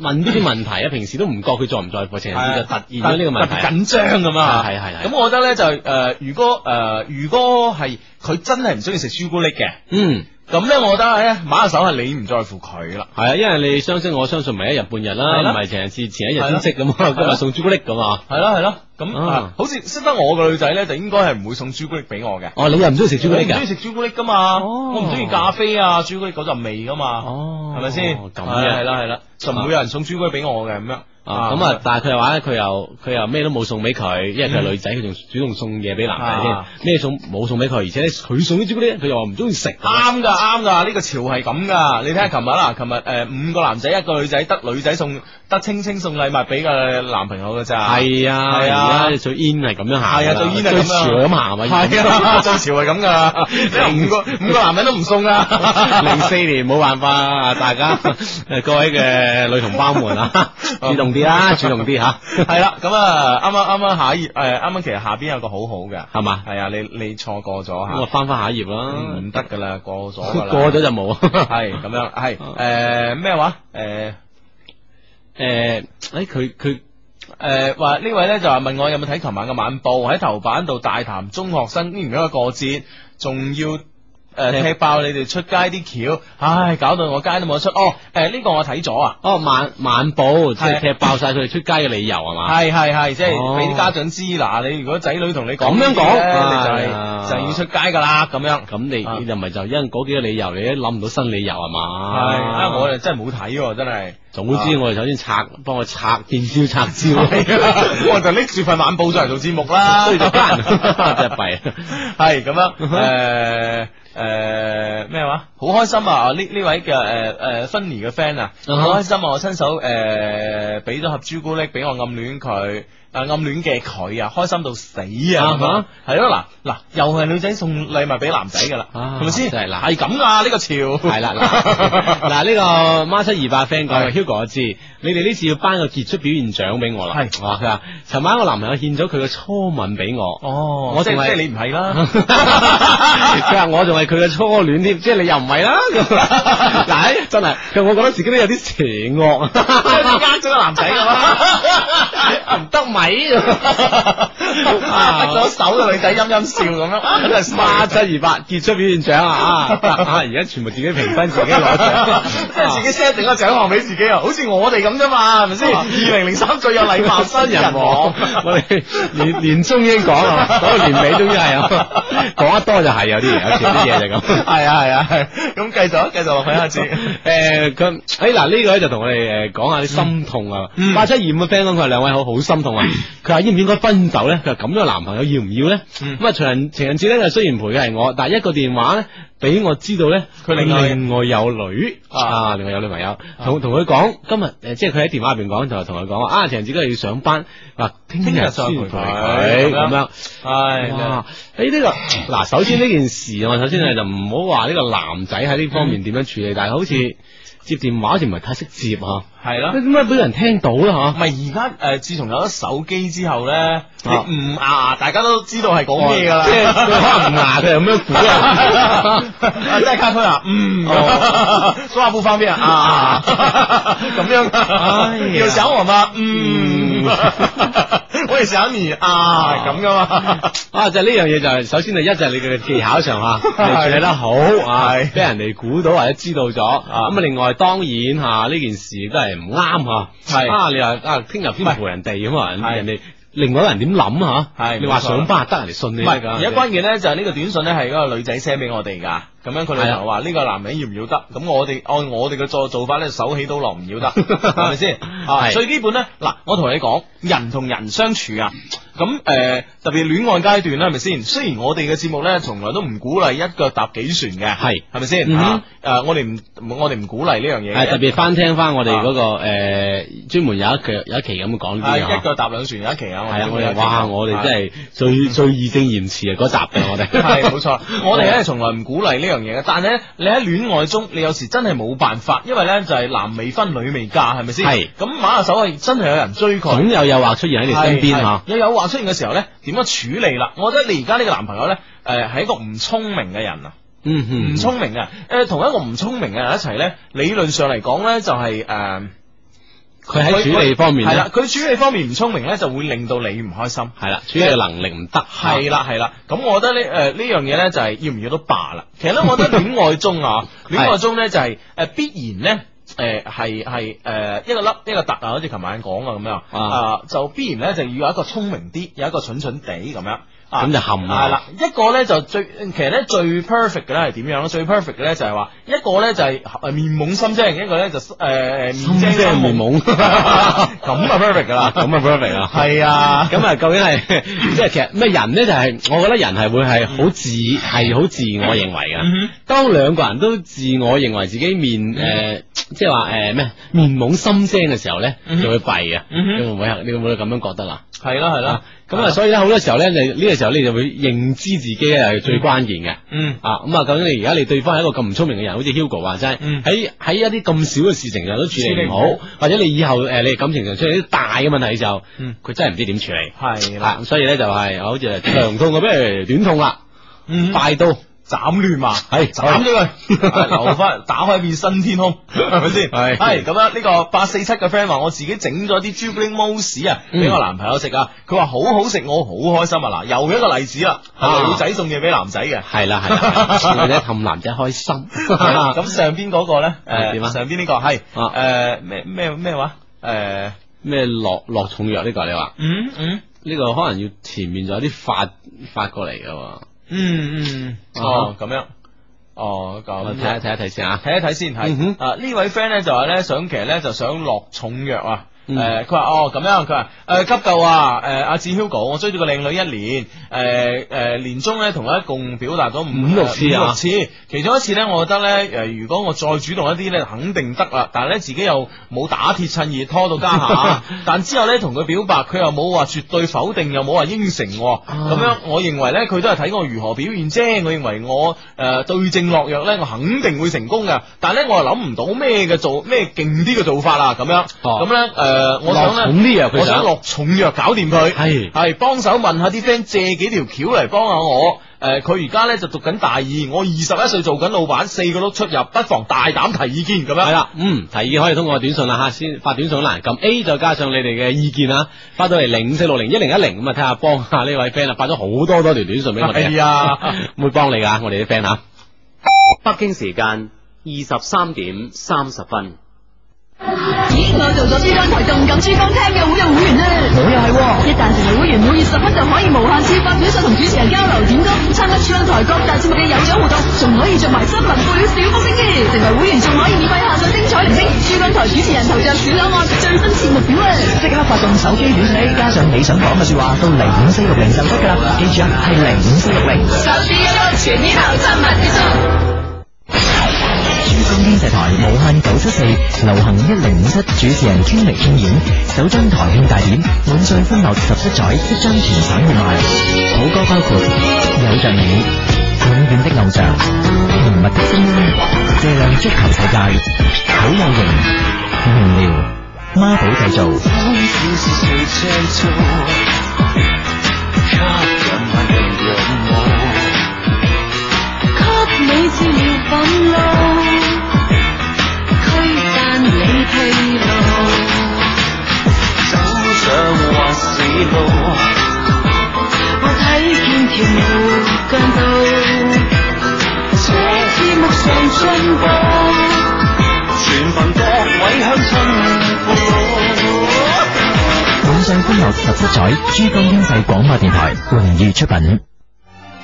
S2: 問呢啲問題啊？平時都唔覺佢在唔在乎，情人節就突然咗呢個問題，
S4: 啊特別緊張咁啊，
S2: 係係係。
S4: 咁我覺得咧就誒、呃如果誒、呃如果係佢真係唔中意食朱古力嘅，
S2: 嗯，
S4: 咁咧我覺得咧哎馬下手係你唔在乎佢啦。
S2: 系啊，因為你相信我相信唔係一日半日
S4: 係
S2: 啦，
S4: 啦
S2: 唔係情人節前一日
S4: 係
S2: 先
S4: 啦
S2: 識咁啊，
S4: 係
S2: 今
S4: 啦
S2: 日送朱古力咁啊，
S4: 係咯係咯，咁
S2: 啊
S4: 啊，好似識得我嘅女仔咧，就應該係唔會送朱古力俾我嘅。
S2: 哦，你又唔中意食朱古力
S4: 我唔
S2: 㗎
S4: 中意？食朱古力噶哦嘛，我唔中意咖啡啊，朱古力嗰陣味噶嘛，係咪先？
S2: 咁
S4: 係啦
S2: 樣
S4: 係啦係啦，就唔會有人送朱古力俾我嘅咁樣。
S2: 啊，咁啊，但係佢又話咧，佢又佢又咩都冇送俾佢，因為佢係女仔，佢仲主動送嘢俾男仔
S4: 啊
S2: 先，咩送冇送俾佢，而且咧佢送啲朱古力，佢又話唔中意食。
S4: 啱噶，啱噶，呢個潮係咁噶。你睇下琴日啦，琴日誒五個男仔一個女仔，得女仔送得青青送禮物俾個男朋友噶咋。
S2: 係啊，
S4: 係啊
S2: 而家最 in 係咁樣行㗎啦，
S4: 係啊，最煙係
S2: 最
S4: 咁啊，
S2: 潮咁行啊嘛，
S4: 係啊， 最潮係咁噶。 你五個五個男人都唔送啊，
S2: 零四年冇辦法啊，大家 誒各位嘅女同胞 們啊，主動啲啦，主動啲吓，
S4: 係啦，咁啊，啱啱啱啱下一頁，誒啱啱其實下邊有個好好嘅，
S2: 係嘛？
S4: 係啊，你你錯過咗
S2: 咁啊，
S4: 嚇，
S2: 翻翻下一頁啦，
S4: 唔得噶啦，過咗噶 啦，
S2: 過咗就冇啊。
S4: 係咁樣，係誒咩話誒？
S2: 誒，誒佢佢
S4: 诶，话呢位咧就話問我有冇睇琴晚嘅晚報，喺頭版度大談中學生竟然一個過節，仲要。诶踢爆你哋出街啲橋，唉，搞到我街都冇得出。哦，诶呢個我睇咗啊。
S2: 哦，晚晚報即係
S4: 係
S2: 踢爆晒佢哋出街嘅理由係嘛？
S4: 係係係，即係俾啲家
S2: 哦
S4: 長知嗱，你如果仔女同你
S2: 咁樣
S4: 樣
S2: 講，啊
S4: 你就係就要出街㗎啦，咁樣。
S2: 咁你你又咪就因為嗰幾個理由，你都諗唔到新理由係嘛？
S4: 係啊，我哋真係冇睇喎，真係。
S2: 總之我哋首先拆，幫我拆變招拆招，
S4: 係啊 我就拎住份晚報上嚟做節目啦。嗯
S2: 所以就奸，
S4: 啊
S2: 真係弊。
S4: 係咁樣誒誒咩話？好開心啊！呢呢位嘅誒誒芬妮嘅 friend 啊，
S2: 啊哈
S4: 好開心啊！我親手誒俾咗盒朱古力俾我暗戀佢。啊暗戀嘅佢啊，開心到死
S2: 啊哈
S4: 啊！係咯，嗱嗱，又係女仔送禮物俾男仔噶啦，係咪先？
S2: 真係嗱
S4: 啊係咁噶呢個潮， 係
S2: 係啦， 嗱嗱呢個孖七二八 friend 講，Hugo 我知，你哋呢次要頒個傑出表現獎俾我啦。係，佢話尋晚我男朋友獻咗佢嘅初吻俾我。
S4: 哦
S2: 我
S4: 即係
S2: 仲係
S4: 即係你唔係啦。
S2: 佢話我仲係佢嘅初戀添，即係你又唔係 啦。咁嗱，哎真係，佢話我覺得自己都有啲邪惡，
S4: 加咗個男仔咁啊，唔得咪， 啊，握咗手個女仔陰陰笑咁樣，啊真
S2: 孖
S4: 係
S2: 七二八傑出表現獎啊！啊啊，而家全部自己評分，自己攞獎，
S4: 即係自己 set 定個獎項俾自己啊，好似我哋咁啫嘛，係咪先？
S2: 哦
S4: 二零零三最有禮貌新人王，
S2: 我哋年年中已經講 啦，講到年尾終於係啊， 講得多就係有啲嘢，有時啲嘢就咁。
S4: 係啊係啊係，咁繼續繼續落去啊下次，
S2: 诶，佢诶嗱呢個咧就同我哋诶讲下啲心痛啊，八七二五嘅 friend 講佢話兩位好好心痛啊， 佢話應唔應該分手咧？佢話咁樣嘅男朋友要唔要咧？咁啊情人情人節咧，就雖然陪嘅係我，但係一個電話咧俾我知道咧，佢
S4: 另外
S2: 另外有女啊，另外有女朋友，同同佢講今日诶，即係佢喺電話入边講就係同佢講話啊，情人節今日要上班，嗱聽
S4: 聽
S2: 日先
S4: 日再陪
S2: 陪
S4: 佢
S2: 佢咁樣。
S4: 唉，
S2: 哇！誒呢個嗱，首先呢件事，我首先就唔好話呢個男仔喺呢方面點樣處理，但係好似接電話好似唔係太識接啊。
S4: 係啦。
S2: 點解俾人聽到 啦
S4: 唔係而家誒，自從有咗手機之後咧，你
S2: 啊哦
S4: 唔牙大家都知道係講咩㗎啦，
S2: 即係佢可能唔牙佢係咁樣估啊
S4: 啊，真係卡 通啊，嗯，說話不方便啊， 咁樣
S2: 哎呀
S4: 要想我嗎？嗯， 我也想你啊，咁噶嘛，
S2: 啊，就係呢樣嘢就係首先就一就係你嘅技巧上 嚇，你處理得好啊，俾人哋估到或者知道咗。咁啊，另外當然嚇呢件事都係唔啱嚇。
S4: 係
S2: 啊，你話啊，聽日先陪人哋咁啊，人哋另外一個人點諗嚇？
S4: 係
S2: 你話
S4: 冇錯
S2: 上班得人哋信
S4: 唔
S2: 你
S4: 係
S2: 得㗎。
S4: 而家關鍵咧就係呢個短信咧係嗰個女仔 send 俾我哋㗎。咁樣佢女朋友話呢個男人要唔要得？咁我哋按我哋嘅做做法咧，手起刀落唔 要得，係咪先？啊，
S2: 係
S4: 最基本咧，嗱，我同你講，人同人相處啊，咁誒、呃特別戀愛階段啦，係咪先？雖然我哋嘅節目咧，從來都唔鼓勵一腳踏幾船嘅，
S2: 係
S4: 係咪先？
S2: 嗯哼
S4: 啊誒、我哋唔我哋唔鼓勵呢樣嘢
S2: 系
S4: 嘅，
S2: 特別翻聽翻我哋嗰個诶，专门有一期有一期咁講呢
S4: 啊
S2: 啲
S4: 一
S2: 啊。
S4: 腳踏兩船有一期啊，
S2: 係啊，我
S4: 有一
S2: 哋
S4: 期
S2: 哇，我哋真係最最義正言辭啊嗰集嘅我哋。
S4: 系冇錯，我哋咧從來唔鼓勵呢樣嘢嘅，但係咧你喺戀愛中，你有時真係冇辦法，因為咧就係、男未婚女未嫁，係咪先？
S2: 係
S4: 咁馬下手係真係有人追佢，
S2: 總有誘惑出現喺你身邊啊吓。
S4: 有有話出現嘅時候咧，點樣處理啦？我覺得你而家呢個男朋友咧，誒、係一個唔聰明嘅人啊。
S2: 嗯
S4: 唔
S2: 哼，
S4: 聰明啊嘅，誒、同一個唔聰明嘅人一齊咧，理論上嚟講咧就係、誒。
S2: 佢喺處理方面
S4: 係
S2: 咧
S4: 啦，佢處理方面唔聰明咧，就會令到你唔開心。
S2: 係啦，處理嘅能力唔得。
S4: 啊係
S2: 啊
S4: 啦係啦，咁我覺得呢誒呢樣嘢咧就係要唔要都罷啦。其實咧，我覺得戀愛 中啊，
S2: 係
S4: 戀愛中咧就係、誒必然咧。誒係係誒一個粒一個突啊，好似琴晚講啊咁樣啊，就必然咧就要有一個聰明啲，有一個蠢蠢地咁樣啊，
S2: 咁就嗯冚啦
S4: 係啦，一個咧就最其實咧最 perfect 嘅咧係點樣咧？最 perfect 嘅咧就係話一個咧就係誒面懵心精，一個咧就誒誒面
S2: 心即係面懵， 咁啊
S4: perfect 㗎 啦
S2: 咁啊 perfect 啦。
S4: 係啊
S2: 咁啊究竟係 即係其實咩人咧？就係我覺得人係會係好自係好自我認為
S4: 嗯
S2: 㗎。當兩個人都自我認為自己面誒、呃即係話誒咩面懵心聲嘅時候咧，
S4: 嗯
S2: 就會弊嘅。你會唔會你會唔會咁樣覺得啊？
S4: 係啦係啦，
S2: 咁啊，所以咧好多時候咧，你呢個時候你就會認知自己咧係最關鍵嘅。
S4: 嗯
S2: 啊，咁啊，究竟你而家你對方係一個咁唔聰明嘅人，好似 Hugo 話齋，喺喺一啲咁少嘅事情上都嗯處理唔
S4: 處理唔
S2: 好，或者你以後呃誒你哋感情上出現啲大嘅問題嘅時候，佢真係唔知點處理。
S4: 係啦
S2: 啊，所以咧就係好似係長痛嘅不如短痛啦，
S4: 嗯
S2: 快刀
S4: 斬亂麻，
S2: 係
S4: 斬咗 佢，啊留翻打開一片新 天空，係咪先？
S2: 係
S4: 係咁啊樣呢個八四七嘅 friend 話，我自己整咗啲朱古力 mousse 啊，
S2: 嗯
S4: 俾我男朋友食啊，佢話好好食，我好開心啊！嗱，又一個例子啦，
S2: 啊
S4: 係女仔送嘢俾男仔 嘅，
S2: 系啦系啦，或者氹男仔開 心，
S4: 係啦咁上邊嗰個咧，
S2: 係
S4: 誒
S2: 點啊
S4: 上邊呢個係誒咩咩咩話誒
S2: 咩落落重藥呢個你話？
S4: 嗯嗯
S2: 呢個可能要前面就有啲發發過嚟噶，
S4: 嗯嗯哦咁樣。哦，
S2: 我
S4: 咁
S2: 啊睇一睇一睇先啊。
S4: 睇一睇先
S2: 嗯哼
S4: 係啊呢位 friend 咧就話咧想其實咧就想落重藥啊。
S2: 嗯
S4: 誒佢話哦咁樣，佢話誒急救啊！誒、阿志 Hugo，我追咗個靚女一年，誒、誒、年中咧同佢一共表達咗五
S2: 五六次啊
S4: 五六次，其中一次咧，我覺得咧誒、如果我再主動一啲咧，肯定得啦。但係咧自己又冇打鐵趁熱拖到家 下，但之後咧同佢表白，佢又冇話絕對否定，又冇話應承
S2: 啊
S4: 喎，咁、樣我認為咧佢都係睇我如何表現啫。我認為我誒、對症落藥咧，我肯定會成功嘅。但係咧我又諗唔到咩嘅做咩勁啲嘅做法啊啦，咁樣咁咧誒，我想
S2: 哦落
S4: 咧
S2: 重啲啊藥佢
S4: 我
S2: 想
S4: 想落重藥搞掂佢，係係幫手問下啲 friend 借幾條橋嚟幫下我。誒佢而家咧就讀緊大二，我二十一歲做緊老闆，四個碌出入，不妨大膽提意見咁樣。
S2: 係啦，嗯，提議可以通過短信啦吓，先發短信欄，撳 A 再加上你哋嘅意見啊，發到嚟零四六零一零一零咁啊，睇下幫下呢位 friend 啊，發咗好多多條短信俾我哋，
S25: 係啊，
S2: 會幫你噶，我哋啲 friend 啊吓。
S25: 北京時間二十三點三十分。
S3: 咦，我做咗珠江台動感珠江廳嘅會員會員啦！啊
S25: 我又係喎
S3: 一旦成為會員，每月十蚊就可以無限次發短信同主持人交流點歌，參加珠江台各大節目嘅有獎活動，仲可以做埋新聞報料小福星添。成為會員仲可以免費下載精彩鈴聲、珠江台主持人頭像小檔案、最新節目表啊！
S8: 即刻發送手機短信，加上你想講嘅說話，到零五四六零就得噶啦。記住啊，係零五四六零。
S3: 手指一個全天候新聞資訊。
S8: 珠江經濟台無限九七四，流行一零五七，主持人傾力傾演，首張台慶大典，滿載歡樂十七載，即將全省熱賣。好歌包括《有着你》、《永遠的偶像》、《濃密的聲音》、《這輛足球世界》、《好有型》、《明瞭》、《孖寶製造》。
S3: 給你治療憤怒，驅散你疲勞。我睇見條無間道，這節目常進步，全憑各位鄉親父母。
S8: 滿載歡樂十七載，珠江經濟廣播電台榮譽出品。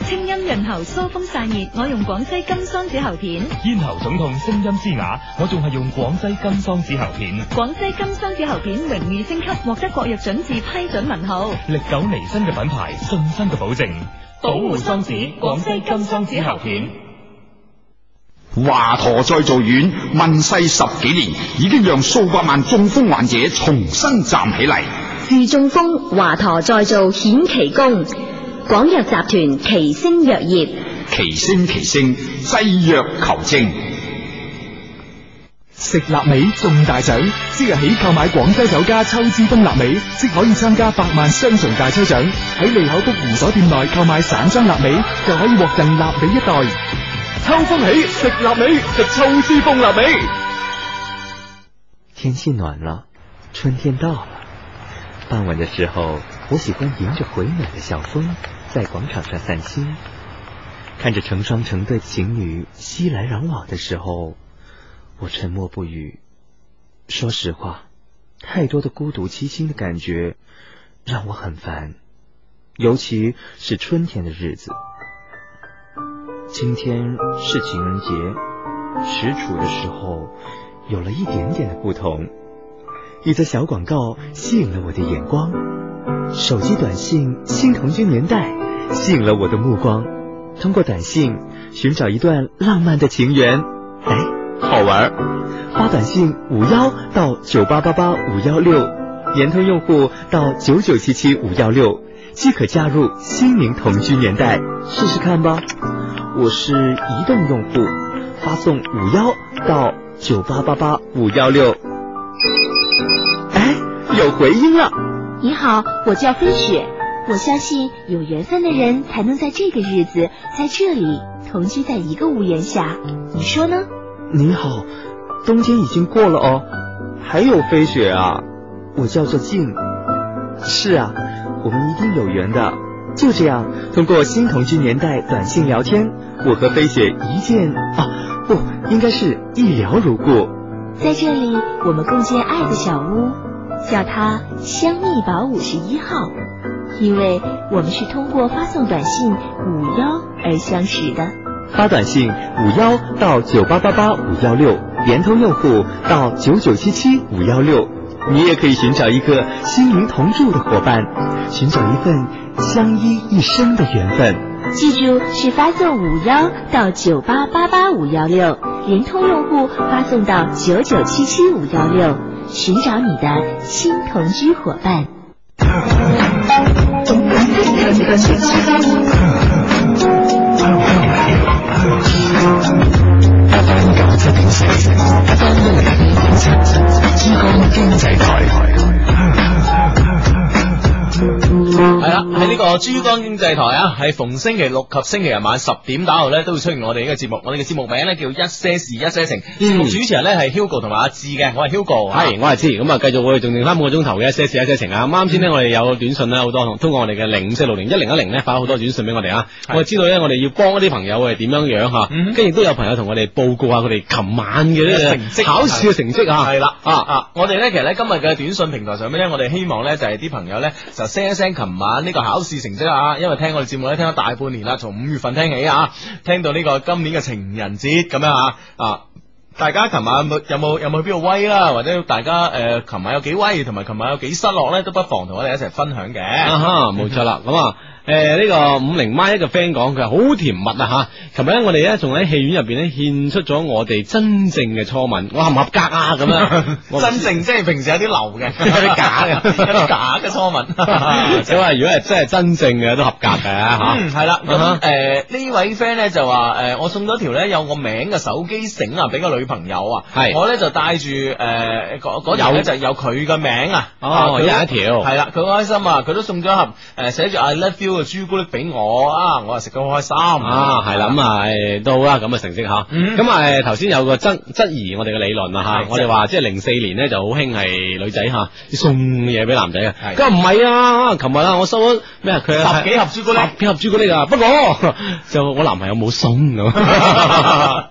S13: 清音潤喉疏風散熱，我用廣西金桑子喉片。
S10: 咽喉腫痛、聲音嘶啞，我仲係用廣西金桑子喉片。
S13: 廣西金桑子喉片榮譽升級，獲得國藥準字批准文號。
S10: 歷久彌新嘅品牌，信心嘅保證。保護桑子，廣西金桑子喉片。
S6: 华佗再造院问世十几年，已经让数百万中风患者重新站起嚟。
S26: 御中風華佗再造顯奇功，廣藥集團奇星藥業。
S6: 奇聲奇聲，制药求精。
S7: 食臘味中大獎！即日起購買廣州酒家秋之東臘味，即可以參加百萬雙重大抽獎。喺利口福連鎖店內購買散裝臘味，就可以獲贈臘味一袋。秋風起，食臘味，食秋之風臘味。
S15: 天气暖了，春天到了。傍晚的时候，我喜欢迎着回暖的小风，在广场上散心，看着成双成对的情侣熙来攘往的时候，我沉默不语。说实话，太多的孤独凄清的感觉让我很烦，尤其是春天的日子。今天是情人节，时处的时候有了一点点的不同。一则小广告吸引了我的眼光，手机短信《新童军年代》吸引了我的目光。通过短信寻找一段浪漫的情缘，哎，好玩儿！发短信五幺到九八八八五幺六，联通用户到九九七七五幺六，即可加入心灵同居年代，试试看吧。我是移动用户，发送五幺到九八八八五幺六。哎，有回音了。
S27: 你好，我叫飞雪。我相信有缘分的人才能在这个日子在这里
S13: 同居在一个屋檐下，你说呢？
S14: 您好，冬天已经过了哦，还有飞雪啊！我叫做静。是啊，我们一定有缘的。就这样，通过新同居年代短信聊天，我和飞雪一见啊，不，应该是一聊如故。
S13: 在这里，我们共建爱的小屋，叫它香蜜堡五十一号，因为我们是通过发送短信五幺而相识的。
S15: 发短信五幺到九八八八五幺六，联通用户到九九七七五幺六。你也可以寻找一个心灵同住的伙伴，寻找一份相依一生的缘分。
S13: 记住是发送五幺到九八八八五幺六，联通用户发送到九九七七五幺六，寻找你的新同居伙伴。
S28: FM 九七点四，FM 一零五點七，珠江經濟台。
S4: 系啦，喺呢個珠江經濟台啊，係逢星期六及星期日晚十點打後咧，都會出現我哋呢個節目。我哋嘅節目名咧叫一些事一些情，節目主持人咧係 Hugo 同埋阿志嘅，我係 Hugo。
S2: 嗯系，我係知，咁啊，繼續我哋仲剩翻半個鐘頭嘅一些事一些情啊。咁啱先呢，我哋有短信啦，啊好多同通過我哋嘅零五四六零一零一零咧發好多短信俾我哋啊。我哋知道咧，我哋要幫一啲朋友係點樣樣吓，
S4: 嗯
S2: 跟住亦都有朋友同我哋報告下佢哋琴晚嘅呢個
S4: 成績
S2: 考試嘅成績啊。
S4: 係啦，
S2: 啊
S4: 啊，我哋咧其實咧今日嘅短信平台上面咧，我哋希望咧就係啲朋友咧就 send 一 send 琴晚呢個考試成績啊，因為聽我哋節目咧聽咗大半年啦，從五月份聽起啊，聽到呢個今年嘅情人節咁樣啊啊。大家琴晚有冇有冇有冇去邊度威啦，或者大家诶琴、晚有幾威，同埋琴晚有幾失落咧，都不妨同我哋一齊分享嘅。
S2: 啊哈，冇錯啦，咁啊。诶，呢、個五零孖一個 friend 講，佢話好甜蜜啊吓！琴日咧，我哋咧仲喺戲院入邊咧獻出咗我哋真正嘅初吻，我合唔合格啊？咁 樣
S4: 真正即係平時有啲流 嘅，
S2: 有啲假嘅
S4: 有啲假嘅初 吻。
S2: 咁啊，如果係真係真正嘅都合格嘅吓。
S4: 嗯，系啦，
S2: 啊
S4: 咁诶呢位 friend 咧就話诶、呃我送咗條咧有我名嘅手機繩啊，俾個女朋友啊，
S2: 係
S4: 我咧就戴住诶嗰嗰條
S2: 有
S4: 咧就有佢嘅名啊，
S2: 哦
S4: 啊佢
S2: 有一條
S4: 係啦，佢好開心啊，佢都送咗一盒诶寫住 I love you 嘅朱古力俾我啊，我啊食得好開心
S2: 啊，係啦，咁啊，誒都好啦，咁嘅成績吓。
S4: 嗯
S2: 咁啊，誒頭先有個質質疑我哋嘅理論啦
S4: 係
S2: 吓，我哋話即係零四年咧就好興係女仔吓送嘢俾男仔嘅。
S4: 係
S2: 佢話唔係啊，琴日啊我收咗咩啊？佢
S4: 十幾盒朱古力
S2: 十幾盒朱古力啊！不過 就我男朋友冇送咁。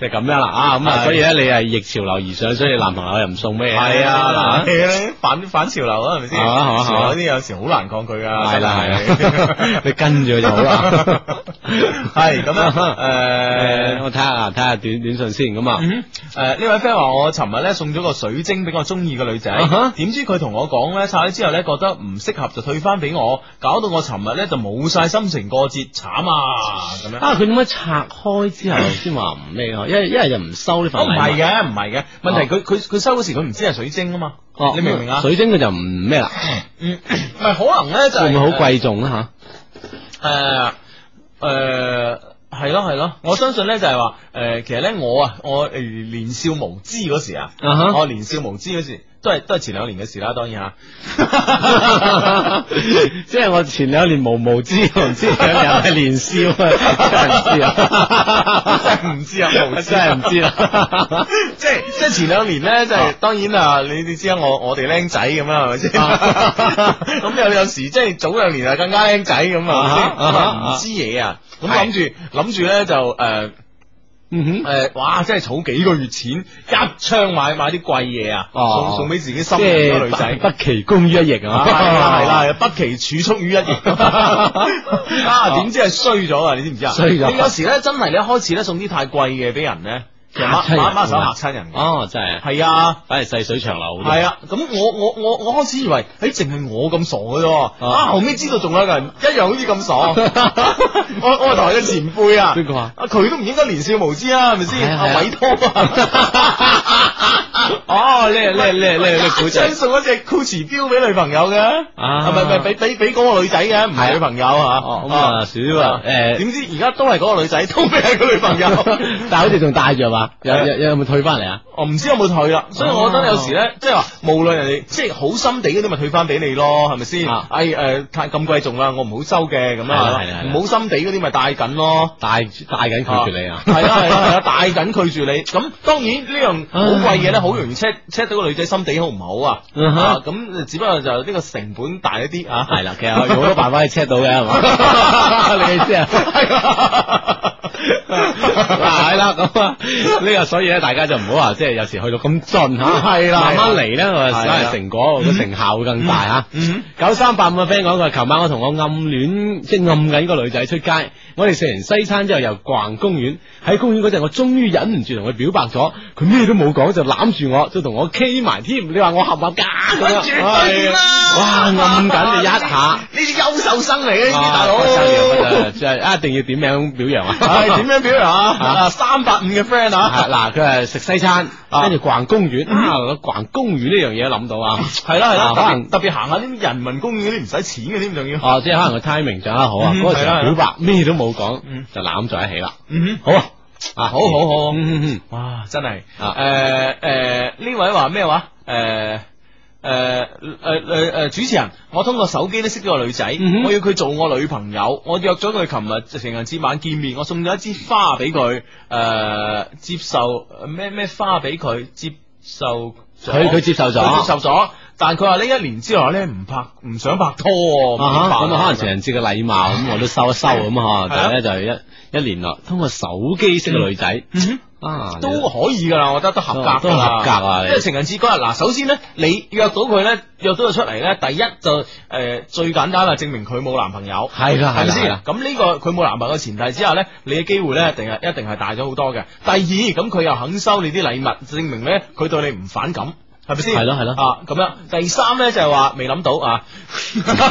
S2: 就咁樣啦啊，咁啊，
S4: 係
S2: 所以咧你係逆潮流而上，所以男朋友又唔送咩？
S4: 係啊，
S2: 嗱
S4: 你咧 反反潮流啊，係咪先？
S2: 係嘛係嘛係嘛
S4: 潮流啲有時好難抗拒噶，
S2: 係啦
S4: 真係
S2: 係啦， 你跟住佢就好啦。
S4: 係咁啊 樣
S2: 誒
S4: 诶，
S2: 我睇下睇下短短信先咁啊。
S4: 嗯呃诶，呢位 friend 话我尋日咧送咗個水晶俾我中意嘅女仔
S2: 啊哈，
S4: 點知佢同我講咧拆咗之後咧覺得唔適合就退翻俾我，搞到我尋日咧就冇晒心情過節，慘啊咁樣。
S2: 啊，佢點解拆開之後先話唔咩啊？因為一係就唔收呢份
S4: 哦，唔
S2: 禮物。
S4: 係嘅，唔係嘅，問題
S2: 哦
S4: 佢佢佢收嗰時佢唔知係水晶啊嘛，
S2: 哦，
S4: 你明唔明啊？
S2: 水晶佢就唔咩啦，
S4: 嗯，唔係可能咧就
S2: 會唔
S4: 係
S2: 會好貴重啊啦吓？
S4: 诶诶，呃系咯系咯，我相信咧就係話诶，其實咧我啊，我诶年少無知嗰時啊
S2: 啊哈
S4: 我年少無知嗰時都係都係前兩年嘅事啦，當 然啊吓。
S2: 即係我前兩年無無知，我唔知兩年係年宵啊，真係唔知啊，
S4: 真係唔知啊，無知
S2: 真係唔知啊 啦。
S4: 即係即係前兩年咧，就係當然啊，你你知啊，我我哋僆仔咁啦，係咪先？
S2: 啊
S4: 咁有有時即係早兩年啊，更加僆仔咁啊，
S2: 啊哈
S4: 係咪
S2: 啊
S4: 先咁
S2: 哈
S4: 啊唔知嘢啊，咁諗住諗住咧就呃诶。
S2: 嗯
S4: 哼，诶，哇！真係儲幾個月錢，一槍買買啲貴嘢啊，
S2: 哦
S4: 送送俾自己
S2: 即
S4: 心儀嘅
S2: 係
S4: 女仔，
S2: 不其功於一役
S4: 啊
S2: 啊！
S4: 係啦係啦，不期儲蓄於一役 啊！點知係衰咗啊！你知唔知啊？
S2: 衰咗
S4: 你有時咧，真係你一開始咧送啲太貴嘅俾人咧，其實
S2: 嚇
S4: 馬
S2: 親人
S4: 馬馬手嚇親人嘅。
S2: 哦，真係
S4: 係啊，
S2: 反而細水長流好多。
S4: 係啊，咁我我我我開始以為，誒淨係我咁傻嘅啫
S2: 哦
S4: 喎，啊後尾知道仲有一個人一樣好似咁 傻，我我台嘅前輩啊，
S2: 邊個啊？
S4: 啊佢都唔應該年少無知啊，係咪
S2: 係
S4: 先？
S2: 啊係啊
S4: 阿啊偉哥啊， 哦，你係你係你係 你係你係古仔相送一隻 Gucci 表俾女朋友嘅，啊，唔係唔係俾俾俾嗰個女仔嘅，唔係女朋友啊，
S2: 咁啊少啲啊誒
S4: 點知而家都係嗰個女仔，都未係佢女朋友，
S2: 但係好似仲戴住係嘛？有有有冇退翻嚟啊？
S4: 我唔知有冇退啦，所以我覺得有時
S2: 啊
S4: 咧，即係話無論人哋即係好心地嗰啲咪退翻俾你咯，係咪先？哎誒，太咁貴重啦，我唔好收嘅咁
S2: 啊係啦
S4: 啊
S2: 係啦係，啦
S4: 唔好心地嗰啲咪帶緊咯，
S2: 帶帶緊拒絕你啊
S4: 係啦係啦係啦，帶緊拒絕你。咁當然呢樣好貴嘢咧，好容易 check check 到個女仔心地好唔好啊？
S2: 嗯哼
S4: 啊咁只不過就呢個成本大一啲啊。
S2: 係啦， 其實有好多辦法可以 check 到嘅，係 嘛？你嘅意思啊？嗱係啦，咁啊，呢個所以咧，大家就唔好話即係有時去到咁盡吓，
S4: 係啦
S2: 慢慢嚟咧，我
S4: 係
S2: 反
S4: 啦
S2: 而成果
S4: 嗯
S2: 個成效會更大吓。九三八五嘅 friend 講佢，琴晚我同我暗戀即係暗緊個女仔出街，我哋食完西餐之後又逛公園，喺公園嗰陣我終於忍唔住同佢表白咗，佢咩都冇講就攬住我，就同我 K 埋添，你話我合唔合 格咁樣？係啊哇，暗緊就一下。
S4: 呢啲優秀生嚟嘅呢啲
S2: 哇
S4: 大佬，
S2: 不得了不得了真係一定要點樣表 揚啊！
S4: 係點樣表揚啊啊
S2: 三
S4: 百五嘅 friend 啊嗯
S2: 嗱，佢 係食西餐，跟住逛公園啊，逛公園呢樣嘢都諗到啊，
S4: 係啦係啦
S2: 啊，
S4: 特
S2: 可
S4: 別
S2: 能
S4: 特別行下啲人民公園嗰啲唔使錢嘅添，仲要
S2: 哦，即係可能個 timing 掌握好啊，
S4: 嗯
S2: 嗰個時
S4: 係啦
S2: 候
S4: 係啦
S2: 表白咩都冇講，就攬在一起啦。
S4: 嗯
S2: 好啊，啊，
S4: 好好好，
S2: 嗯嗯嗯，
S4: 哇，真係
S2: 啊
S4: 誒誒呢位話咩話誒？誒誒誒誒，主持人，我通過手機咧識咗個女仔，
S2: 嗯
S4: 我要佢做我女朋友，我約咗佢琴日情人節晚見面，我送咗一支花俾佢，誒、接受咩咩花俾佢，接受咗
S2: 佢佢接受咗
S4: 佢接受咗，但佢話呢一年之內咧唔拍唔想拍拖喎，唔
S2: 啊
S4: 拍
S2: 哈咁啊，可能情人節嘅禮貌
S4: 嗯
S2: 咁，我都收一收咁啊，但係咧就一一年內通過手機識嘅女仔啊，
S4: 嗯都可以噶啦，我覺得都合格㗎
S2: 都都合格啊
S4: 因為情人節嗰日嗱，首先咧，你約到佢咧，約到佢出嚟咧，第一就誒、呃最簡單啦，證明佢冇男朋友，
S2: 係啦
S4: 係咪
S2: 係
S4: 先
S2: 啦？
S4: 咁呢、個佢冇男朋友嘅前提之下咧，你嘅機會咧，一定係一定係大咗好多嘅。第二，咁佢又肯收你啲禮物，證明咧佢對你唔反感。係咪先？
S2: 係咯係咯
S4: 啊咁樣。第三咧就係話未諗到 啊，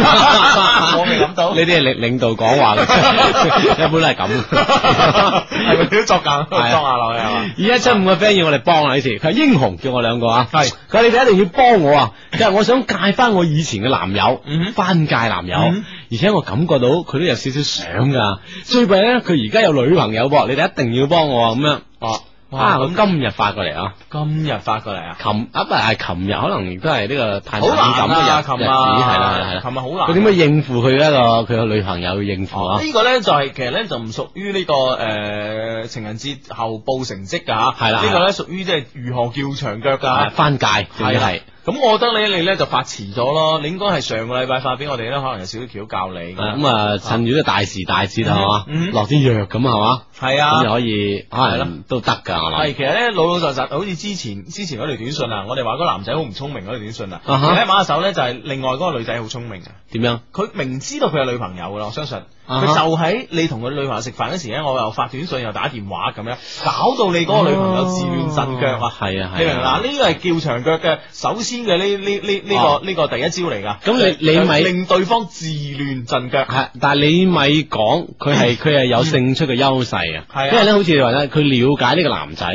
S4: 我未諗到，
S2: 呢啲係領領導講話嘅，一般都係咁。
S4: 係咪都作緊？
S2: 啊
S4: 作下落去係嘛？
S2: 而家七五個 friend 要我哋幫啦呢次，佢係英雄叫我兩個啊，係佢話你哋一定要幫我啊，佢話我想戒翻我以前嘅男友，
S4: 嗯
S2: 翻界男友，而且我感覺到佢都有少少想噶，最弊咧佢而家有女朋友噃，你哋一定要幫我啊咁樣，哦，啊咁今日發過嚟啊，
S4: 今日發過嚟啊，
S2: 琴啊唔係係琴日，可能亦都係呢個太敏
S4: 好難
S2: 感嘅
S4: 啊
S2: 日
S4: 琴
S2: 日
S4: 日
S2: 子，係啦係啦，
S4: 琴日好難啊
S2: 佢點樣應付佢呢個佢個女朋友要應付啊？
S4: 呢個咧就係、其實咧就唔屬於呢個誒、呃情人節後報成績㗎吓，
S2: 係啦
S4: 呢個咧屬於即係如何叫長腳㗎，
S2: 翻啊界仲要
S4: 係啊
S2: 係
S4: 係。。咁我覺得咧，你咧就發遲咗咯。你應該係上個禮拜發俾我哋咧，可能有少少橋教你。
S2: 啊咁啊，趁住呢個大時大節啊係嘛
S4: 嗯，
S2: 落啲藥咁係嘛，
S4: 係啊
S2: 咁就可以可能都得噶係嘛
S4: 係，，其實咧老老實實，好似之前之前嗰條短信啊，我哋話嗰個男仔好唔聰明嗰條短信啊，
S2: 啊哈
S4: 你睇馬手咧就係另外嗰個女仔好聰明啊。
S2: 點樣？
S4: 佢明知道佢有女朋友噶啦，我相信
S2: 啊
S4: 佢
S2: 哈
S4: 就喺你同佢女朋友食飯嗰時咧，我又發短信又打電話咁樣，搞到你嗰個女朋友自亂陣腳啊！
S2: 係啊
S4: 你
S2: 係
S4: 明
S2: 啊
S4: 嗱，。呢個係叫長腳嘅首先嘅呢呢呢呢
S2: 哦
S4: 個呢個第一招嚟㗎。
S2: 咁你你咪
S4: 令對方自亂陣腳。
S2: 係，但係你咪講佢係佢係有勝出嘅優勢啊，
S4: 嗯係啊嗯
S2: 因為咧好似你話咧，佢了解呢個男仔，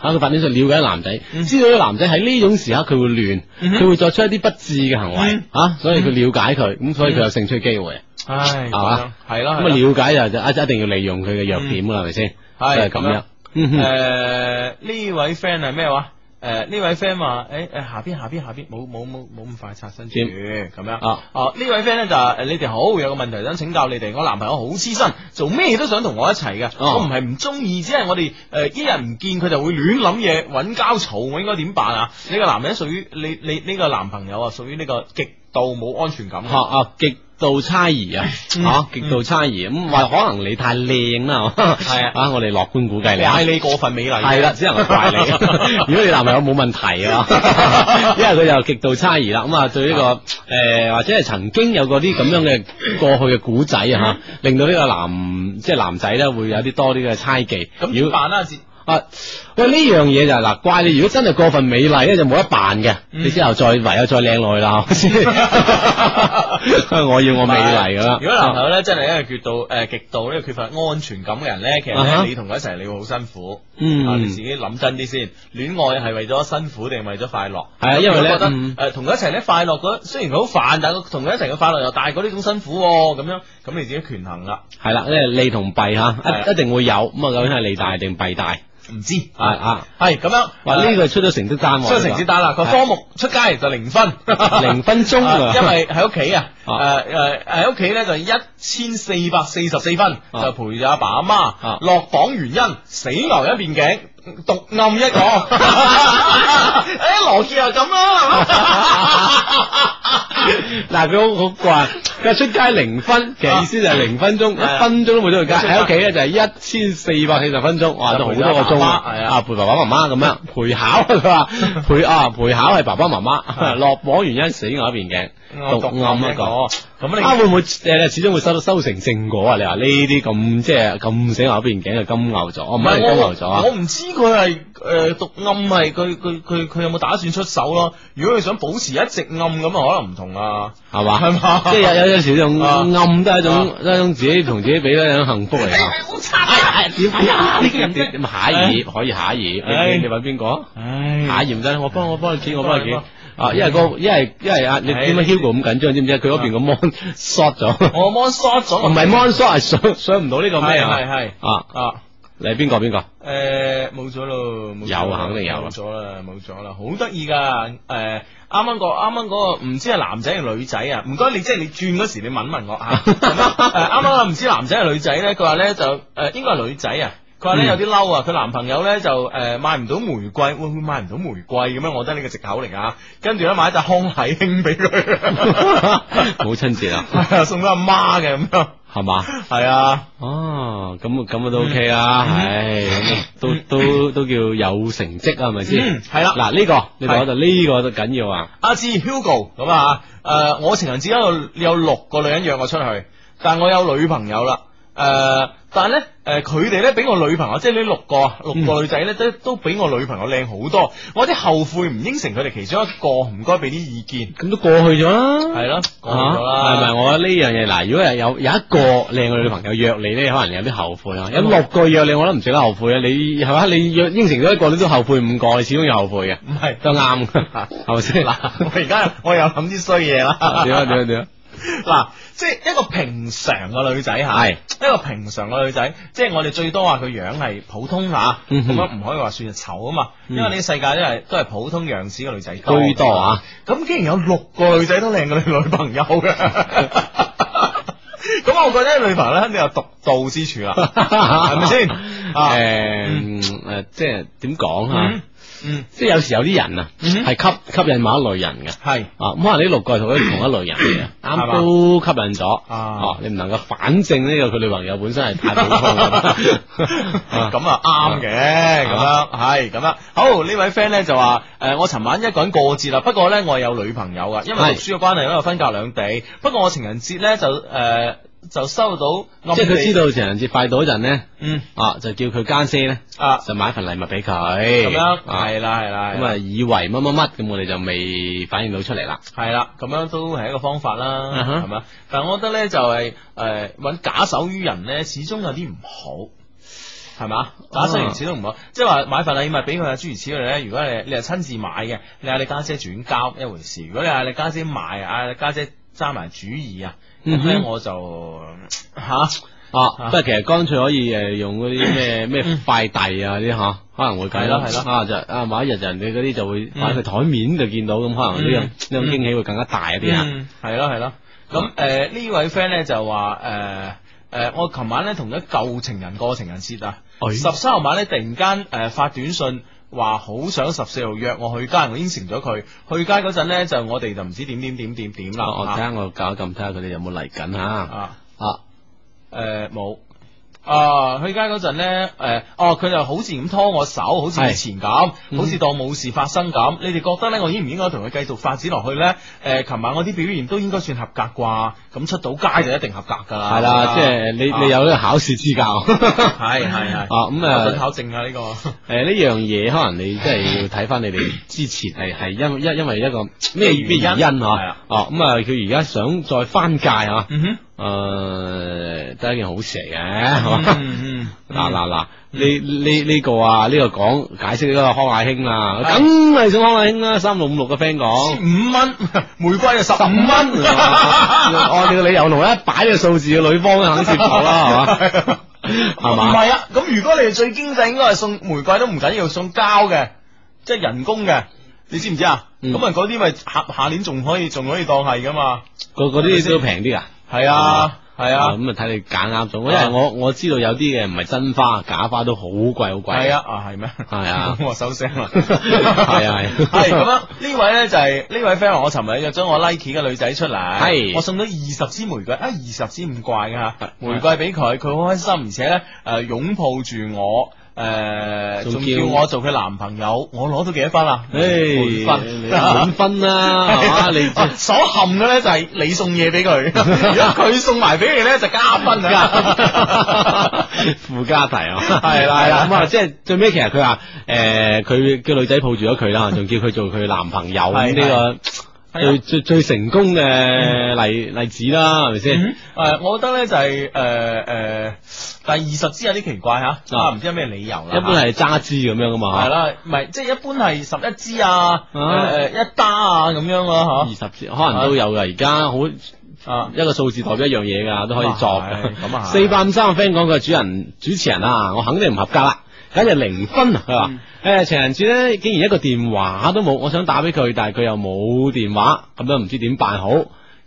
S2: 啊佢發展上了解男仔，知道呢個男仔喺呢種時刻佢會亂，
S4: 嗯
S2: 佢會作出一啲不智嘅行為啊，所以佢了解佢，咁所以佢有勝出嘅機會，
S4: 唉，
S2: 係
S4: 咁樣
S2: 嘛？
S4: 係啦，
S2: 咁啊了解就就一一定要利用佢嘅弱點啦，係咪先？
S4: 係啊
S2: 就係咁
S4: 咁樣
S2: 樣。嗯哼
S4: 誒呃呢位 friend 係咩話？誒呢位 friend 話誒誒下邊下邊下邊冇冇冇冇咁快刷新住
S2: 點
S4: 咁樣
S2: 啊
S4: 哦呢位 friend 咧就話誒你哋好有個問題想請教你哋，我男朋友好黐身，做咩都想同我一齊嘅，
S2: 哦
S4: 我唔係唔中意，只係我哋誒一日唔見佢就會亂諗嘢揾交嘈，我應該點辦啊？呢個男人屬於你你呢個男朋友啊，屬於呢個極度冇安全感嘅
S2: 啊啊極度猜疑啊，
S4: 嗯
S2: 吓極度猜疑咁，話可能你太靚啦，係 啊，啊我哋樂觀估計你啊
S4: 怪你過分美麗
S2: 係啦，只能夠 怪你。如果你男朋友冇問題啊，因為佢就極度猜疑啦，咁啊對呢個誒或者係曾經有過啲咁樣嘅過去嘅古仔啊，吓令到呢個男即係男仔咧會有啲多啲嘅猜忌，
S4: 咁點辦啊？阿志
S2: 啊，喂，呢樣嘢就係嗱，怪你如果真係過分美麗咧，就冇得扮嘅，
S4: 嗯
S2: 你之後再唯有再靚落去 啦，係咪先我要我美麗噶啦。
S4: 如果男朋友咧真係因為缺到誒呃極度呢個缺乏安全感嘅人咧，其實
S2: 啊
S4: 咧
S2: 哈
S4: 你同佢一齊你會好辛苦。
S2: 嗯
S4: 啊你自己諗真啲先，戀愛係為咗辛苦定係為咗快樂？
S2: 係啊因為咧
S4: 我覺得
S2: 嗯
S4: 誒同佢一齊咧快樂嗰，雖然佢好煩，但係佢同佢一齊嘅快樂又大過呢種辛苦喎咁樣，咁你自己權衡啦。
S2: 係啦，咧利同弊吓，
S4: 係啊
S2: 一一定會有，咁啊究竟係利大定弊大？
S4: 唔知
S2: 啊啊，
S4: 係咁樣。啊
S2: 哇！呢個出咗成績單喎，
S4: 出成績單啦，個
S2: 係
S4: 科目出街就零分，
S2: 零分鐘啊
S4: 因為喺屋企啊，
S2: 啊
S4: 誒誒喺屋企咧就一千四百四十四分，
S2: 啊
S4: 就陪咗阿爸阿媽
S2: 啊。
S4: 落榜原因死牛一邊頸，獨暗一個。誒羅傑又咁啦，
S2: 嗱，佢好好怪，佢話出街零分，其實意思就係零分 鐘，
S4: 啊
S2: 一分鐘都冇出去街。
S4: 冇出街
S2: 喺屋企咧就係一千四百四十分鐘，哇，都好多個
S4: 就陪
S2: 鐘
S4: 爸爸係啊
S2: 啊！陪爸爸媽媽咁 樣陪考，佢話陪啊陪考係爸爸媽媽，落榜原因死我一邊頸，
S4: 我
S2: 獨
S4: 獨
S2: 暗
S4: 暗
S2: 一
S4: 一
S2: 個
S4: 個。 咁你
S2: 啊，會唔會誒？你始終會收到收成正果啊！你話呢啲咁即係咁死我一邊頸嘅金牛座，唔係金牛座啊
S4: 我！唔知佢係誒讀暗係佢佢佢佢有冇打算出手咯？如果佢想保持一直暗咁啊，可能唔同啊，
S2: 係嘛？
S4: 係嘛
S2: 即係有有有時用
S4: 啊
S2: 暗都係一種一種自己同自己比咧一種幸福
S4: 哎
S2: 嚟哎㗎。
S4: 好慘啊！點啊？呢個人
S2: 咁下一頁可以下一頁，
S4: 唉
S2: 你你揾邊個？
S4: 唉
S2: 下一頁真，我幫哎我幫你剪，我幫你剪
S4: 幫。
S2: 啊，因為個因為因為啊，你
S4: 唉
S2: 點解 Hugo 咁緊張？知唔啊知？佢嗰邊個 mon short 咗，
S4: 我 mon short 咗，
S2: 唔係 mon short，係上上唔到呢個咩啊？
S4: 係係
S2: 啊
S4: 啊！
S2: 你係邊個邊 個？
S4: 诶，呃冇咗咯，冇咗啦
S2: 有啊肯定有啊
S4: 冇咗啦，冇咗啦，好得意噶。诶，啱啱個啱啱嗰個唔知係男仔定女仔啊？唔該，你即係你轉嗰時，你問一問 我啊。咁樣誒啱啱啊唔知男仔定女仔咧，佢話咧就诶應該係女仔啊。佢話咧
S2: 嗯
S4: 有啲嬲啊，佢男朋友咧就誒買唔到玫瑰，會唔會買唔到玫瑰咁樣？我覺得呢個藉口嚟啊。跟住咧買一隻康乃馨俾佢，
S2: 母親節啊，
S4: 係啊送咗阿媽嘅咁樣。
S2: 係嘛？
S4: 係啊，
S2: 哦，咁咁啊都 OK 啦，唉，咁啊都都都叫有成績啊，係咪
S4: 嗯
S2: 先？
S4: 係啦
S2: 嗱呢個你講
S4: 係
S2: 就呢個都緊要啊。
S4: 阿志 Hugo 咁啊，
S2: 嗯
S4: 誒、我情人節嗰度有六個女人約我出去，但我有女朋友啦。誒、但係咧，誒、佢哋咧俾我女朋友，即係呢六個啊六
S2: 嗯
S4: 個女仔咧，都都比我女朋友靚好多。我有啲後悔唔應承佢哋其中一個，唔該俾啲意見。
S2: 咁都過去咗啦，
S4: 係咯，講咗啦，
S2: 啊係咪？我覺得呢樣嘢嗱，如果係有有一個靚嘅女朋友約你咧，可能有啲後悔啊。有六個約你，我都唔值得後悔啊。你係嘛？你約應承咗一個，你都後悔五個，你始終有後悔嘅。
S4: 唔係
S2: 都啱㗎，係咪 先？嗱，
S4: 我而家我又諗啲衰嘢啦。
S2: 點啊點啊點啊！
S4: 嗱，即係一個平常嘅女仔吓，
S2: 係
S4: 一個平常嘅女仔，即係我哋最多話佢樣係普通吓，咁
S2: 嗯哼
S4: 樣唔可以話算係醜啊嘛，
S2: 嗯
S4: 因為呢世界都係都係普通樣子嘅女仔
S2: 居 多啊！
S4: 咁竟然有六個女仔都靚過你女朋友嘅， 咁我覺得你女朋友咧肯定有獨到之處啦，係咪先？啊
S2: 誒誒，嗯即係點講啊
S4: 嗯？嗯
S2: 即係有時有啲人啊，係吸吸引某一類人嘅，
S4: 係
S2: 啊，咁可能呢六個係同一同一類人嚟嘅，
S4: 嗯係
S2: 啱
S4: 嘛
S2: 都吸引咗，
S4: 啊
S2: 哦，你唔能夠反證呢個佢女朋友本身係太普 通啊啦，
S4: 咁啊啱嘅，咁樣係咁樣。好呢位 friend 咧就話诶、誒我尋晚一個人過節啦，不過咧我有女朋友啊，因為讀
S2: 係
S4: 書嘅關係，因為分隔兩地。不過我情人節咧就诶、誒就收到暗
S2: 即係佢知
S4: 地
S2: 道情人節快到嗰陣咧，
S4: 嗯
S2: 啊，就叫佢家姐咧，
S4: 啊
S2: 就買份禮物俾佢，
S4: 咁樣
S2: 啊
S4: 係啦係啦，係
S2: 咁
S4: 啦
S2: 啊以為乜乜乜，咁我哋就未反映到出嚟啦。
S4: 係啦，咁樣都係一個方法啦，
S2: 嗯哼
S4: 係嘛、但係我覺得咧就係誒揾假手於人咧，始終有啲唔好，係嘛？
S2: 哦
S4: 假手於人始終唔好，即係話買份禮物俾佢啊，諸如此類咧。如果你你係親自買嘅，你嗌你家姐轉交一回事；如果你嗌你家姐買，嗌你家姐揸埋主意啊，咁咧、
S2: 嗯哼
S4: 我就嗯嚇。
S2: 啊，不過其實乾脆可以诶用嗰啲 咩咩快遞啊嗰啲吓，可能會計
S4: 嗯係咯係咯
S2: 啊就啊某一日人哋嗰啲就會
S4: 嗯
S2: 擺佢台面就見到，咁可能呢種
S4: 嗯
S2: 呢種驚喜會更加大一啲啊。嗯
S4: 嗯，系咯系咯。咁诶呢位 friend 咧就話诶诶，我琴晚咧同咗舊情人過情人節啊，
S2: 哎
S4: 十三號晚咧突然間诶、呃、發短信。話好想十四號約我去街，我應承咗佢。去街嗰陣咧，就我哋就唔知點點點點點啦。
S2: 哦我我睇
S4: 啊
S2: 下我搞一撳，睇下佢哋有冇嚟緊吓。
S4: 啊
S2: 啊，
S4: 誒冇，啊，去街嗰陣咧，诶、哦，佢就好似咁拖我手，好似以前咁，
S2: 嗯
S4: 好似當冇事發生咁。你哋覺得咧，我應唔應該同佢繼續發展落去咧？诶、琴晚我啲表現都應該算合格啩，咁出到街就一定合格㗎啦。
S2: 係啦，即係你你有呢個考試資格。
S4: 係係 係。
S2: 啊咁啊
S4: 我想考證啊啊呢 個。
S2: 诶，呃呢樣嘢可能你真係要睇翻你哋之前係係因因因為一個咩咩原因啊？哦，咁啊，佢而家想再翻界啊？
S4: 嗯
S2: 诶，都係一件好事嚟嘅，係嘛？
S4: 嗯
S2: 嗱嗱嗱，呢呢呢個啊，呢個講解釋呢個康乃馨啦，梗係想康乃馨啦，三六五六嘅 friend 講。
S4: 五蚊，哦 玫瑰啊十五
S2: 蚊， 按哦你個理由同一擺嘅數字嘅女方肯接受啦，係嘛？係
S4: 唔
S2: 嘛？
S4: 係啊，咁如果你哋最經濟應該係送玫瑰都唔緊要，送膠嘅，即係人工嘅，你知唔知啊？咁啊嗰啲咪下下年仲可以仲可以當係噶嘛？
S2: 嗰嗰啲都平啲啊？
S4: 係啊，係啊。
S2: 咁啊睇你揀啱咗，因為我我知道有啲嘅唔係真花，假花都好貴好貴。
S4: 係啊，啊係咩？，
S2: 係啊
S4: 我收聲啦。
S2: 係啊係
S4: 係咁樣，呢位咧就係呢位 friend 話我尋日約咗我 Nike 嘅女仔出嚟，
S2: 係
S4: 我送咗二十支玫瑰，啊二十支唔怪㗎吓，玫瑰俾佢，佢好開心，而且咧誒擁抱住我。誒，
S2: 仲
S4: 仲
S2: 叫
S4: 叫我做佢男朋友，我攞到幾多 分啊？
S2: 誒
S4: 滿
S2: 你滿分 啦係嘛你
S4: 啊所含嘅咧就係你送嘢俾 佢，如果佢送埋俾你咧就加 分啊！
S2: 附加題啊，
S4: 係啦係啦
S2: 咁啊，即係最尾其實佢話誒，佢叫女仔抱住咗佢 啦，仲叫佢做佢男朋友
S4: 係
S2: 咁呢個
S4: 係係啊
S2: 最
S4: 嗯
S2: 最最成功嘅例例子啦，係咪先？
S4: 诶、呃我覺得咧就係诶诶，但系二十支有啲奇怪吓，啊唔知有咩理由啦。
S2: 一般係揸支咁樣噶嘛，
S4: 系啦，唔係即係一般係十一支啊，
S2: 啊
S4: 诶一打啊咁樣
S2: 二
S4: 咯
S2: 十支可能都有噶，而家好
S4: 啊
S2: 一個數字代表一樣嘢噶，都可以作㗎。
S4: 咁 啊啊係
S2: 四百五三個 friend 講佢係主人主持人啊，我肯定唔合格啦，簡直零分啊！佢話
S4: 嗯
S2: 誒情人節咧，竟然一個電話都冇，我想打俾佢，但係佢又冇電話，咁樣唔知點辦好。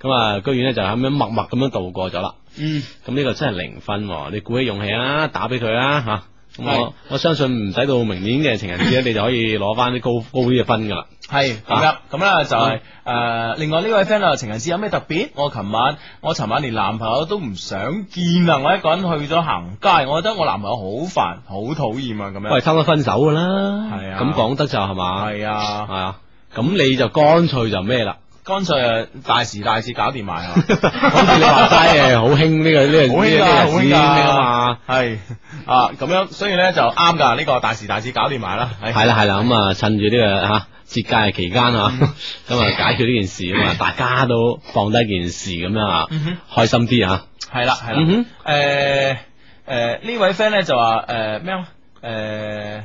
S2: 咁啊，居然咧就咁樣默默咁樣度過咗啦。
S4: 嗯，
S2: 咁呢個真係零分喎，你鼓起勇氣啊，打俾佢啦吓。咁
S4: 係
S2: 我我相信唔使到明年嘅情人節咧，你就可以攞翻啲高高啲嘅分噶啦。
S4: 吓，係咁樣
S2: 啊
S4: 咁啦就係诶，另外呢位 friend 啊，情人節有咩特別？我琴晚我琴晚連男朋友都唔想見啊，我一個人去咗行街，我覺得我男朋友好煩，好討厭啊咁樣。
S2: 喂，差唔多分手噶啦，
S4: 係啊
S2: 咁講得就係嘛，
S4: 係啊
S2: 係啊，咁你就乾脆就咩啦，
S4: 乾脆誒大時大節搞掂埋啊！
S2: 好 似你話齋啊誒，好興呢個呢個
S4: 好
S2: 呢
S4: 興
S2: 個
S4: 啊，
S2: 呢個
S4: 好
S2: 日
S4: 興
S2: 子
S4: 㗎
S2: 啊嘛。，
S4: 係啊，咁樣，所以咧就啱㗎，呢個大時大節搞掂埋啦，係
S2: 係啦係啦，咁啊趁住呢個吓節假嘅期間啊，
S4: 嗯
S2: 咁啊解決呢件事咁啊，大家都放低件事咁樣啊
S4: 嗯哼，
S2: 開心啲啊，
S4: 係啦
S2: 嗯
S4: 係啦
S2: 哼，
S4: 誒誒呢位 friend 咧就話誒咩啊誒。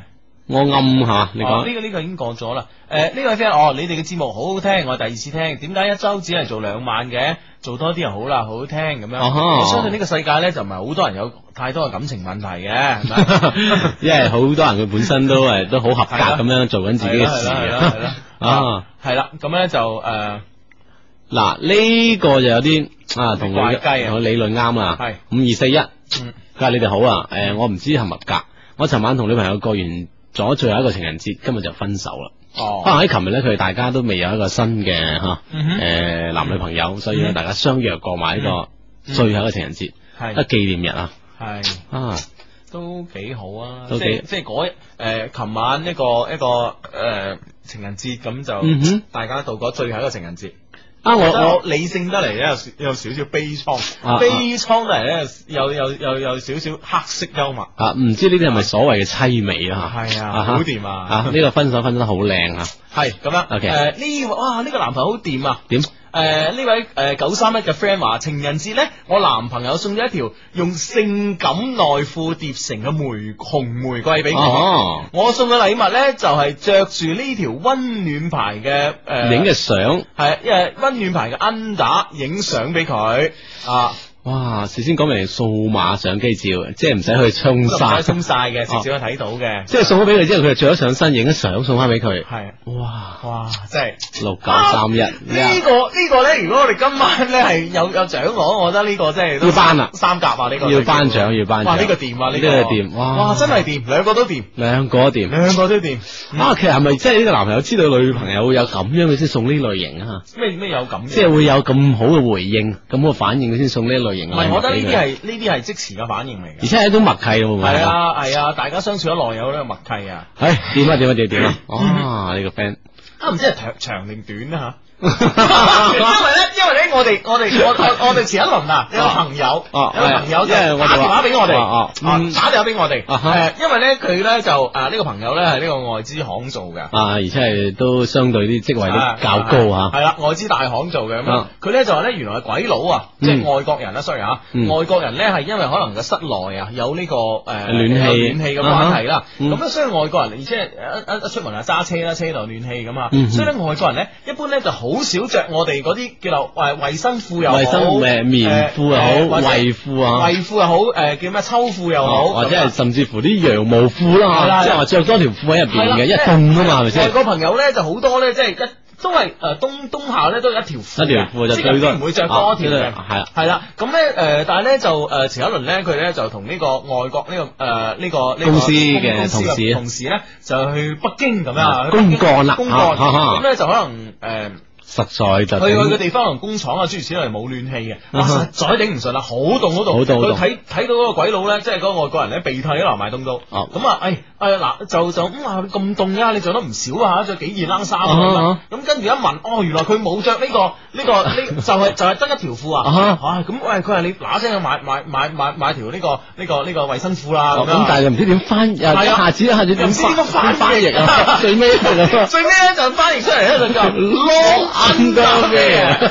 S2: 我暗下你
S4: 哦
S2: 講
S4: 呢、個呢、個已經講咗啦。誒、呢位 friend 哦，你哋嘅節目好好聽，我第二次聽。點解一周只係做兩晚嘅？做多啲又好啦，好好聽咁樣。
S2: 啊哈
S4: 我相信呢個世界咧就唔係好多人有太多嘅感情問題 嘅，係咪
S2: 因為好多人佢本身都誒都好合
S4: 係啦
S2: 格咁樣做緊自己嘅事
S4: 係啦係啦係啦
S2: 啊，啊。
S4: 係啦，咁咧就誒。
S2: 嗱，呢、個就有啲啊，同
S4: 怪
S2: 佢
S4: 雞啊
S2: 同佢理論啱啦。
S4: 係嗯
S2: 五二四一，佢話你哋好啊，诶、我唔知合唔合格。我尋晚同女朋友過完咗最後一個情人節，今日就分手啦。
S4: 哦
S2: 可能喺琴日咧，佢哋大家都未有一個新嘅吓，
S4: 嗯哼
S2: 诶、男女朋友，所以咧、
S4: 嗯
S2: 大家相約過埋呢個最後一個情人節，
S4: 嗯係
S2: 得紀念日啊。
S4: 系
S2: 啊，
S4: 都幾好啊！
S2: 都
S4: 即係
S2: 幾
S4: 即係嗰誒，琴、晚一個一個誒、呃情人節咁就，
S2: 嗯哼
S4: 大家度過最後一個情人節。
S2: 啊我
S4: 覺得
S2: 我
S4: 理性得嚟咧，有少有少少悲愴，
S2: 啊啊
S4: 悲愴得嚟咧，有有有有少少黑色幽默。
S2: 啊，唔知呢啲係咪所謂嘅凄美啊？
S4: 係啊
S2: 哈
S4: 好掂啊
S2: 啊，呢、個分手分得好靚啊！
S4: 係咁樣。
S2: OK
S4: 誒呢位哇呢個男朋友好掂啊！
S2: 點？
S4: 誒呢位誒九三一嘅 friend 話情人節咧，我男朋友送咗一條用性感內褲疊成嘅玫紅玫瑰俾我
S2: 哦。
S4: 我送嘅禮物咧就係着住呢條温暖牌嘅誒
S2: 影嘅相。
S4: 係誒温暖牌嘅 under 影相俾佢啊。
S2: 哇！事先講明數碼相機照，即係唔使去沖
S4: 唔
S2: 晒，
S4: 使沖晒嘅，
S2: 哦
S4: 至少都睇到嘅。
S2: 即係送咗俾佢之後，佢就着咗上身，影咗相送翻俾佢。
S4: 係
S2: 哇
S4: 哇，真係
S2: 六九三一，
S4: 呢
S2: 呢
S4: 個呢個咧，如果我哋今晚咧係有有獎我，我覺得呢個真係都
S2: 要頒啦
S4: 三甲啊呢個
S2: 要頒獎要頒獎
S4: 哇呢個掂啊呢個
S2: 呢個掂哇
S4: 哇真係掂，兩個都掂，
S2: 兩個掂，
S4: 兩個都掂，
S2: 啊！其實係咪即係呢個男朋友知道女朋友會有咁樣，佢先送呢類型啊？
S4: 咩咩有咁嘅
S2: 即係會有咁好嘅回應，咁好嘅反應，佢先送呢類個形
S4: 唔
S2: 象。
S4: 係，我覺得呢啲係，呢啲係即時嘅反應嚟嘅。
S2: 而且係一種默契喎，會唔會
S4: 係，啊係啊，大家相處得耐有呢個默契啊。
S2: 係點啊點啊點啊點啊！ 哇，呢個 friend
S4: 啊，唔知係長長定短啊吓。因為 咧，因為咧，我哋我哋我我我哋前一輪啊，有個朋友，
S2: 哦
S4: 有個朋友
S2: 因為
S4: 就
S2: 我哋
S4: 打
S2: 話
S4: 電話俾我哋，
S2: 哦
S4: 啊
S2: 哦嗯
S4: 打電話俾我哋，
S2: 啊哈
S4: 誒，因為咧佢咧就啊呢個朋友咧係呢個外資行做嘅。
S2: 啊，而且係都相對啲職位都較高啊。
S4: 系啦，外資大行做嘅咁樣
S2: 啊，
S4: 佢咧就話咧，原來係鬼佬啊，即係
S2: 嗯
S4: 外國人啦，sorry 啊，
S2: 嗯
S4: 外國人咧係因為可能個室內啊有呢個诶
S2: 暖氣
S4: 暖氣嘅關係
S2: 啊哈
S4: 啦，
S2: 嗯
S4: 咁咧所以外國人而且一一一出門啊揸車啦，車內暖氣咁啊
S2: 嗯，
S4: 所以咧外國人咧一般咧就好少着我哋嗰啲叫做诶卫生褲又好，
S2: 衛生誒棉褲又
S4: 誒誒
S2: 好，
S4: 或者
S2: 衞褲啊，
S4: 衛褲又好，诶叫咩秋褲又好，
S2: 或者
S4: 咁啊
S2: 哦係甚至乎啲羊毛褲啦，
S4: 係啦
S2: 即係話着多條褲喺入
S4: 係
S2: 邊
S4: 啦
S2: 嘅，一
S4: 即係
S2: 凍啊嘛，係咪先
S4: 外？國朋友咧就好多咧，即係一都係呃誒冬冬夏咧都有一條
S2: 一
S4: 褲嘅，
S2: 條褲就
S4: 即係
S2: 最多
S4: 唔會着多條嘅，
S2: 啊係啦
S4: 係啦。咁咧誒，但係咧就誒前一輪咧，佢咧就同呢個外國呢個誒呢個呢個
S2: 公司嘅
S4: 公司
S2: 同事
S4: 同事咧就去北京咁樣啊，
S2: 公
S4: 去北京
S2: 幹啦
S4: 公
S2: 啊
S4: 幹
S2: 哈哈
S4: 咁咧就可能誒。呃
S2: 實在就
S4: 去去嘅
S2: 頂哦
S4: 地方可能工廠啊，諸如此類冇暖氣嘅，
S2: 啊
S4: 哇！
S2: 哈
S4: 實在頂唔順啦，好凍好凍，
S2: 好凍好凍
S4: 佢睇睇到嗰個鬼佬咧，即係嗰個外國人咧，鼻涕都流埋凍到。
S2: 哦
S4: 咁啊，哎哎嗱，就就咁啊，咁凍啊，你着得唔少啊，着幾件冷衫啊咁
S2: 啊
S4: 啊。咁跟住一問，哦，原來佢冇着呢個呢個呢，就係就係得一條褲
S2: 啊哈
S4: 啊。啊，咁喂，佢話你嗱嗱聲去買買買買買條呢個呢個呢個衛生褲啦
S2: 哦咁
S4: 咁樣。
S2: 但係又唔知點翻，又一
S4: 啊係啊
S2: 下子一下子
S4: 又
S2: 點
S4: 唔知點樣
S2: 翻
S4: 翻
S2: 翻譯啊？最尾係咁啊
S4: 最尾咧就翻譯出嚟咧就叫
S2: Long underwear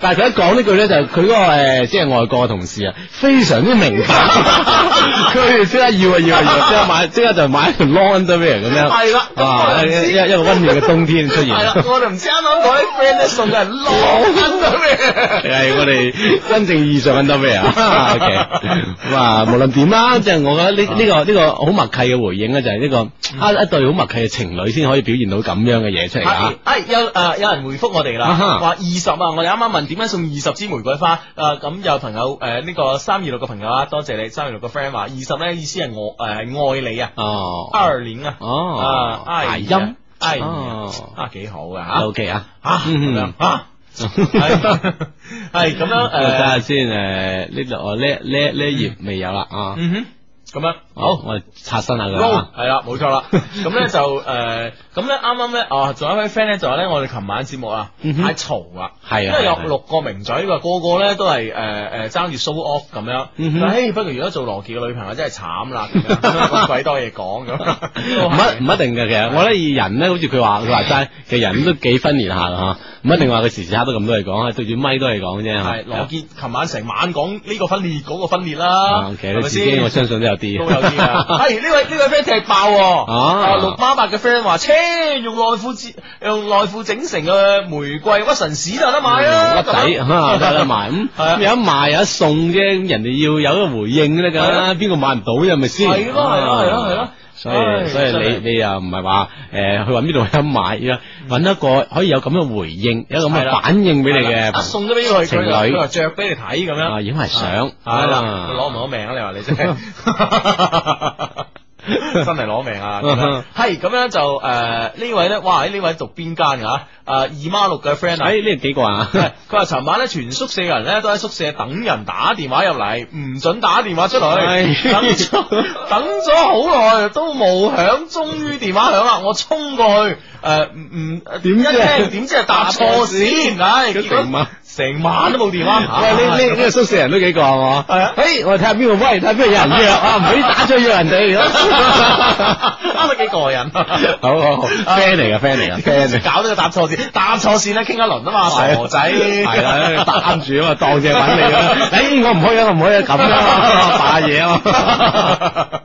S2: 但係佢一講呢句咧，就佢嗰個誒，即係外國嘅同事啊，非常之明白，佢哋即刻要啊要啊要啊，即刻 買，即刻就買一條 long underwear 咁樣，
S4: 係啦咁
S2: 哇，
S4: 我
S2: 一
S4: 唔知
S2: 一一個温暖嘅冬天出現，
S4: 係啦，我哋唔知啱啱嗰啲 friend 咧送嘅係攞緊到 咩？
S2: 係我哋真正意義上 underwear 啊，OK，咁啊，無論點啦，即係我覺得
S4: 啊
S2: 呢呢個呢個好默契嘅回應咧，就係呢個啊一一對好默契嘅情侶先可以表現到咁樣嘅嘢出嚟啊
S4: 係，哎有誒有人回覆我哋
S2: 啊
S4: 啦，
S2: 哈
S4: 話二十啊！我哋啱啱問點樣送二十支玫瑰花，誒咁有朋友誒呢個三二六嘅朋友啊，多謝你三二六個 friend 話二十咧意思係我誒愛你啊，
S2: 哦，
S4: 二年啊，
S2: 哦
S4: 啊，哎
S2: 諧音，
S4: 哎
S2: 哦
S4: 啊幾好嘅嚇
S2: OK 啊，
S4: 嚇咁樣嚇。 係咁樣呃
S2: 我睇下
S4: 誒，
S2: 先誒，呢度哦我呢呢呢頁未有啦啊。
S4: 嗯哼，咁樣好
S2: 好，。我刷新下佢啊。
S4: 系啦，冇 錯啦。咁咧就诶，咁咧啱啱咧，哦，仲有一位 friend 咧就話咧，我哋琴晚節目啊
S2: 嗯哼
S4: 太嘈啦，
S2: 係啊
S4: 因
S2: 係啊
S4: 為有
S2: 係啊
S4: 六個名嘴㗎，個個咧都係诶诶争住 show off 咁樣。
S2: 嗯哼
S4: 但唉，不如如果做羅傑嘅女朋友真係慘啦，咁樣 咁鬼多嘢講咁。
S2: 唔一唔一定嘅，其實我覺得以人咧，好似佢話
S4: 嗯
S2: 佢話齋，其實人都幾分裂下啦啊嚇，唔一定話佢時時刻都咁多嘢講，係對住咪都係啊講啫嚇。
S4: 係羅傑，琴晚成晚講呢個分裂嗰個分裂啦
S2: 啊，其實
S4: 係
S2: 你
S4: 咪
S2: 自己
S4: 先
S2: 我相信都有啲。
S4: 都有啲啊！ 係呢位呢位 friend 踢爆喎，
S2: 啊
S4: 啊六孖八嘅 friend 話，切用內褲折用內褲整成嘅玫瑰屈臣氏就有得買啊，
S2: 嗯屈仔
S4: 咁樣
S2: 嚇 得啦賣，咁
S4: 係啊
S2: 咁有得賣有得送啫，咁人哋要有一個回應咧
S4: 係
S2: 㗎，
S4: 啊
S2: 邊個買唔到啫，係咪先？啊
S4: 係咯係咯係咯係咯。
S2: 所
S4: 唉
S2: 以所以
S4: 真係
S2: 你你又唔係話誒去揾邊度有得買，而係揾一個可以有咁嘅回應，有咁
S4: 係
S2: 嘅
S4: 啦
S2: 反應俾你
S4: 係啦
S2: 嘅
S4: 啊送咗俾佢，
S2: 情
S4: 佢
S2: 侶
S4: 佢話着俾你睇咁樣，
S2: 啊影埋相
S4: 係
S2: 啊
S4: 啦，佢攞唔攞命啊？你話你真係。 真係攞命啊！咁樣係咁樣就誒、呃呢位咧，哇！呢位讀邊間㗎？誒、二孖六嘅 friend 啊，
S2: 哎呢幾個啊
S4: 係佢話尋晚咧，全宿舍嘅人咧都喺宿舍等人打電話入嚟，唔准打電話出
S2: 係
S4: 嚟。等 咗等咗好耐都冇響，終於電話響啦，我衝過去誒唔
S2: 點
S4: 點
S2: 知啊
S4: 一聽點知係搭 錯線，唉，
S2: 佢
S4: 結果
S2: 成晚
S4: 成晚都冇電話打。
S2: 喂，呢呢呢個宿舍人都幾個係嘛？
S4: 啊係啊
S2: 誒，我哋睇下邊個威，睇下邊個有人 約啊，唔俾打咗約人哋咯。
S4: 啱得幾啊過癮。
S2: 好好好，friend 嚟嘅 friend 嚟嘅 friend 嚟㗎。
S4: 搞到佢搭錯線，搭錯線咧傾一輪啊嘛，傻仔。
S2: 係啦，擔住啊嘛，當正揾你 啦。誒，我唔可以啊，我唔可以啊咁啊，扮嘢啊嘛。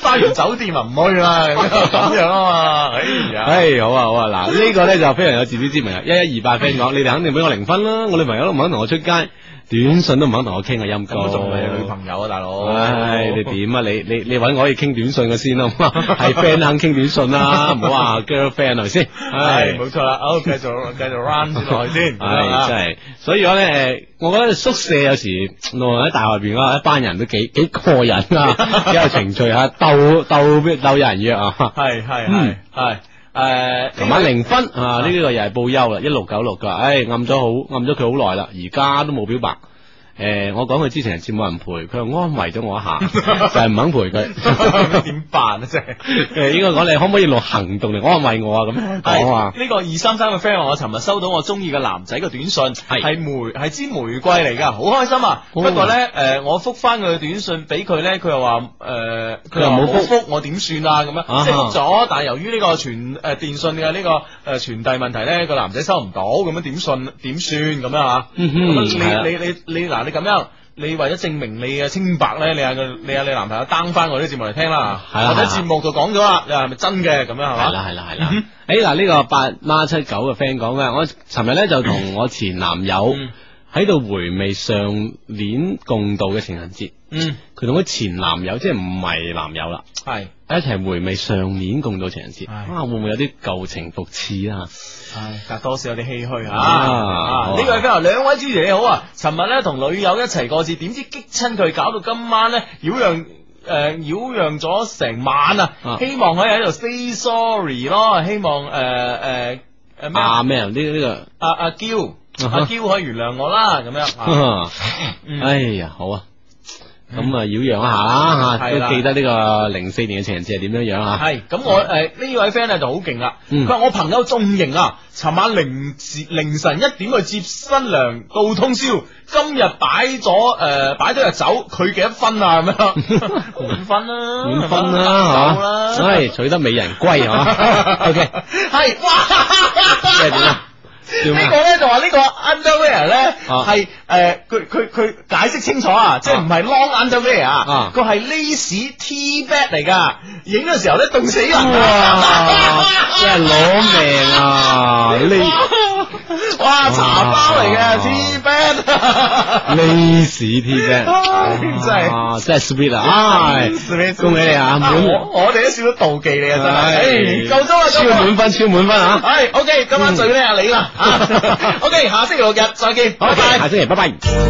S4: 翻完酒店啊，唔去啦，咁樣啊嘛，哎呀，
S2: 唉，好啊好啊，嗱呢個咧就非常有自知之明啊！一一二八 friend 講，你哋肯定俾我零分啦，我女朋友都唔肯同我出街，短信都唔肯同我傾啊，陰公。
S4: 咁仲係女朋友啊，大佬，
S2: 唉，你點啊？你你你揾我可以傾短信嘅先啦，啊好嘛 係 friend 肯傾短信啦，唔好話 girlfriend 係咪先？
S4: 係冇錯啦，好繼續繼續 run 先落去先，
S2: 唉，真係，所以講咧，誒我覺得宿舍有時無論喺大學入邊啊，一班人都幾 幾過 癮啊，幾有情趣啊，鬥鬥鬥有人約啊，
S4: 係係
S2: 嗯
S4: 係係。
S2: 诶，琴 晚零分啊，呢個又係報休啦，一六九六噶，唉，暗咗好，暗咗佢好耐啦，而家都冇表白。诶、我講佢之前係節冇人陪，佢又安慰咗我 一下，就係唔肯陪 佢。
S4: 點辦啊？真係
S2: 诶，應該講你可唔可以用行動嚟安慰我啊？咁樣講啊
S4: 係，哎呢個二三三嘅 friend 話我尋日收到我中意嘅男仔嘅短信，係玫係支玫瑰嚟㗎，好開心啊！不
S2: 哦
S4: 過咧，诶，我覆翻佢嘅短信俾佢咧，佢又話诶，
S2: 佢又
S4: 佢又
S2: 冇
S4: 冇
S2: 覆
S4: 覆我點算啊？咁
S2: 啊
S4: 樣即係覆咗，但係由於呢個傳诶電信嘅呢個诶傳遞問題咧，個男仔收唔到，咁樣點信點算咁樣啊？
S2: 嗯哼
S4: 咁
S2: 係啊
S4: 樣你你你你嗱，你咁樣。你為咗證明你嘅清白咧，你嗌佢，你嗌你男朋友 down 翻我啲節目嚟聽啦，
S2: 係啦啊
S4: 或者
S2: 係啦
S4: 節目就講咗啦，你話係咪真嘅咁樣係嘛？
S2: 係啦係啦係啦。嗯诶嗱，呢個八孖七九嘅 friend 講嘅，我尋日咧就同我前男友喺度回味上年共度嘅情人節。
S4: 嗯，
S2: 佢同佢前男友，即係唔係男友啦，
S4: 系
S2: 一齊回味上年共度情人節。啊，會唔會有啲舊情復熾啊？
S4: 唉，但多少有啲唏噓吓。
S2: 啊
S4: 啊
S2: 好啊
S4: 呢位 friend 話兩位主持你好啊，尋日咧同女友一齊過節，點知激親佢，搞到今晚咧擾攘。誒擾攘咗成晚啊！
S2: 啊
S4: 希望可以喺度 say sorry 咯，希望誒誒誒咩
S2: 啊
S4: 啊
S2: 咩啊？呢呢個
S4: 阿阿嬌
S2: 啊哈
S4: 阿嬌可以原諒我啦咁樣啊。嗯
S2: 哎呀，好啊，咁啊，擾攘一下啦吓，
S4: 係啦
S2: 都記得呢個零四年嘅情人節係點樣樣啊？
S4: 系咁我诶呢位 friend 咧就好勁啦，
S2: 嗯
S4: 佢話我朋友中型啊，尋晚凌時凌晨一點去接新娘到通宵，今日擺咗诶擺咗日酒，佢幾多分啊咁樣 滿分啦，
S2: 滿分
S4: 走
S2: 啦
S4: 啦
S2: 吓，唉，娶得美人歸 吓，OK，
S4: 係哇，
S2: 即係點啊？點
S4: 呢
S2: 啊
S4: 個咧就話呢個 underwear 咧
S2: 啊
S4: 係誒佢佢佢解釋清楚啊，即係唔係 long underwear
S2: 啊
S4: 啊，佢係 lace T back 嚟㗎，影嘅時候咧凍死人
S2: 哇
S4: 啊！
S2: 真係攞命啊！呢
S4: 哇，茶包嚟
S2: 哇
S4: 嘅 T back，
S2: 呢屎添啫，
S4: 哎真係
S2: 啊，真係 sweet 啊！唉，恭喜你啊，滿
S4: 我我哋都少咗妒忌你啊，真
S2: 唉
S4: 係，誒夠咗啦，嗯
S2: 超
S4: 夠咗啦
S2: 滿分，超滿分啊！
S4: 係 OK，今晚最叻啊你啦啊，OK，下星期六日再見，拜拜。
S2: 下星期拜拜。